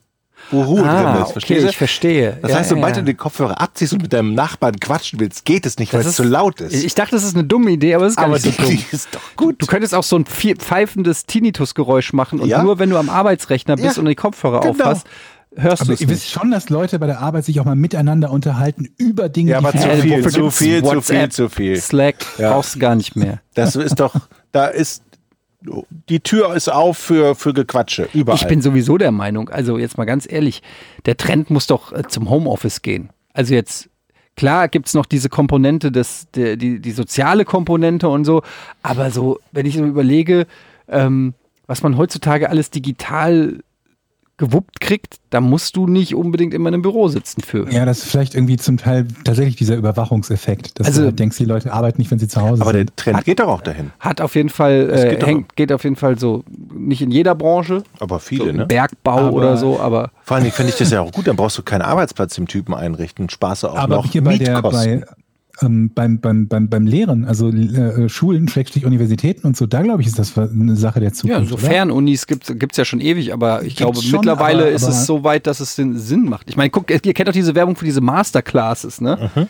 S4: wo Ruhe drin ist. Verstehst
S2: Ah, okay,
S4: du?
S2: ich verstehe.
S4: Das
S2: Ja,
S4: heißt,
S2: ja,
S4: sobald
S2: ja.
S4: du den Kopfhörer abziehst und mit deinem Nachbarn quatschen willst, geht es nicht, weil
S2: Das
S4: es
S2: ist-
S4: zu laut ist.
S2: Ich ich dachte, das ist eine dumme Idee, aber das ist gar
S4: aber
S2: nicht so
S4: die,
S2: dumm.
S4: die ist doch
S2: Du
S4: gut.
S2: könntest auch so ein pfie- pfeifendes Tinnitus-Geräusch machen und
S4: Ja.
S2: nur wenn du am Arbeitsrechner bist
S4: Ja,
S2: und die Kopfhörer
S4: genau.
S2: aufhast, hörst du
S3: Aber
S2: es
S3: ihr wisst
S2: nicht.
S3: schon, dass Leute bei der Arbeit sich auch mal miteinander unterhalten über Dinge,
S4: Ja, aber
S3: die
S4: zu
S2: Ey,
S4: viel,
S2: Äh, wofür
S4: zu
S2: gibt's
S4: viel, zu viel,
S2: WhatsApp,
S4: zu viel.
S2: Slack
S4: Ja.
S2: brauchst du gar nicht mehr.
S4: Das ist doch, da ist, die Tür ist auf für, für Gequatsche, überall.
S2: Ich bin sowieso der Meinung, also jetzt mal ganz ehrlich, der Trend muss doch äh, zum Homeoffice gehen. Also jetzt, klar gibt's noch diese Komponente, des, der, die, die soziale Komponente und so, aber so, wenn ich so überlege, ähm, was man heutzutage alles digital gewuppt kriegt, da musst du nicht unbedingt immer in einem Büro sitzen für.
S3: ja, das ist vielleicht irgendwie zum Teil tatsächlich dieser Überwachungseffekt, dass
S2: Also-
S3: du halt denkst, die Leute arbeiten nicht, wenn sie zu Hause
S4: aber der
S3: sind.
S4: Trend geht doch auch dahin.
S2: Hat auf jeden Fall,
S4: Das
S2: äh,
S4: geht
S2: geht,
S4: doch-
S2: hängt, geht auf jeden Fall so, nicht in jeder Branche,
S4: Aber
S2: so
S4: viele,
S2: im
S4: ne?
S2: Bergbau
S3: Aber-
S2: oder so, aber
S4: Vor allen Dingen finde ich das ja auch gut, dann brauchst du keinen Arbeitsplatz dem Typen einrichten, sparst du auch
S3: Aber
S4: noch
S3: hier bei der,
S4: Mietkosten.
S3: bei, ähm, beim, beim, beim, beim Lehren, also äh, Schulen, Schrägstrich Universitäten und so, da glaube ich, ist das eine Sache der Zukunft.
S2: Ja, so
S3: oder?
S2: Fernunis gibt es ja schon ewig, aber ich
S3: Gibt's
S2: glaube,
S3: schon,
S2: mittlerweile
S3: aber-
S2: ist
S3: aber-
S2: es so weit, dass es den Sinn macht. Ich meine, guck, ihr kennt doch diese Werbung für diese Masterclasses, ne?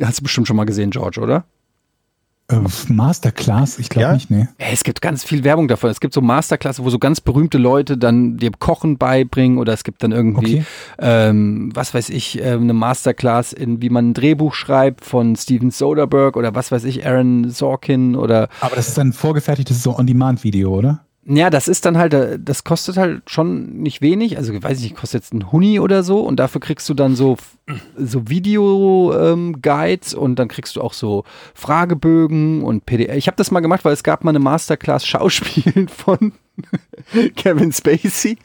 S2: Hast du bestimmt schon mal gesehen, George, oder?
S3: Äh, Masterclass, ich glaube
S4: Ja?
S3: nicht, nee.
S2: Ey, Es gibt ganz viel Werbung davon. Es gibt so Masterclass, wo so ganz berühmte Leute dann dir Kochen beibringen oder es gibt dann irgendwie,
S3: Okay.
S2: ähm, was weiß ich, ähm, eine Masterclass in, wie man ein Drehbuch schreibt von Steven Soderbergh oder was weiß ich, Aaron Sorkin oder.
S3: Aber das ist ein vorgefertigtes so On-Demand-Video, oder?
S2: Ja, das ist dann halt, äh, das kostet halt schon nicht wenig. Also, ich weiß ich nicht, kostet jetzt ein Huni oder so und dafür kriegst du dann so, so Video-Guides und dann kriegst du auch so Fragebögen und PDF. Ich habe das mal gemacht, weil es gab mal eine Masterclass Schauspielen von Kevin Spacey.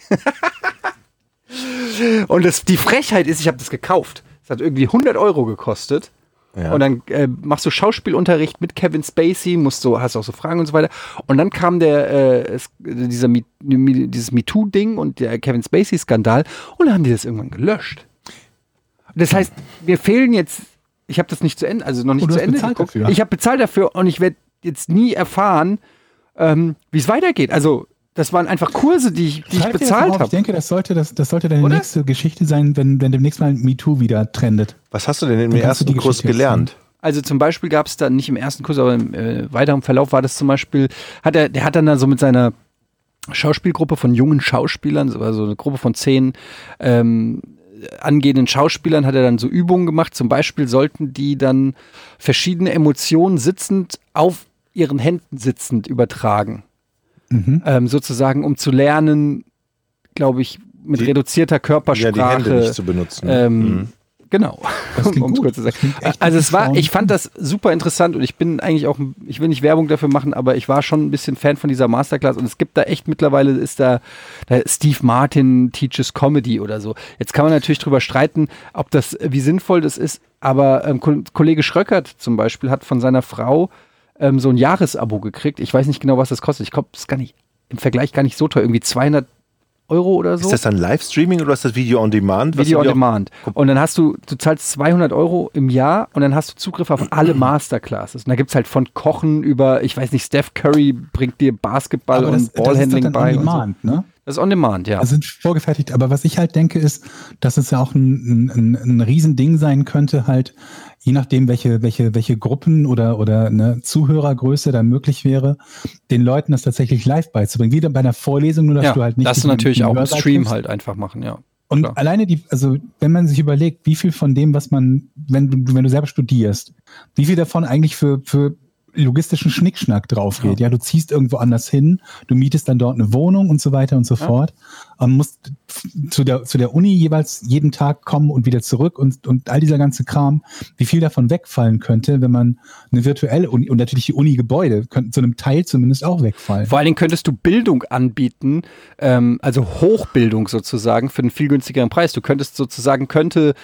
S2: und das, die Frechheit ist, ich habe das gekauft. Es hat irgendwie 100 Euro gekostet. Und dann äh, machst du Schauspielunterricht mit Kevin Spacey, musst so, hast auch so Fragen und so weiter. Und dann kam der, äh, es, dieser Me, Me, dieses MeToo-Ding und der Kevin Spacey-Skandal und dann haben die das irgendwann gelöscht. Das heißt, mir fehlen jetzt, ich habe das nicht zu Ende, also noch nicht
S3: Und du
S2: zu
S3: hast
S2: Ende
S3: bezahlt
S2: geguckt.
S3: dafür.
S2: Ich habe bezahlt dafür und ich werde jetzt nie erfahren, ähm, wie es weitergeht. Also, das waren einfach Kurse, die ich, die ich
S3: Schreib dir das mal
S2: bezahlt
S3: auf.
S2: habe.
S3: Ich denke, das sollte, das, das sollte deine
S2: Oder?
S3: nächste Geschichte sein, wenn, wenn demnächst mal MeToo wieder trendet.
S4: Was hast du denn im
S3: Dann kannst du
S4: ersten
S3: die
S4: Kurs
S3: Geschichte
S4: gelernt?
S2: Also zum Beispiel gab es dann nicht im ersten Kurs, aber im äh, weiteren Verlauf war das zum Beispiel, hat er, der hat dann da so mit seiner Schauspielgruppe von jungen Schauspielern, so- also eine Gruppe von zehn ähm, angehenden Schauspielern, hat er dann so Übungen gemacht. Zum Beispiel sollten die dann verschiedene Emotionen sitzend auf ihren Händen sitzend übertragen.
S4: Mhm.
S2: Ähm, sozusagen, um zu lernen, glaube ich, mit
S4: Die-
S2: reduzierter
S4: Ja,
S2: Körpersprache.
S4: die Hände nicht zu benutzen.
S2: Ähm, Genau.
S3: Das klingt
S2: Um's
S3: gut.
S2: kurz zu sagen.
S3: Das klingt echt
S2: Also es war,
S3: erstaunlich.
S2: ich fand das super interessant und ich bin eigentlich auch, ich will nicht Werbung dafür machen, aber ich war schon ein bisschen Fan von dieser Masterclass und es gibt da echt mittlerweile ist da, da Steve Martin teaches Comedy oder so. Jetzt kann man natürlich drüber streiten, ob das, wie sinnvoll das ist, aber ähm, Ko- Kollege Schröckert zum Beispiel hat von seiner Frau ähm, so ein Jahresabo gekriegt. Ich weiß nicht genau, was das kostet. Ich glaube, das ist gar nicht, im Vergleich gar nicht so teuer. Irgendwie 200 Euro oder so.
S4: Ist das dann Livestreaming oder ist das Video on Demand? Was
S2: Video on
S4: haben die auch-
S2: Demand. Und dann hast du, du zahlst 200 Euro im Jahr und dann hast du Zugriff auf alle Masterclasses. Und da gibt es halt von Kochen über, ich weiß nicht, Steph Curry bringt dir Basketball und Ballhandling bei. Und so.
S3: On-Demand, ne?
S2: Das ist on Demand, ja.
S3: Also sind vorgefertigt. Aber was ich halt denke, ist, dass es ja auch ein, ein- ein, ein Riesending sein könnte, halt, je nachdem, welche, welche, welche Gruppen oder, oder eine Zuhörergröße da möglich wäre, den Leuten das tatsächlich live beizubringen. Wie dann bei einer Vorlesung, nur dass
S2: ja,
S3: du halt nicht.
S2: das
S3: dich
S2: du natürlich
S3: in den
S2: auch im
S3: Hörsaal
S2: Stream
S3: triffst.
S2: halt einfach machen, ja.
S3: Und
S2: Klar.
S3: alleine die, also wenn man sich überlegt, wie viel von dem, was man, wenn du, wenn du selber studierst, wie viel davon eigentlich für, für logistischen Schnickschnack drauf geht. Ja. du ziehst irgendwo anders hin, du mietest dann dort eine Wohnung und so weiter und so fort. Man musst zu der, zu der Uni jeweils jeden Tag kommen und wieder zurück und, und all dieser ganze Kram, wie viel davon wegfallen könnte, wenn man eine virtuelle Uni und natürlich die Uni-Gebäude könnten zu einem Teil zumindest auch wegfallen.
S2: Vor allen Dingen könntest du Bildung anbieten, ähm, also Hochbildung sozusagen für einen viel günstigeren Preis. Du könntest sozusagen, könnte,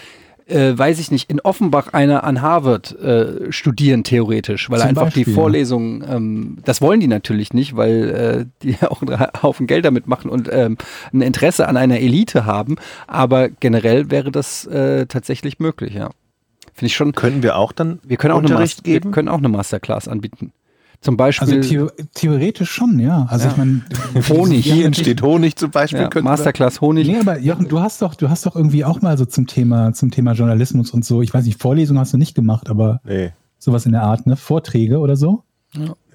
S2: äh, weiß ich nicht, in Offenbach einer an Harvard äh, studieren, theoretisch, weil
S3: Zum
S2: einfach die
S3: Beispiel.
S2: Vorlesungen, ähm, das wollen die natürlich nicht, weil äh, die auch einen Haufen Geld damit machen und ähm, ein Interesse an einer Elite haben. Aber generell wäre das äh, tatsächlich möglich, ja. Finde ich schon.
S4: Können wir auch dann
S2: Wir können auch, eine
S4: Unterricht
S2: Mas- wir
S4: geben?
S2: können auch eine Masterclass anbieten. Zum Beispiel.
S3: Also theo theoretisch schon, ja. Also ich meine,
S2: Honig.
S4: Hier entsteht Honig zum Beispiel.
S2: ja,
S4: könnten wir-
S2: Masterclass Honig.
S3: Nee, aber Jochen, du hast doch, du hast doch irgendwie auch mal so zum Thema, zum Thema Journalismus und so. Ich weiß nicht, Vorlesungen hast du nicht gemacht, aber
S4: Nee.
S3: sowas in der Art, ne? Vorträge oder so.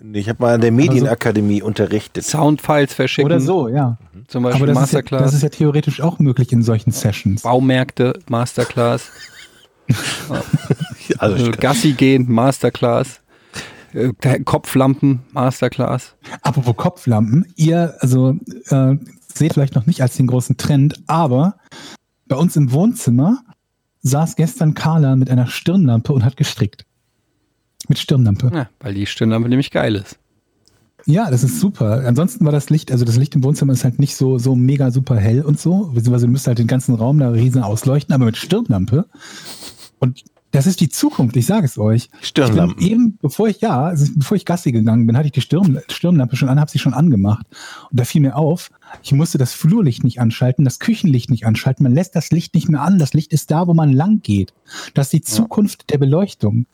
S4: Nee, Ich habe mal an
S2: Also-
S4: der Medienakademie unterrichtet.
S2: Soundfiles verschicken.
S3: Oder so, ja.
S2: Zum
S3: Aber
S2: Beispiel
S3: das ist, ja,
S2: Masterclass.
S3: das ist ja theoretisch auch möglich in solchen Sessions.
S2: Baumärkte, Masterclass.
S4: Also,
S2: äh, Gassi gehen, Masterclass. Äh, Kopflampen, Masterclass.
S3: Apropos Kopflampen, ihr, also äh, seht vielleicht noch nicht als den großen Trend, aber bei uns im Wohnzimmer saß gestern Carla mit einer Stirnlampe und hat gestrickt. Mit Stirnlampe.
S2: Ja, weil die Stirnlampe nämlich geil ist.
S3: Ja, das ist super. Ansonsten war das Licht, also das Licht im Wohnzimmer ist halt nicht so, so mega super hell und so. Beziehungsweise müsste halt den ganzen Raum da riesen ausleuchten, aber mit Stirnlampe. Und das ist die Zukunft, ich sage es euch.
S4: Stirnlampen.
S3: Ich bin eben, bevor ich, ja, also bevor ich Gassi gegangen bin, hatte ich die Stirn, Stirnlampe schon an, habe sie schon angemacht. Und da fiel mir auf, ich musste das Flurlicht nicht anschalten, das Küchenlicht nicht anschalten. Man lässt das Licht nicht mehr an. Das Licht ist da, wo man lang geht. Das ist die Zukunft der Beleuchtung.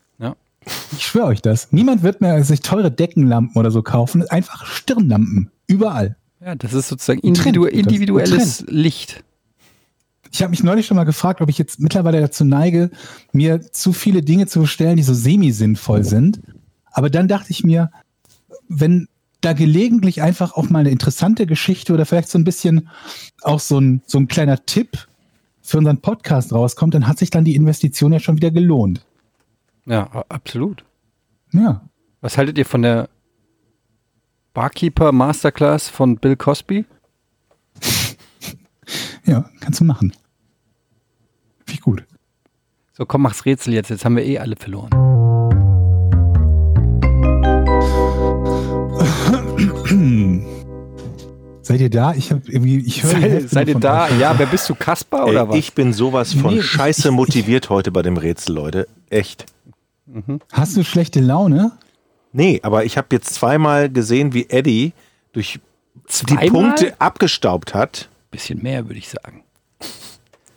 S3: Ich schwöre euch das. Niemand wird mehr sich teure Deckenlampen oder so kaufen. Einfach Stirnlampen. Überall.
S2: Ja, das ist sozusagen
S3: Ein Trend,
S2: individu
S3: das ist ein
S2: individuelles Licht.
S3: Ich habe mich neulich schon mal gefragt, ob ich jetzt mittlerweile dazu neige, mir zu viele Dinge zu bestellen, die so semi-sinnvoll sind. Aber dann dachte ich mir, wenn da gelegentlich einfach auch mal eine interessante Geschichte oder vielleicht so ein bisschen auch so ein, so ein kleiner Tipp für unseren Podcast rauskommt, dann hat sich dann die Investition ja schon wieder gelohnt.
S2: Ja, a- absolut.
S3: Ja.
S2: Was haltet ihr von der Barkeeper Masterclass von Bill Cosby?
S3: Ja, kannst du machen. Wie gut.
S2: So, komm, mach's Rätsel jetzt. Jetzt haben wir eh alle verloren.
S3: Seid ihr da? Ich habe irgendwie, ich höre. die
S2: Sei,
S3: Hälfte
S2: seid
S3: nur
S2: ihr
S3: von
S2: da?
S3: euch.
S2: Ah, Ja, wer bist du? Kasper
S4: Ey,
S2: oder was?
S4: ich bin sowas von
S3: Nee, ich-
S4: scheiße
S3: ich-
S4: motiviert heute bei dem Rätsel, Leute. Echt.
S3: Hast du schlechte Laune?
S4: Nee, aber ich habe jetzt zweimal gesehen, wie Eddie durch
S2: Zweimal?
S4: die Punkte abgestaubt hat.
S2: bisschen mehr, würde ich sagen.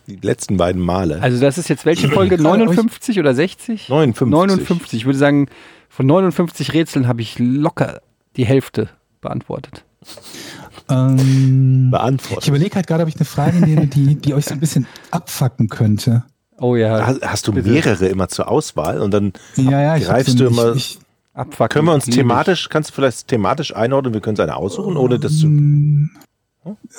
S4: Die letzten beiden Male.
S2: Also, das ist jetzt welche Folge?
S3: Gerade euch-
S2: 59 oder 60?
S4: 59.
S2: 59. Ich würde sagen, von 59 Rätseln habe ich locker die Hälfte beantwortet.
S3: Ähm, ich
S4: Beantwortet.
S3: überlege halt gerade, ob ich eine Frage nehme, die, die euch so ein bisschen abfacken könnte.
S2: Oh ja,
S4: Hast, hast du mehrere immer zur Auswahl und dann
S3: Ja, ja, ich hab
S4: greifst
S3: so,
S4: du immer.
S3: Ich,
S2: abfucken.
S4: können wir uns
S2: Lieb ich.
S4: thematisch, kannst du vielleicht thematisch einordnen? Wir können es eine aussuchen, ohne dass du.
S2: Mm.
S3: ich, hm,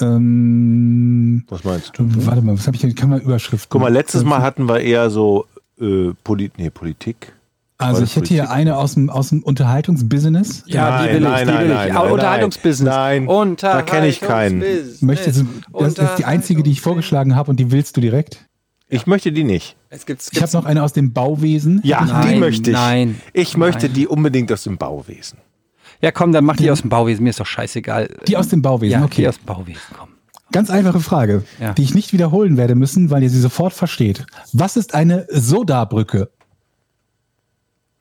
S3: ähm,
S4: Was meinst du?
S3: warte mal, was habe ich hier? Kann man Überschrift?
S4: Hm? Guck mal, letztes Mal hatten wir eher so äh, Poli nee, Politik.
S3: Also ich hätte hier eine aus dem, aus dem Unterhaltungsbusiness.
S2: Ja, die
S4: Nein,
S2: will
S4: nein,
S2: ich,
S4: nein,
S2: die will
S4: nein,
S2: ich.
S4: nein,
S2: Aber Unterhaltungsbusiness.
S4: nein.
S2: Unterhaltungsbusiness.
S4: Da kenne ich keinen.
S3: Möchte, das ist die einzige, die ich vorgeschlagen habe und die willst du direkt.
S4: Ich möchte die nicht.
S2: Es gibt, es
S3: Ich habe noch eine aus dem Bauwesen.
S4: Ja, die
S2: Nein,
S4: möchte ich.
S2: nein,
S4: ich möchte
S2: nein.
S4: die unbedingt aus dem Bauwesen.
S2: Ja, komm, dann mach die aus dem Bauwesen. Mir ist doch scheißegal.
S3: Die aus dem Bauwesen,
S2: ja, die
S3: okay.
S2: aus dem Bauwesen, komm.
S3: Ganz einfache Frage,
S2: Ja.
S3: die ich nicht wiederholen werde müssen, weil ihr sie sofort versteht. Was ist eine Soda-Brücke?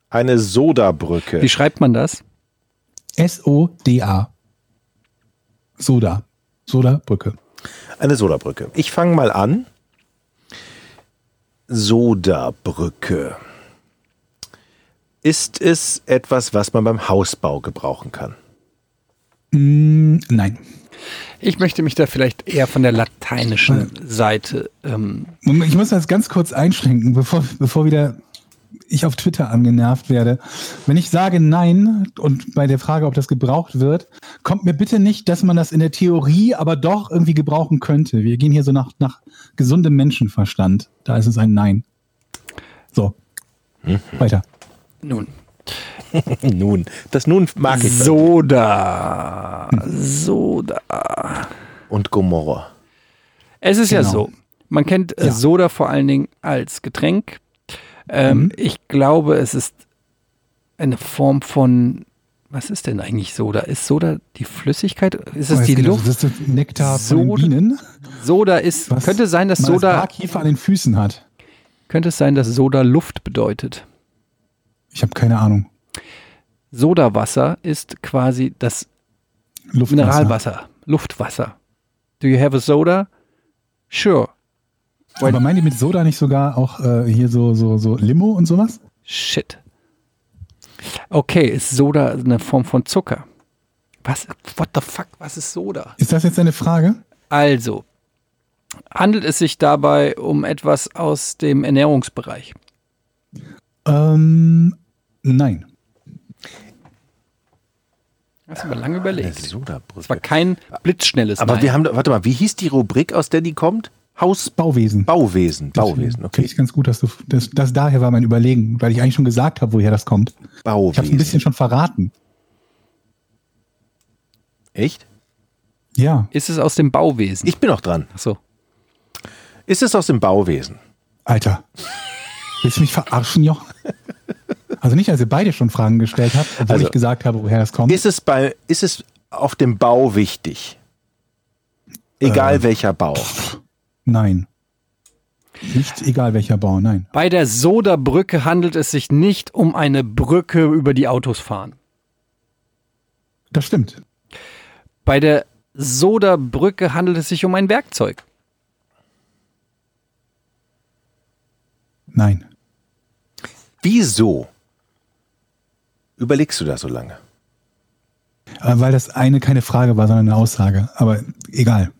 S4: Eine Sodabrücke.
S2: Wie schreibt man das?
S3: S-O-D-A. Soda. Soda-Brücke.
S4: Eine Sodabrücke. Ich fange mal an. Sodabrücke. Ist es etwas, was man beim Hausbau gebrauchen kann?
S3: Mm, nein.
S2: Ich möchte mich da vielleicht eher von der lateinischen Seite. Ähm,
S3: Moment, Ich muss das ganz kurz einschränken, bevor, bevor wieder ich auf Twitter angenervt werde. Wenn ich sage nein und bei der Frage, ob das gebraucht wird, kommt mir bitte nicht, dass man das in der Theorie aber doch irgendwie gebrauchen könnte. Wir gehen hier so nach, nach gesundem Menschenverstand. Da ist es ein Nein. So. Weiter.
S2: nun.
S4: Nun, das Nun mag ich.
S2: Soda. Soda.
S4: Und Gomorra.
S2: Es ist ja
S3: Genau.
S2: so. Man kennt äh,
S3: Ja.
S2: Soda vor allen Dingen als Getränk. Ähm, Ich glaube, es ist eine Form von. Was ist denn eigentlich Soda? Ist Soda die Flüssigkeit? Ist es
S3: Oh, Jetzt
S2: die
S3: geht
S2: Luft?
S3: Das das ist Nektar von
S2: Soda-
S3: den Bienen.
S2: Soda ist.
S3: Was
S2: Könnte sein, dass
S3: man als
S2: Soda.
S3: Barkeeper an den Füßen hat.
S2: Könnte es sein, dass Soda Luft bedeutet?
S3: Ich habe keine Ahnung.
S2: Sodawasser ist quasi das
S3: Luftwasser.
S2: Mineralwasser, Luftwasser. Do you have a soda? Sure.
S3: Aber meint ihr mit Soda nicht sogar auch äh, hier so, so, so Limo und sowas?
S2: Shit. Okay, ist Soda eine Form von Zucker? Was? What the fuck? Was ist Soda?
S3: Ist das jetzt eine Frage?
S2: Also, handelt es sich dabei um etwas aus dem Ernährungsbereich?
S3: Ähm, nein.
S2: Hast du mal lange
S4: Eine
S2: überlegt. Es war
S4: Sodabrücke.
S2: kein blitzschnelles
S4: Aber
S2: Nein.
S4: wir haben, doch- warte mal, wie hieß die Rubrik, aus der die kommt? Haus,
S3: Bauwesen.
S4: Bauwesen, Bauwesen,
S3: Okay,
S4: okay.
S3: ist ganz gut, dass du das, das daher war mein Überlegen, weil ich eigentlich schon gesagt habe, woher das kommt. Ich habe ein
S4: Bauwesen.
S3: bisschen schon verraten.
S4: Echt?
S3: Ja,
S2: ist es aus dem Bauwesen?
S4: Ich bin noch dran.
S2: Ach so.
S4: Ist es aus dem Bauwesen?
S3: Alter. Willst du mich verarschen, Jochen? Also nicht, als ihr beide schon Fragen gestellt habt, obwohl
S4: Also-
S3: ich gesagt habe, woher das kommt.
S4: Ist es bei, ist es auf dem Bau wichtig?
S3: Ähm.
S4: Egal welcher Bau.
S3: nein. Nicht egal welcher Bau, nein.
S2: Bei der Soda-Brücke handelt es sich nicht um eine Brücke, über die Autos fahren.
S3: Das stimmt.
S2: Bei der Soda-Brücke handelt es sich um ein Werkzeug.
S3: Nein.
S4: Wieso überlegst du da so lange?
S3: Äh, weil das eine keine Frage war, sondern eine Aussage. Aber egal.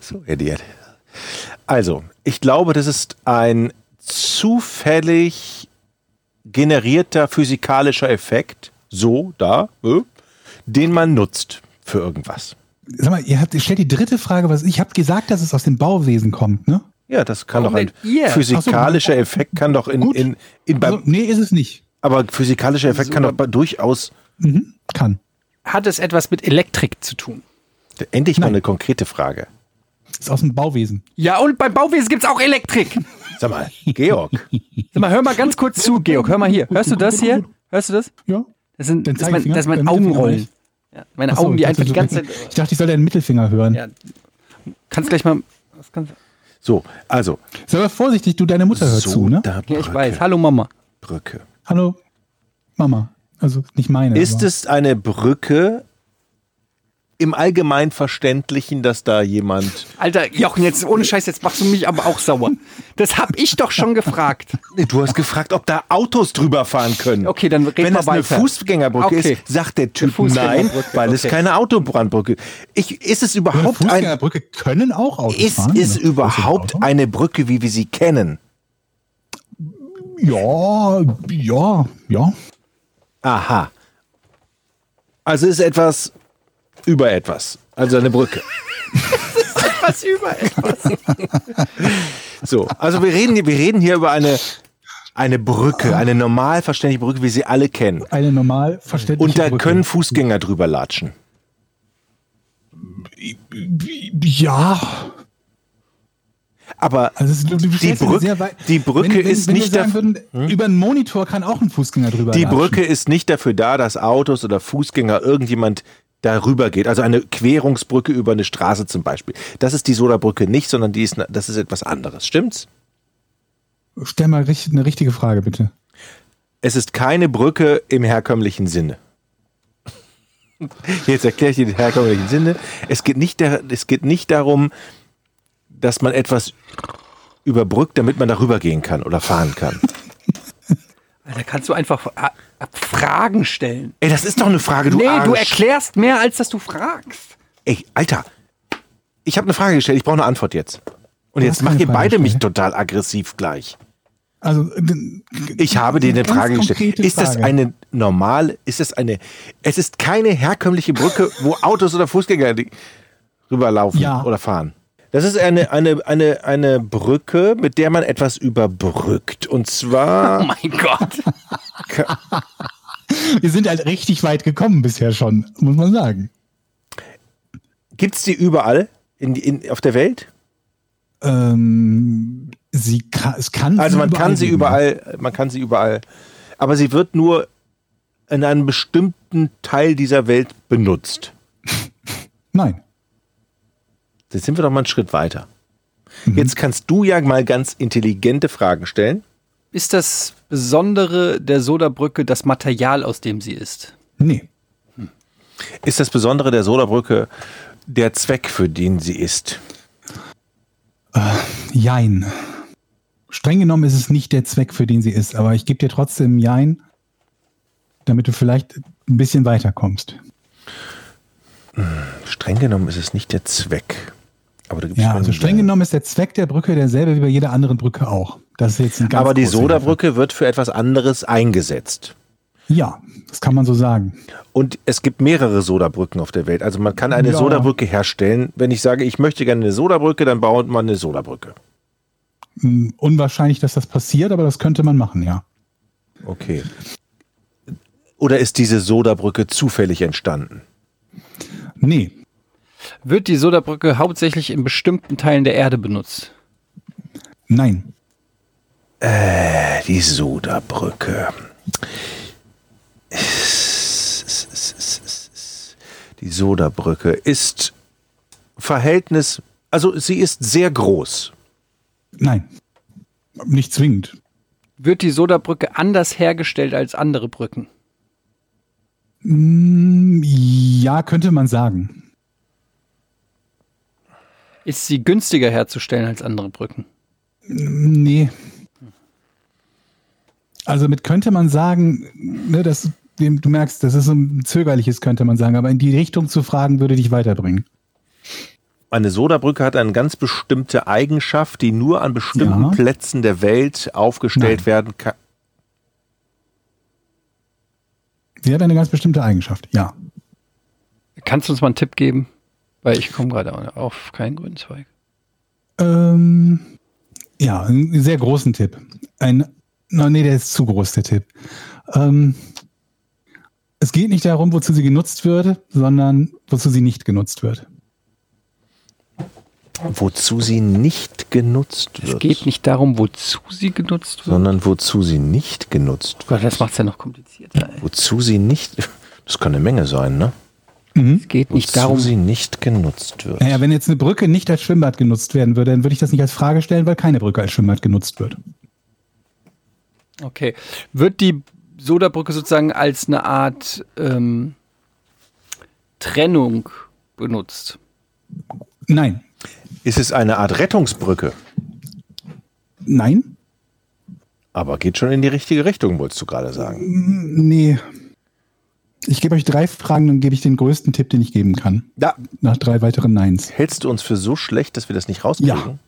S4: So, Idiot. Also, ich glaube, das ist ein zufällig generierter physikalischer Effekt, so, da, äh, den man nutzt für irgendwas.
S3: Sag mal, ihr habt, ihr stellt die dritte Frage, was ich habe gesagt, dass es aus dem Bauwesen kommt, ne?
S4: Ja, das kann
S2: Warum
S4: doch ein
S2: denn ihr?
S4: physikalischer Effekt kann doch in,
S3: Gut.
S4: in, in beim,
S3: Also, nee, ist es nicht.
S4: aber physikalischer Effekt kann doch bei- durchaus
S3: Mhm. Kann.
S5: Hat es etwas mit Elektrik zu tun?
S4: endlich mal
S3: Nein.
S4: eine konkrete Frage.
S3: Ist aus dem Bauwesen.
S2: Ja, und beim Bauwesen gibt's auch Elektrik.
S4: Sag mal, Georg,
S2: Sag mal, hör mal ganz kurz zu, Georg. Hör mal hier. Hörst du das hier? Hörst du das?
S3: Ja.
S2: Das sind
S3: Den
S2: das ist mein,
S3: Zeigefinger?
S2: das ist mein
S3: Den Mittelfinger
S2: Augenrollen.
S3: nicht?
S2: Ja, meine
S3: Achso,
S4: Oh,
S2: Augen,
S3: ich
S2: die
S3: dachte,
S2: einfach die
S3: du-
S2: ganze
S3: Ich
S2: Zeit.
S3: dachte, ich soll deinen Mittelfinger hören.
S2: Ja. Kannst gleich mal. Was kannst,
S4: so, also,
S3: Sei aber vorsichtig, du, deine Mutter hört
S4: so,
S3: zu, ne?
S4: da
S2: ja,
S4: Brücke,
S2: ich weiß. Hallo Mama.
S4: Brücke.
S3: Hallo, Mama. Also nicht meine.
S4: Ist
S3: aber-
S4: es eine Brücke im Allgemeinverständlichen, dass da jemand.
S2: Alter, Jochen, jetzt ohne Scheiß, jetzt machst du mich aber auch sauer. Das hab ich doch schon gefragt.
S4: Nee, du hast gefragt, ob da Autos drüber fahren können.
S2: Okay, dann red
S4: Wenn
S2: mal
S4: das eine
S2: weiter.
S4: Fußgängerbrücke
S2: Okay.
S4: ist, sagt der Typ nein,
S2: Fußgängerbrücke,
S4: weil es
S2: okay.
S4: keine Autobahnbrücke ist. Ist es
S3: Oder
S4: überhaupt, ein,
S3: Fußgängerbrücke können auch Autos
S4: ist,
S3: fahren. Also ne?
S4: ist
S3: oder?
S4: überhaupt eine Brücke, wie wir sie kennen?
S3: Ja, ja, ja.
S4: Aha. Also ist etwas über etwas. Also eine Brücke.
S2: Was über
S4: So, also wir reden, hier- wir reden hier über eine, eine Brücke, eine normal verständliche Brücke, wie sie alle kennen.
S3: Eine normal verständliche
S4: Und da
S3: Brücke.
S4: können Fußgänger drüber latschen.
S3: Ja.
S4: Aber
S3: Also es ist, du, du stellst mir
S4: Brück-
S3: sehr weit-
S4: die Brücke
S3: wenn, wenn,
S4: ist
S3: wenn
S4: nicht
S3: wir sagen
S4: dafür-
S3: würden, Über einen Monitor kann auch ein Fußgänger drüber
S4: die
S3: latschen.
S4: Brücke ist nicht dafür da, dass Autos oder Fußgänger irgendjemand darüber geht. Also eine Querungsbrücke über eine Straße zum Beispiel. Das ist die Soda-Brücke nicht, sondern die ist, das ist etwas anderes. Stimmt's?
S3: Stell mal richt- eine richtige Frage, bitte.
S4: Es ist keine Brücke im herkömmlichen Sinne. Jetzt erkläre ich dir den herkömmlichen Sinne. Es geht, nicht dar- es geht nicht darum, dass man etwas überbrückt, damit man darüber gehen kann oder fahren kann.
S2: Da kannst du einfach äh, Fragen stellen.
S4: Ey, das ist doch eine Frage, du
S2: nee,
S4: Arsch.
S2: du erklärst mehr, als dass du fragst.
S4: Ey, Alter, ich habe eine Frage gestellt, ich brauche eine Antwort jetzt. Und
S3: Du
S4: jetzt
S3: hast
S4: macht
S3: keine
S4: ihr
S3: Frage
S4: beide mich
S3: gestellt.
S4: total aggressiv gleich.
S3: Also d-
S4: Ich habe dir eine
S3: Ganz
S4: Frage gestellt.
S3: konkrete
S4: Ist das
S3: Frage.
S4: eine normal, ist das eine, es ist keine herkömmliche Brücke, wo Autos oder Fußgänger die- rüberlaufen
S3: Ja.
S4: oder fahren. Das ist eine, eine, eine, eine Brücke, mit der man etwas überbrückt. Und zwar,
S2: Oh Mein Gott.
S3: wir sind halt richtig weit gekommen bisher schon, muss man sagen.
S4: gibt's die überall in, in, auf der Welt?
S3: Ähm, sie kann, es kann
S4: Also
S3: sie
S4: man kann sie
S3: geben.
S4: überall, man kann sie überall, aber sie wird nur in einem bestimmten Teil dieser Welt benutzt.
S3: Nein.
S4: Jetzt sind wir doch mal einen Schritt weiter.
S3: Mhm.
S4: Jetzt kannst du ja mal ganz intelligente Fragen stellen.
S2: Ist das Besondere der Sodabrücke das Material, aus dem sie ist?
S3: Nee.
S4: Ist das Besondere der Solarbrücke der Zweck, für den sie ist?
S3: Jein. Streng genommen ist es nicht der Zweck, für den sie ist, aber ich gebe dir trotzdem Jein, damit du vielleicht ein bisschen weiterkommst.
S4: Streng genommen ist es nicht der Zweck. Aber da gibt's
S3: Ja,
S4: schon-
S3: also streng genommen ist der Zweck der Brücke derselbe wie bei jeder anderen Brücke auch. Das ist jetzt ein ganz
S4: Aber die
S3: großer
S4: Solarbrücke wird für etwas anderes eingesetzt.
S3: Unterschied. Ja, das kann man so sagen.
S4: Und es gibt mehrere Sodabrücken auf der Welt. Also man kann eine
S3: Ja.
S4: Sodabrücke herstellen. Wenn ich sage, ich möchte gerne eine Sodabrücke, dann baut man eine Sodabrücke.
S3: Hm, Unwahrscheinlich, dass das passiert, aber das könnte man machen, ja.
S4: Okay. Oder ist diese Sodabrücke zufällig entstanden?
S3: Nee,
S2: Wird die Sodabrücke hauptsächlich in bestimmten Teilen der Erde benutzt?
S3: nein.
S4: Äh, Die Sodabrücke. Die Sodabrücke ist Verhältnis, also sie ist sehr groß.
S3: Nein. Nicht zwingend.
S2: Wird die Sodabrücke anders hergestellt als andere Brücken?
S3: Hm, Ja, könnte man sagen.
S2: Ist sie günstiger herzustellen als andere Brücken?
S3: Nee. Also mit könnte man sagen, ne, das, dem- du merkst, das ist so ein zögerliches, könnte man sagen, aber in die Richtung zu fragen, würde dich weiterbringen.
S4: Eine Sodabrücke hat eine ganz bestimmte Eigenschaft, die nur an bestimmten
S3: Ja.
S4: Plätzen der Welt aufgestellt
S3: Nein.
S4: werden kann.
S3: Sie hat eine ganz bestimmte Eigenschaft, ja.
S2: Kannst du uns mal einen Tipp geben? Weil ich komme gerade auf keinen grünen Zweig.
S3: Ähm, ja, einen sehr großen Tipp. Ein, no, nee, der ist zu groß, der Tipp. Ähm, es geht nicht darum, wozu sie genutzt wird, sondern wozu sie nicht genutzt wird.
S4: Wozu sie nicht genutzt wird.
S2: Es geht nicht darum, wozu sie genutzt wird.
S4: Sondern wozu sie nicht genutzt
S2: Gott,
S4: wird.
S2: das macht es ja noch komplizierter. Ey.
S4: Wozu sie nicht. Das kann eine Menge sein, ne?
S2: Es geht
S4: Wozu
S2: nicht darum,
S4: sie nicht genutzt wird.
S3: Naja, wenn jetzt eine Brücke nicht als Schwimmbad genutzt werden würde, dann würde ich das nicht als Frage stellen, weil keine Brücke als Schwimmbad genutzt wird.
S2: Okay. Wird die Sodabrücke sozusagen als eine Art ähm, Trennung benutzt?
S3: Nein,
S4: Ist es eine Art Rettungsbrücke?
S3: nein,
S4: Aber geht schon in die richtige Richtung, wolltest du gerade sagen.
S3: nee. Ich gebe euch drei Fragen, dann gebe ich den größten Tipp, den ich geben kann.
S4: Da
S3: Nach drei weiteren Neins.
S4: hältst du uns für so schlecht, dass wir das nicht rauskriegen?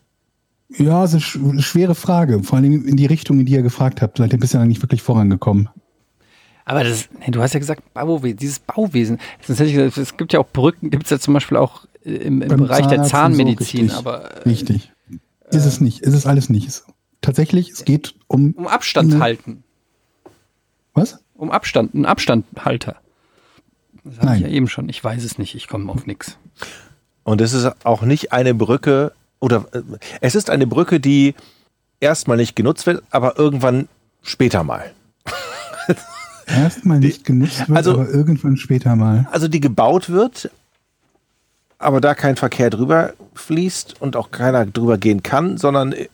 S3: Ja. Ja, es ist sch- eine schwere Frage. Vor allem in die Richtung, in die ihr gefragt habt. Seid ihr bisher nicht wirklich vorangekommen.
S2: Aber das, nee, du hast ja gesagt, Bauwesen, dieses Bauwesen. Sonst hätte ich gesagt, es gibt ja auch Brücken, gibt es ja zum Beispiel auch äh, im, im
S3: Beim
S2: Bereich der
S3: Zahnarzt und so,
S2: Zahnmedizin,
S3: richtig.
S2: aber äh,
S3: Richtig. Ist es nicht. Ist es alles nicht. Ist- Tatsächlich, es geht um.
S2: um Abstand
S3: Ne.
S2: halten.
S3: Was?
S2: Um Abstand, ein Abstandhalter. Das habe ich
S3: Nein.
S2: ja eben schon. Ich weiß es nicht, ich komme auf nichts.
S4: Und es ist auch nicht eine Brücke oder äh, es ist eine Brücke, die erstmal nicht genutzt wird, aber irgendwann später mal.
S3: Erstmal nicht genutzt wird,
S4: also-
S3: aber irgendwann später mal.
S4: Also die gebaut wird, aber da kein Verkehr drüber fließt und auch keiner drüber gehen kann, sondern äh,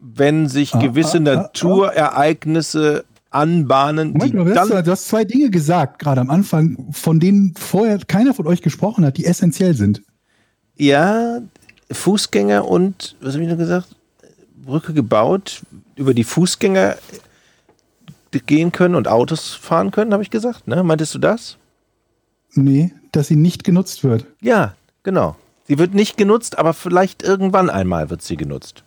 S4: wenn
S3: Ah,
S4: sich gewisse Naturereignisse anbahnen, die
S3: Moment mal, Silvester,
S4: dann
S3: du hast zwei Dinge gesagt, gerade am Anfang, von denen vorher keiner von euch gesprochen hat, die essentiell sind.
S4: ja Fußgänger und was habe ich noch gesagt Brücke gebaut, über die Fußgänger äh, gehen können und Autos fahren können, habe ich gesagt. Ne? Meintest du das?
S3: Nee, dass sie nicht genutzt wird.
S4: Ja, genau. Sie wird nicht genutzt, aber vielleicht irgendwann einmal wird sie genutzt.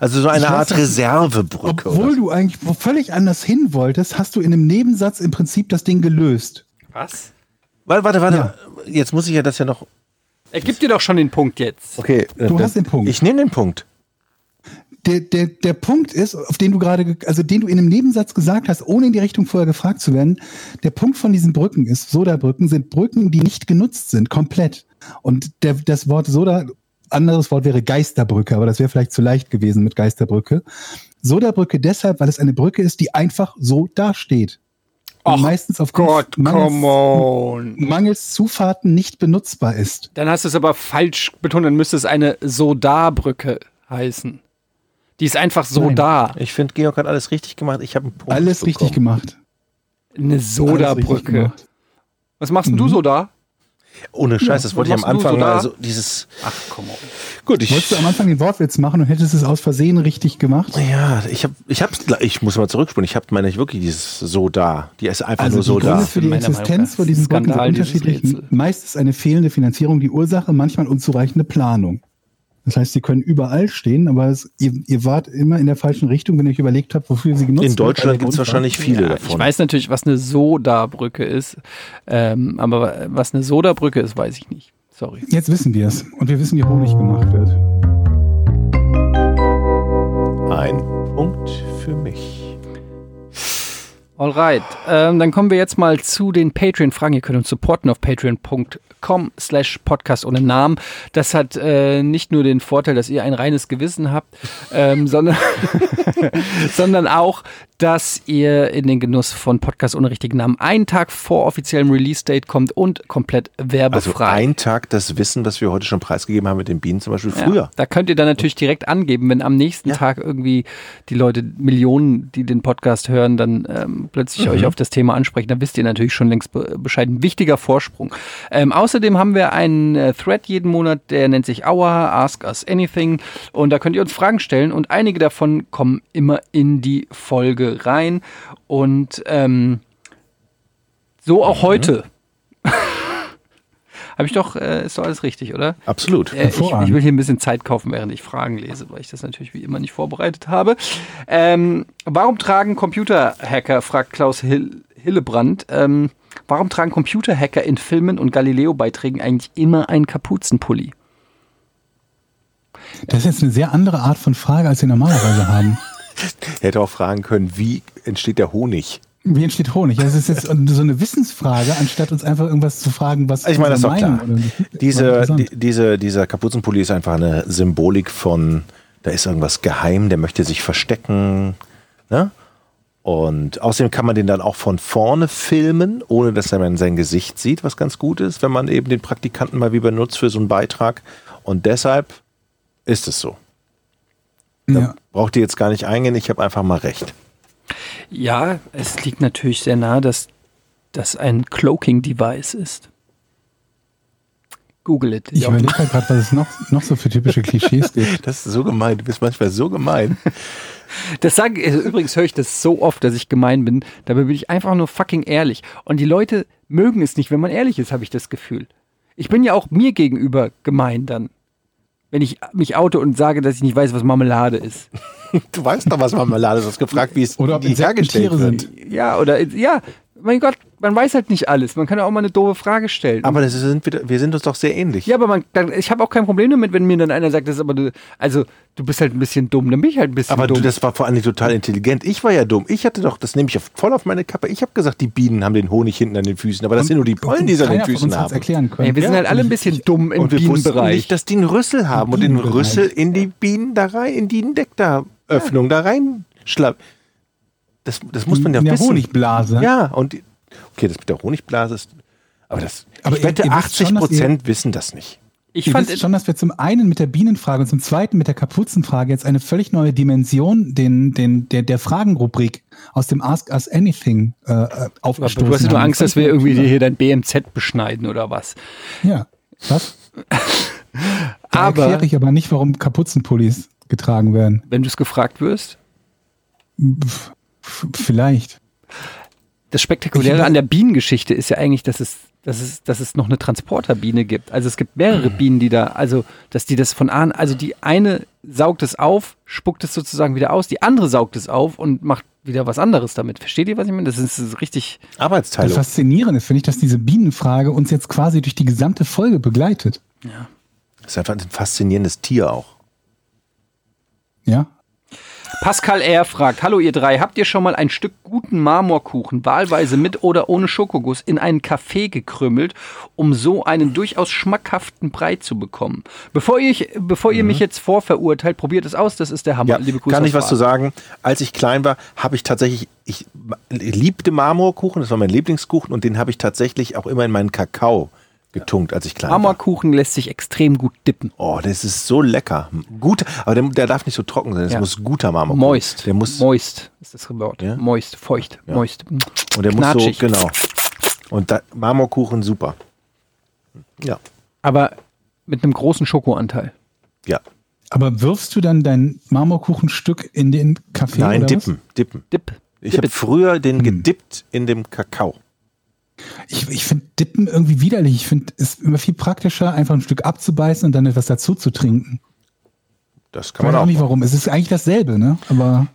S4: Also so eine
S3: Ich weiß
S4: Art
S3: nicht,
S4: Reservebrücke. Oder?
S3: Obwohl
S4: so.
S3: du eigentlich wo- völlig anders hin wolltest, hast du in einem Nebensatz im Prinzip das Ding gelöst.
S2: Was?
S4: Warte, warte, warte. Jetzt muss ich ja das ja noch.
S2: Er gibt dir doch schon den Punkt jetzt.
S4: Okay, du
S3: hast den Punkt.
S4: Ich nehme den Punkt.
S3: der, der, der Punkt ist, auf den du gerade, ge- also den du in einem Nebensatz gesagt hast, ohne in die Richtung vorher gefragt zu werden, der Punkt von diesen Brücken ist, Soda-Brücken sind Brücken, die nicht genutzt sind, komplett. Und der, das Wort Soda, anderes Wort wäre Geisterbrücke, aber das wäre vielleicht zu leicht gewesen mit Geisterbrücke. Soda-Brücke deshalb, weil es eine Brücke ist, die einfach so dasteht. Und
S2: Och
S3: meistens auf
S2: Gott, come on.
S3: mangels Zufahrten nicht benutzbar ist.
S2: Dann hast du es aber falsch betont, dann müsste es eine Soda-Brücke heißen. Die ist einfach so
S3: Nein.
S2: da.
S4: Ich finde, Georg hat alles richtig gemacht. Ich habe einen Punkt.
S3: Alles richtig
S4: bekommen.
S3: gemacht.
S2: Eine
S3: Alles richtig
S2: Soda-Brücke.
S3: gemacht.
S2: Was machst denn du so da?
S4: Ohne Scheiß, das
S2: Ja,
S4: wollte ich am
S2: was machst du
S4: Anfang
S2: so da?
S4: mal so dieses.
S2: Ach, komm on.
S4: Gut, ich.
S3: Wolltest du am Anfang den Wortwitz machen und hättest es aus Versehen richtig gemacht?
S4: Ja, ich habe, ich hab's, gl- ich muss mal zurückspulen. Ich habe meine ich wirklich dieses so da. Die ist einfach
S3: Also
S4: nur so
S3: die
S4: da.
S3: Gründe für die
S2: Meiner Meinung
S3: Existenz
S2: nach
S3: von diesen Brücken sind
S2: Skandal, dieses
S3: unterschiedlich.
S2: Rätsel.
S3: Meist ist eine fehlende Finanzierung die Ursache, manchmal unzureichende Planung. Das heißt, sie können überall stehen, aber es, ihr, ihr wart immer in der falschen Richtung, wenn ihr euch überlegt habt, wofür sie genutzt
S4: In
S3: wird, weil
S4: Deutschland
S3: der
S4: gibt es
S3: Grund war-
S4: wahrscheinlich viele
S2: Ja,
S4: davon.
S2: Ich weiß natürlich, was eine Soda-Brücke ist. Ähm, aber was eine Soda-Brücke ist, weiß ich nicht. Sorry.
S3: Jetzt wissen wir es und wir wissen, wie Honig gemacht wird.
S4: Ein Punkt für mich.
S2: Alright, ähm, dann kommen wir jetzt mal zu den Patreon-Fragen. Ihr könnt uns supporten auf patreon.com slash podcast ohne Namen. Das hat äh, nicht nur den Vorteil, dass ihr ein reines Gewissen habt, ähm, sondern, sondern auch, dass ihr in den Genuss von Podcast ohne richtigen Namen einen Tag vor offiziellem Release-Date kommt und komplett
S4: Also
S2: werbefrei.
S4: ein Tag das Wissen, was wir heute schon preisgegeben haben mit den Bienen zum Beispiel
S2: Ja,
S4: früher.
S2: da könnt ihr dann natürlich direkt angeben, wenn am nächsten Tag irgendwie die Leute, Millionen, die den Podcast hören, dann ähm, plötzlich euch auf das Thema ansprechen. Dann wisst ihr natürlich schon längst be Bescheid. Ein wichtiger Vorsprung. Ähm, außerdem haben wir einen äh, Thread jeden Monat, der nennt sich Our Ask Us Anything. Und da könnt ihr uns Fragen stellen und einige davon kommen immer in die Folge Folge rein und ähm, so auch heute. Habe ich doch, äh, ist doch alles richtig, oder?
S4: Absolut.
S2: Äh, ich,
S3: Hervorragend.
S2: ich will hier ein bisschen Zeit kaufen, während ich Fragen lese, weil ich das natürlich wie immer nicht vorbereitet habe. Ähm, warum tragen Computerhacker, fragt Klaus Hill, Hillebrand, ähm, warum tragen Computerhacker in Filmen und Galileo-Beiträgen eigentlich immer einen Kapuzenpulli?
S3: Das ist jetzt eine sehr andere Art von Frage, als wir normalerweise haben.
S4: Hätte auch fragen können, wie entsteht der Honig?
S3: Wie entsteht Honig? Das ist jetzt so eine Wissensfrage, anstatt uns einfach irgendwas zu fragen, was
S4: Also Ich meine, das ist doch
S3: unsere
S4: klar.
S3: Meinung oder-
S4: Diese,
S3: Interessant.
S4: die, diese, dieser Kapuzenpulli ist einfach eine Symbolik von, da ist irgendwas geheim, der möchte sich verstecken. Ne? Und außerdem kann man den dann auch von vorne filmen, ohne dass man sein Gesicht sieht, was ganz gut ist, wenn man eben den Praktikanten mal wie benutzt für so einen Beitrag. Und deshalb ist es so.
S3: ja.
S4: Braucht ihr jetzt gar nicht eingehen, ich habe einfach mal recht.
S2: Ja, es liegt natürlich sehr nahe, dass das ein Cloaking-Device ist. Google it.
S3: Ich
S2: Ja.
S3: überlege halt gerade, was es noch, noch so für typische Klischees gibt.
S4: Das ist so gemein, du bist manchmal so gemein.
S2: Das sage also übrigens höre ich das so oft, dass ich gemein bin. Dabei bin ich einfach nur fucking ehrlich. Und die Leute mögen es nicht, wenn man ehrlich ist, habe ich das Gefühl. Ich bin ja auch mir gegenüber gemein dann. Wenn ich mich oute und sage, dass ich nicht weiß, was Marmelade ist.
S4: Du weißt doch, was Marmelade ist, du hast gefragt, wie es
S3: Oder ob
S4: die
S3: Insekten
S4: hergestellt
S3: Tiere
S4: wird.
S3: sind.
S2: Ja, oder ja, mein Gott, man weiß halt nicht alles. Man kann ja auch mal eine doofe Frage stellen.
S4: Aber das sind, wir wir sind uns doch sehr ähnlich.
S2: Ja, aber man, dann, ich habe auch kein Problem damit, wenn mir dann einer sagt, das ist aber du, also du bist halt ein bisschen dumm, dann bin ich halt ein bisschen
S4: Aber
S2: dumm.
S4: du, das war vor allem total intelligent. Ich war ja dumm. Ich hatte doch, das nehme ich auf- voll auf meine Kappe. Ich habe gesagt, die Bienen haben den Honig hinten an den Füßen. Aber das sind nur die Pollen, die sie an den
S3: Keiner von uns
S4: Füßen
S3: hat's
S4: haben.
S3: erklären können.
S2: Ey, wir sind halt alle ein bisschen dumm im
S4: Und wir wussten
S2: Bienenbereich.
S4: nicht, dass die einen Rüssel haben und den
S3: Bienenbereich.
S4: Rüssel in die Bienen da rein, in die Nektaröffnung da rein schlapp. Das, das muss man ja
S3: In der
S4: wissen.
S3: Honigblase.
S4: Ja, und die, okay, das mit der Honigblase ist. Aber das.
S3: Aber
S4: ich
S3: ihr-
S4: wette,
S3: ihr wisst
S4: 80
S3: schon, dass ihr-
S4: Prozent wissen das nicht.
S2: ich
S3: Ich
S2: fand
S3: wisst schon, dass wir zum einen mit der Bienenfrage und zum zweiten mit der Kapuzenfrage jetzt eine völlig neue Dimension den, den, der, der Fragenrubrik aus dem Ask Us Anything äh, äh,
S2: aber
S3: aufgestoßen
S2: du hast ja nur
S3: haben.
S2: Angst, dass wir irgendwie dir hier dein BMZ beschneiden oder was.
S3: Ja, was? Da
S2: Aber
S3: erkläre ich aber nicht, warum Kapuzenpullis getragen werden.
S2: wenn du es gefragt wirst,
S3: Pff, pff, Vielleicht.
S2: das Spektakuläre
S3: Ich-
S2: an der Bienengeschichte ist ja eigentlich, dass es, dass es, dass es noch eine Transporterbiene gibt. Also es gibt mehrere Bienen, die da, also dass die das von an, also die eine saugt es auf, spuckt es sozusagen wieder aus, die andere saugt es auf und macht wieder was anderes damit. Versteht ihr, was ich meine? Das ist, das ist richtig.
S3: Das
S4: Arbeitsteilung.
S3: Faszinierende finde ich, dass diese Bienenfrage uns jetzt quasi durch die gesamte Folge begleitet.
S4: Das ist einfach ein faszinierendes Tier auch.
S3: Ja.
S2: Pascal R. fragt, hallo ihr drei, habt ihr schon mal ein Stück guten Marmorkuchen, wahlweise mit oder ohne Schokoguss, in einen Kaffee gekrümmelt, um so einen durchaus schmackhaften Brei zu bekommen? Bevor, ich, bevor ihr mich jetzt vorverurteilt, probiert es aus, das ist der Hammer.
S4: Mhm. Ja,
S2: Liebe Grüße
S4: kann ich
S2: auf
S4: was zu sagen? Als ich klein war, habe ich tatsächlich, ich liebte Marmorkuchen, das war mein Lieblingskuchen und den habe ich tatsächlich auch immer in meinen Kakao getunkt, als ich klein war.
S2: Marmorkuchen lässt sich extrem gut dippen.
S4: Oh, das ist so lecker. Gut, aber der, der darf nicht so trocken sein. Das
S2: Ja.
S4: muss guter Marmorkuchen.
S2: Moist.
S4: Der muss,
S2: Moist ist das Wort.
S4: Ja?
S2: Moist, feucht, moist.
S4: und der muss so,
S2: knatschig.
S4: genau. Und da, Marmorkuchen super. Ja,
S2: Aber mit einem großen Schokoanteil.
S4: ja.
S3: Aber wirfst du dann dein Marmorkuchenstück in den Kaffee?
S4: Nein,
S3: oder
S4: dippen, dippen.
S2: Dip.
S4: Ich habe
S2: Dippet. Hm.
S4: früher den gedippt in dem Kakao.
S3: Was? Ich, ich finde Dippen irgendwie widerlich. Ich finde es ist immer viel praktischer, einfach ein Stück abzubeißen und dann etwas dazu zu trinken.
S4: Das
S3: Ich
S4: kann
S3: weiß
S4: man
S3: auch
S4: auch.
S3: nicht warum. Es ist eigentlich dasselbe, ne? Aber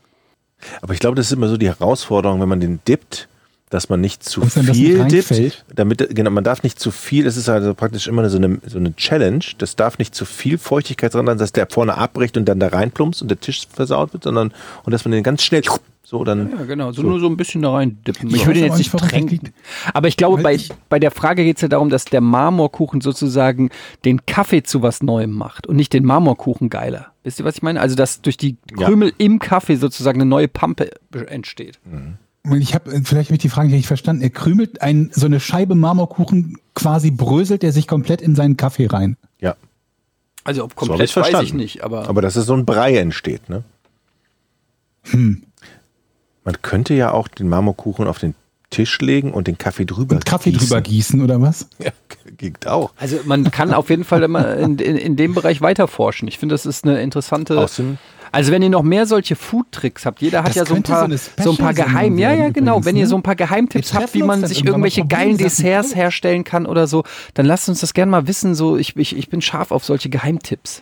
S4: Aber ich glaube, das ist immer so die Herausforderung, wenn man den dippt, dass man nicht zu
S3: Dass dann das
S4: viel
S3: nicht
S4: dippt.
S3: reinfällt.
S4: Damit, genau, man darf nicht zu viel, es ist also praktisch immer so eine, so eine Challenge, das darf nicht zu viel Feuchtigkeit dran sein, dass der vorne abbricht und dann da reinplumpst und der Tisch versaut wird, sondern und dass man den ganz schnell so dann.
S2: Ja, genau. So, nur so ein bisschen da rein dippen. Ich
S3: weiß
S2: würde ihn
S3: aber
S2: jetzt nicht
S3: nicht, warum das
S2: tränken. Aber ich glaube,
S3: Weil
S2: bei,
S3: ich-
S2: bei der Frage geht es ja darum, dass der Marmorkuchen sozusagen den Kaffee zu was Neuem macht und nicht den Marmorkuchen geiler. Wisst ihr, was ich meine? Also, dass durch die
S4: Ja.
S2: Krümel im Kaffee sozusagen eine neue Pampe entsteht.
S3: ich habe, vielleicht habe ich die Frage nicht richtig verstanden. Er krümelt ein, so eine Scheibe Marmorkuchen quasi bröselt er sich komplett in seinen Kaffee rein.
S4: Ja,
S2: Also, ob
S4: so habe
S2: komplett
S4: ich
S2: weiß
S4: verstanden.
S2: ich nicht, aber,
S4: aber dass es so ein Brei entsteht,
S3: Hm.
S4: ne? Man könnte ja auch den Marmorkuchen auf den Tisch legen und den Kaffee drüber
S3: Und Kaffee drüber gießen oder was?
S4: Ja, geht auch.
S2: Also man kann auf jeden Fall immer in, in, in dem Bereich weiterforschen. Ich finde, das ist eine interessante.
S4: Außen
S2: Also wenn ihr noch mehr solche Food-Tricks habt, jeder hat
S3: Das
S2: ja so ein
S3: könnte
S2: paar,
S3: so eine
S2: so, ein paar
S3: Special-Sendung
S2: Geheim, ja
S3: werden
S2: ja genau.
S3: übrigens,
S2: wenn ihr
S3: ne?
S2: so ein paar Geheimtipps
S3: Wir
S2: habt, wie
S3: treffen uns
S2: man
S3: dann
S2: sich
S3: irgendwann mal, ne?
S2: irgendwelche geilen
S3: probieren Sachen
S2: Desserts
S3: aus.
S2: herstellen kann oder so, dann lasst uns das gerne mal wissen. So ich, ich, ich bin scharf auf solche Geheimtipps.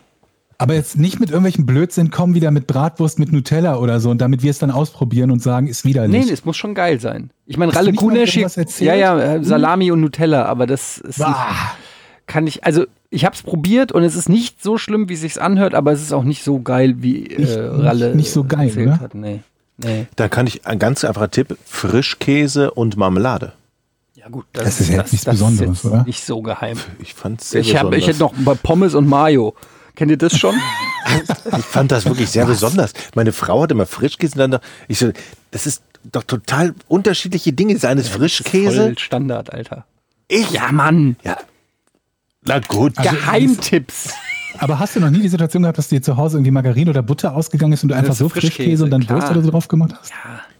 S3: Aber jetzt nicht mit irgendwelchen Blödsinn kommen, wieder mit Bratwurst, mit Nutella oder so. Und damit wir es dann ausprobieren und sagen, ist
S2: Nee,
S3: widerlich.
S2: es muss schon geil sein. Ich meine,
S3: Hast du
S2: Ralle
S3: nicht mal
S2: Kunesch,
S3: irgendwas erzählt? Hm?
S2: ja ja, äh, Salami und Nutella, aber das ist kann ich also ich habe es probiert und es ist nicht so schlimm, wie sich's anhört, aber es ist auch nicht so geil, wie äh,
S3: Nicht- nicht-
S2: Ralle
S3: nicht so geil,
S2: erzählt
S3: oder?
S2: hat. Nee. Nee.
S4: Da kann ich ein ganz einfacher Tipp: Frischkäse und Marmelade.
S2: Ja gut,
S3: Das ist ja nichts Besonderes,
S2: jetzt
S3: oder?
S2: Nicht so geheim.
S4: Ich fand's sehr
S2: Ich, hab,
S4: besonders.
S2: ich hätte noch ein paar Pommes und Mayo. Kennt ihr das schon?
S4: Ich fand das wirklich sehr besonders. Meine Frau hat immer Frischkäse und dann noch, ich so, das ist doch total unterschiedliche Dinge. Das eine ist Frischkäse.
S2: Voll Standard, Alter.
S4: Ich?
S2: Ja, Mann.
S4: Ja. Na gut.
S3: Also-
S2: Geheimtipps.
S3: Aber hast du noch nie die Situation gehabt, dass dir zu Hause irgendwie Margarine oder Butter ausgegangen ist und du einfach
S2: das ist
S3: so Frischkäse,
S2: Frischkäse,
S3: und dann
S2: klar.
S3: Wurst oder so drauf gemacht hast?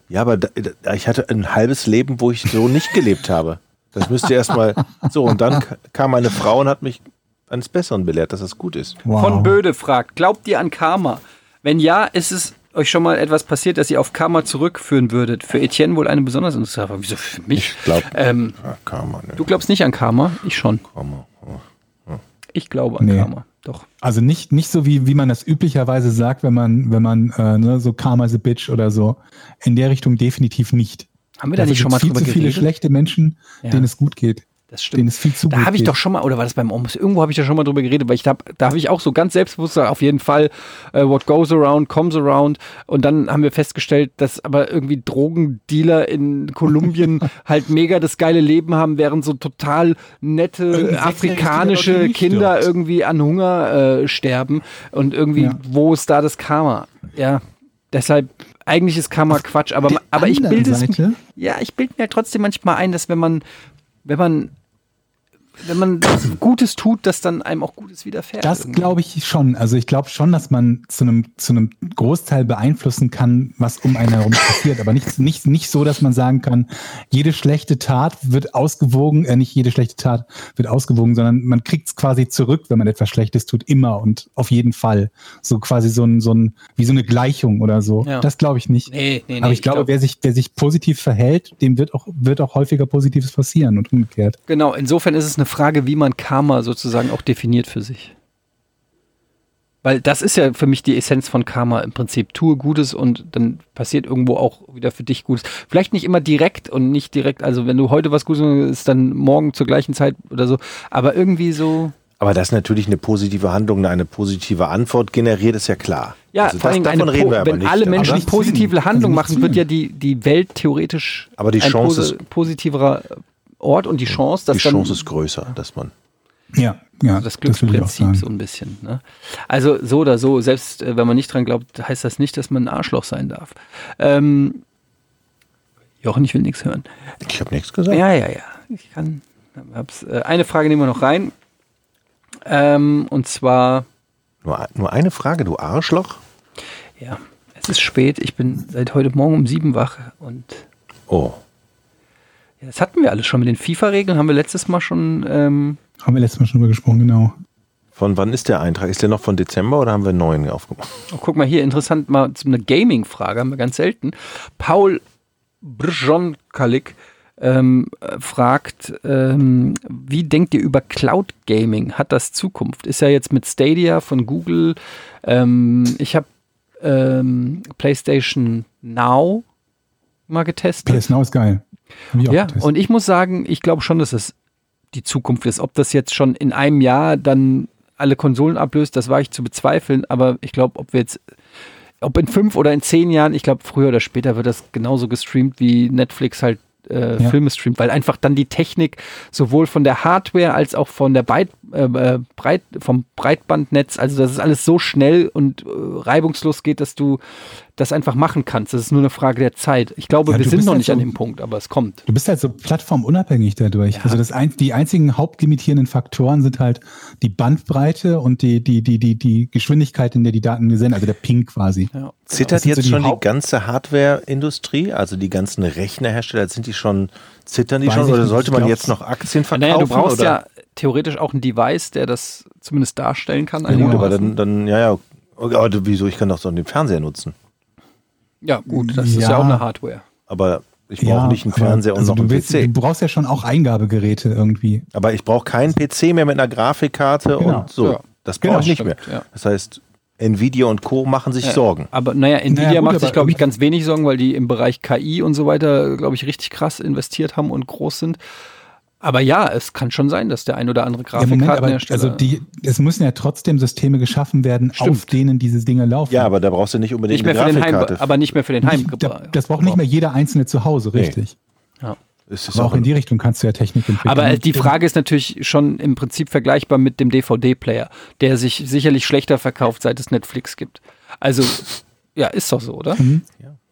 S4: Ja, aber da, da, ich hatte ein halbes Leben, wo ich so nicht gelebt habe. Das müsst ihr erstmal. So, und dann k- kam meine Frau und hat mich eines Besseren belehrt, dass das gut ist.
S3: Wow.
S2: Von Böde fragt, glaubt ihr an Karma? Wenn ja, ist es euch schon mal etwas passiert, dass ihr auf Karma zurückführen würdet? Für Etienne wohl eine besonders interessante Frage. Wieso für mich?
S4: glaube,
S2: Ähm,
S4: kann man.
S2: du glaubst nicht an Karma? Ich schon. Ich glaube an
S3: Nee.
S2: Karma. Doch.
S3: Also nicht, nicht so, wie, wie man das üblicherweise sagt, wenn man, wenn man äh, ne, so Karma is a Bitch oder so. In der Richtung definitiv nicht.
S2: Haben wir da
S3: Dafür
S2: nicht schon mal
S3: gibt's viel
S2: drüber
S3: zu viele
S2: geredet?
S3: schlechte Menschen,
S2: Ja.
S3: denen es gut geht.
S2: das stimmt.
S3: Denen es viel zu gut
S2: Da habe ich
S3: geht.
S2: doch schon mal, oder war das beim Omos? Irgendwo habe ich da schon mal drüber geredet, weil ich hab, da habe ich auch so ganz selbstbewusst gesagt, auf jeden Fall, äh, what goes around comes around. Und dann haben wir festgestellt, dass aber irgendwie Drogendealer in Kolumbien halt mega das geile Leben haben, während so total nette
S3: Irgendein
S2: afrikanische
S3: sechsjähriger
S2: Kinder
S3: stirbt.
S2: irgendwie an Hunger äh, sterben. Und irgendwie,
S3: Ja.
S2: wo ist da das Karma? Ja, deshalb, eigentlich ist Karma Quatsch, aber,
S3: der
S2: aber ich
S3: anderen
S2: bilde es
S3: Seite-
S2: mir, ja, ich bilde mir trotzdem manchmal ein, dass wenn man, wenn man wenn man Gutes tut, dass dann einem auch Gutes widerfährt.
S3: Das
S2: irgendwie.
S3: glaube ich schon. Also ich glaube schon, dass man zu einem, zu einem Großteil beeinflussen kann, was um einen herum passiert. Aber nicht, nicht, nicht so, dass man sagen kann, jede schlechte Tat wird ausgewogen, äh, nicht jede schlechte Tat wird ausgewogen, sondern man kriegt es quasi zurück, wenn man etwas Schlechtes tut, immer und auf jeden Fall. So quasi so ein, so ein wie so eine Gleichung oder so.
S2: Ja.
S3: Das glaube ich nicht.
S2: Nee, nee, nee.
S3: Aber ich glaube, wer sich, wer sich positiv verhält, dem wird auch, wird auch häufiger Positives passieren und umgekehrt.
S2: genau, insofern ist es eine Frage, wie man Karma sozusagen auch definiert für sich. Weil das ist ja für mich die Essenz von Karma im Prinzip. Tue Gutes und dann passiert irgendwo auch wieder für dich Gutes. Vielleicht nicht immer direkt und nicht direkt, also wenn du heute was Gutes machst, ist dann morgen zur gleichen Zeit oder so. Aber irgendwie so,
S4: Aber dass natürlich eine positive Handlung eine positive Antwort generiert, ist ja klar.
S2: ja,
S4: Also
S2: vor
S4: das,
S2: allem
S4: davon
S2: eine
S4: reden
S2: po-
S4: wir aber
S2: wenn
S4: nicht.
S2: alle
S4: aber-
S2: Menschen
S3: nicht zwingen.
S2: positive
S3: Also
S2: Handlungen
S3: nicht
S2: machen, wird ja die, die Welt theoretisch
S4: Aber die
S2: ein
S4: Chance
S2: posi- positiverer Ort und die Chance, dass
S4: Die
S2: dann
S4: Chance ist größer, dass man.
S3: Ja, ja.
S2: das
S3: würde ich auch
S2: Glücksprinzip
S3: sagen.
S2: so ein bisschen. Ne? Also so oder so, selbst äh, wenn man nicht dran glaubt, heißt das nicht, dass man ein Arschloch sein darf. Ähm, Jochen, ich will nichts hören.
S4: Ich habe nichts gesagt.
S2: Ja, ja, ja. Ich kann. Hab's, äh, eine Frage nehmen wir noch rein. Ähm, und zwar,
S4: Nur, nur eine Frage, du Arschloch.
S2: ja, es ist spät. Ich bin seit heute Morgen um sieben wach und
S4: Oh.
S2: Ja, Das hatten wir alles schon mit den FIFA-Regeln, haben wir letztes Mal schon. Ähm,
S3: Haben wir letztes Mal schon drüber gesprochen, genau.
S4: Von wann ist der Eintrag? Ist der noch von Dezember oder haben wir einen neuen aufgemacht?
S2: oh, guck mal hier, interessant, mal so eine Gaming-Frage, haben wir ganz selten. Paul Brzonkalik ähm, äh, fragt, ähm, wie denkt ihr über Cloud Gaming? Hat das Zukunft? Ist ja jetzt mit Stadia von Google. Ähm, ich habe ähm, PlayStation Now mal getestet.
S3: PS Now ist geil. Hab ich auch
S2: Ja,
S3: getestet.
S2: und ich muss sagen, ich glaube schon, dass es die Zukunft ist. Ob das jetzt schon in einem Jahr dann alle Konsolen ablöst, das war ich zu bezweifeln. Aber ich glaube, ob wir jetzt, ob in fünf oder in zehn Jahren, ich glaube, früher oder später wird das genauso gestreamt, wie Netflix halt äh,
S3: Ja.
S2: Filme streamt, weil einfach dann die Technik sowohl von der Hardware als auch von der Breit, äh, äh, Breit, vom Breitbandnetz, also dass es alles so schnell und äh, reibungslos geht, dass du das einfach machen kannst. Das ist nur eine Frage der Zeit. Ich glaube,
S3: Ja,
S2: wir
S3: du
S2: sind
S3: bist
S2: noch
S3: ja
S2: nicht
S3: so-
S2: an dem Punkt, aber es kommt.
S3: Du bist halt so plattformunabhängig dadurch. Also das ein, die einzigen hauptlimitierenden Faktoren sind halt die Bandbreite und die, die, die, die, die Geschwindigkeit, in der die Daten gesehen, also der Ping quasi.
S2: Ja.
S4: Zittert
S3: Das sind so
S4: jetzt
S3: die
S4: schon die
S3: Haupt-
S4: ganze Hardware-Industrie, also die ganzen Rechnerhersteller, sind die schon, zittern die
S3: Weiß
S4: schon
S3: ich
S4: oder
S3: nicht,
S4: sollte
S3: ich
S4: man
S3: glaub's.
S4: jetzt noch Aktien verkaufen?
S2: Naja, du brauchst
S4: oder?
S2: ja theoretisch auch ein Device, der das zumindest darstellen kann.
S4: Ja, gut, aber
S2: einigermaßen.
S4: dann, dann ja, ja. Okay, Aber du- wieso? Ich kann doch so den Fernseher nutzen.
S2: ja, gut, das ist
S3: Ja.
S2: ja auch eine Hardware.
S4: Aber ich brauche nicht einen
S3: aber-
S4: Fernseher und
S3: also
S4: noch einen
S3: du, willst, du
S4: PC.
S3: brauchst ja schon auch Eingabegeräte irgendwie.
S4: Aber ich brauche keinen PC mehr mit einer Grafikkarte
S3: Genau.
S4: und so.
S2: Ja.
S4: Das brauche
S3: Genau,
S4: ich nicht
S2: stimmt,
S4: mehr.
S2: ja.
S4: Das heißt, Nvidia und Co. machen sich Sorgen.
S2: Aber naja, Nvidia
S3: gut,
S2: macht
S3: aber-
S2: sich, glaube ich, ganz wenig Sorgen, weil die im Bereich KI und so weiter, glaube ich, richtig krass investiert haben und groß sind. Aber ja, es kann schon sein, dass der ein oder andere
S3: Ja, Moment, aber
S2: Grafikkartenhersteller.
S3: also die, es müssen ja trotzdem Systeme geschaffen werden,
S2: Stimmt.
S3: auf denen diese Dinge laufen.
S4: Ja, aber da brauchst du nicht unbedingt
S2: nicht mehr für
S4: eine
S2: den Heim,
S4: Grafikkarte.
S2: aber nicht mehr für den
S3: nicht, da,
S2: Heimgebrauch.
S3: das braucht nicht mehr jeder Einzelne zu Hause,
S4: Nee.
S3: richtig.
S4: es ist
S3: Aber auch in
S4: ein-
S3: die Richtung kannst du ja Technik entwickeln.
S2: Aber äh, die Frage ist natürlich schon im Prinzip vergleichbar mit dem DVD-Player, der sich sicherlich schlechter verkauft, seit es Netflix gibt. Also, ja, ist doch so, oder?
S3: Mhm.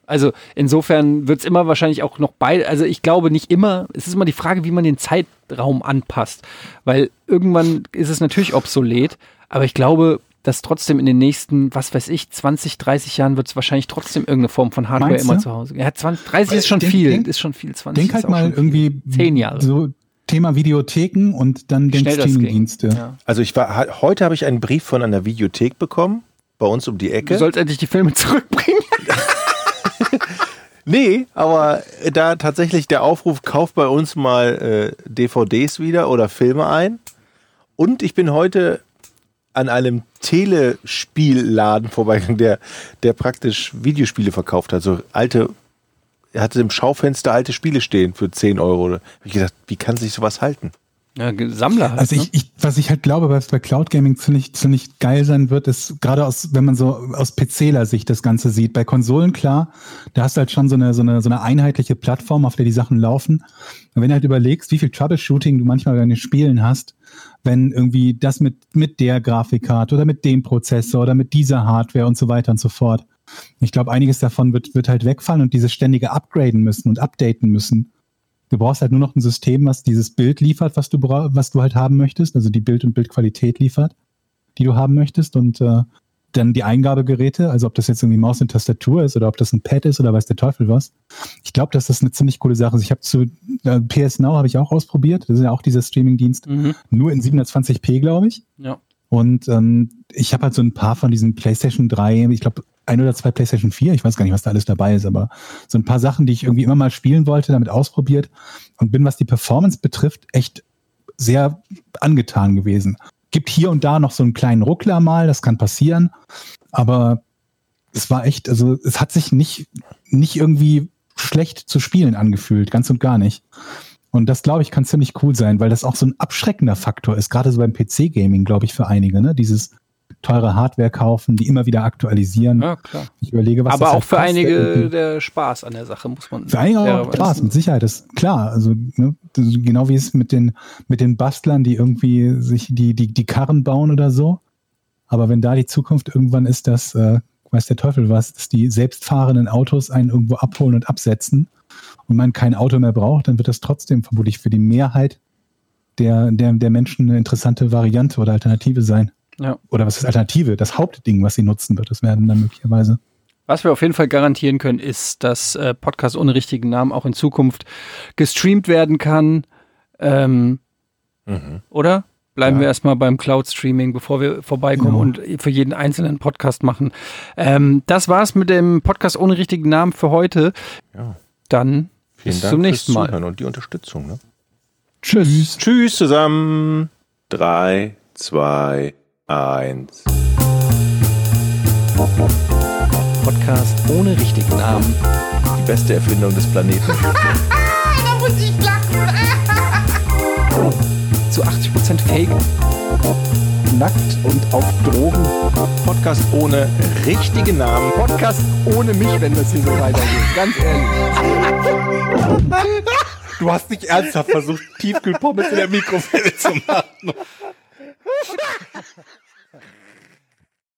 S2: Also insofern wird es immer wahrscheinlich auch noch beide, also ich glaube nicht immer, es ist immer die Frage, wie man den Zeitraum anpasst, weil irgendwann ist es natürlich obsolet, aber ich glaube, dass trotzdem in den nächsten, was weiß ich, 20, 30 Jahren wird es wahrscheinlich trotzdem irgendeine Form von Hardware
S3: Meinst
S2: immer
S3: du?
S2: zu Hause geben. Ja, 20, 30 ist schon
S3: Denk-
S2: viel,
S3: denk-
S2: ist schon viel, 20
S3: Denk
S2: ist
S3: halt
S2: auch
S3: mal
S2: schon viel.
S3: irgendwie
S2: Zehn Jahre.
S3: so Thema Videotheken und dann den
S2: schnell das ging.
S3: Streamingdienste.
S2: Ja.
S4: Also ich war ha- heute habe ich einen Brief von einer Videothek bekommen, bei uns um die Ecke.
S2: Du sollst endlich die Filme zurückbringen.
S4: Nee, aber äh, da tatsächlich der Aufruf, kauft bei uns mal äh, DVDs wieder oder Filme ein. Und ich bin heute an einem Telespielladen vorbeigegangen, der, der praktisch Videospiele verkauft hat. So alte, er hatte im Schaufenster alte Spiele stehen für 10 Euro. Da habe ich gedacht, wie kann sich sowas halten?
S2: Ja, Sammler halt,
S3: Also
S2: ne?
S3: ich, ich, was ich halt glaube, was bei Cloud Gaming ziemlich, ziemlich geil sein wird, ist gerade aus, wenn man so aus PCler Sicht das Ganze sieht. Bei Konsolen klar, da hast du halt schon so eine, so eine, so eine einheitliche Plattform, auf der die Sachen laufen. Und wenn du halt überlegst, wie viel Troubleshooting du manchmal bei den Spielen hast, wenn irgendwie das mit, mit der Grafikkarte oder mit dem Prozessor oder mit dieser Hardware und so weiter und so fort. Ich glaube, einiges davon wird, wird halt wegfallen und dieses ständige Upgraden müssen und updaten müssen. Du brauchst halt nur noch ein System, was dieses Bild liefert, was du, bra- was du halt haben möchtest, also die Bild- und Bildqualität liefert, die du haben möchtest und äh, dann die Eingabegeräte, also ob das jetzt irgendwie Maus und Tastatur ist oder ob das ein Pad ist oder weiß der Teufel was. Ich glaube, dass das eine ziemlich coole Sache ist. Ich habe zu äh, PS Now habe ich auch ausprobiert, das ist ja auch dieser Streamingdienst,
S2: Mhm.
S3: nur in 720p, glaube ich.
S2: Ja.
S3: Und ähm, ich habe halt so ein paar von diesen PlayStation 3, ich glaube ein oder zwei PlayStation 4, ich weiß gar nicht, was da alles dabei ist, aber so ein paar Sachen, die ich irgendwie immer mal spielen wollte, damit ausprobiert und bin, was die Performance betrifft, echt sehr angetan gewesen. Gibt hier und da noch so einen kleinen Ruckler mal, das kann passieren, aber es war echt, also es hat sich nicht, nicht irgendwie schlecht zu spielen angefühlt, ganz und gar nicht. Und das, glaube ich, kann ziemlich cool sein, weil das auch so ein abschreckender Faktor ist, gerade so beim PC-Gaming, glaube ich, für einige, ne? Dieses teure Hardware kaufen, die immer wieder aktualisieren.
S2: ne? ja, klar.
S3: Ich überlege, was
S2: Aber
S3: das
S2: auch
S3: halt
S2: für
S3: kostet
S2: einige äh,
S3: irgendwie.
S2: der Spaß an der Sache, muss man
S3: Für einige auch Spaß, mit Sicherheit, das ist klar. Also, ne, das ist genau wie es mit den, mit den Bastlern, die irgendwie sich die, die, die Karren bauen oder so. Aber wenn da die Zukunft irgendwann ist, dass, äh, weiß der Teufel was, dass die selbstfahrenden Autos einen irgendwo abholen und absetzen und man kein Auto mehr braucht, dann wird das trotzdem vermutlich für die Mehrheit der, der, der Menschen eine interessante Variante oder Alternative sein.
S2: Ja.
S3: Oder was ist Alternative? Das Hauptding, was sie nutzen wird, das werden dann möglicherweise.
S2: Was wir auf jeden Fall garantieren können, ist, dass äh, Podcast ohne richtigen Namen auch in Zukunft gestreamt werden kann. Ähm, Oder? Bleiben
S4: Ja.
S2: wir erstmal beim Cloud-Streaming, bevor wir vorbeikommen und für jeden einzelnen Podcast machen. Ähm, das war's mit dem Podcast ohne richtigen Namen für heute.
S4: Ja.
S2: Dann bis zum nächsten Mal.
S4: Zuhören und die Unterstützung. Ne?
S3: Tschüss.
S4: Tschüss zusammen.
S1: 3, 2, 1.
S2: Podcast ohne richtigen Namen.
S4: Die beste Erfindung des Planeten.
S6: Da muss ich lachen.
S2: Zu 80% Fake.
S4: Nackt und auf Drogen. Podcast ohne richtigen Namen.
S2: Podcast ohne mich, wenn das hier so weitergeht. Ganz ehrlich.
S1: Du hast nicht ernsthaft versucht, Tiefkühlpommes in der Mikrofile zu machen.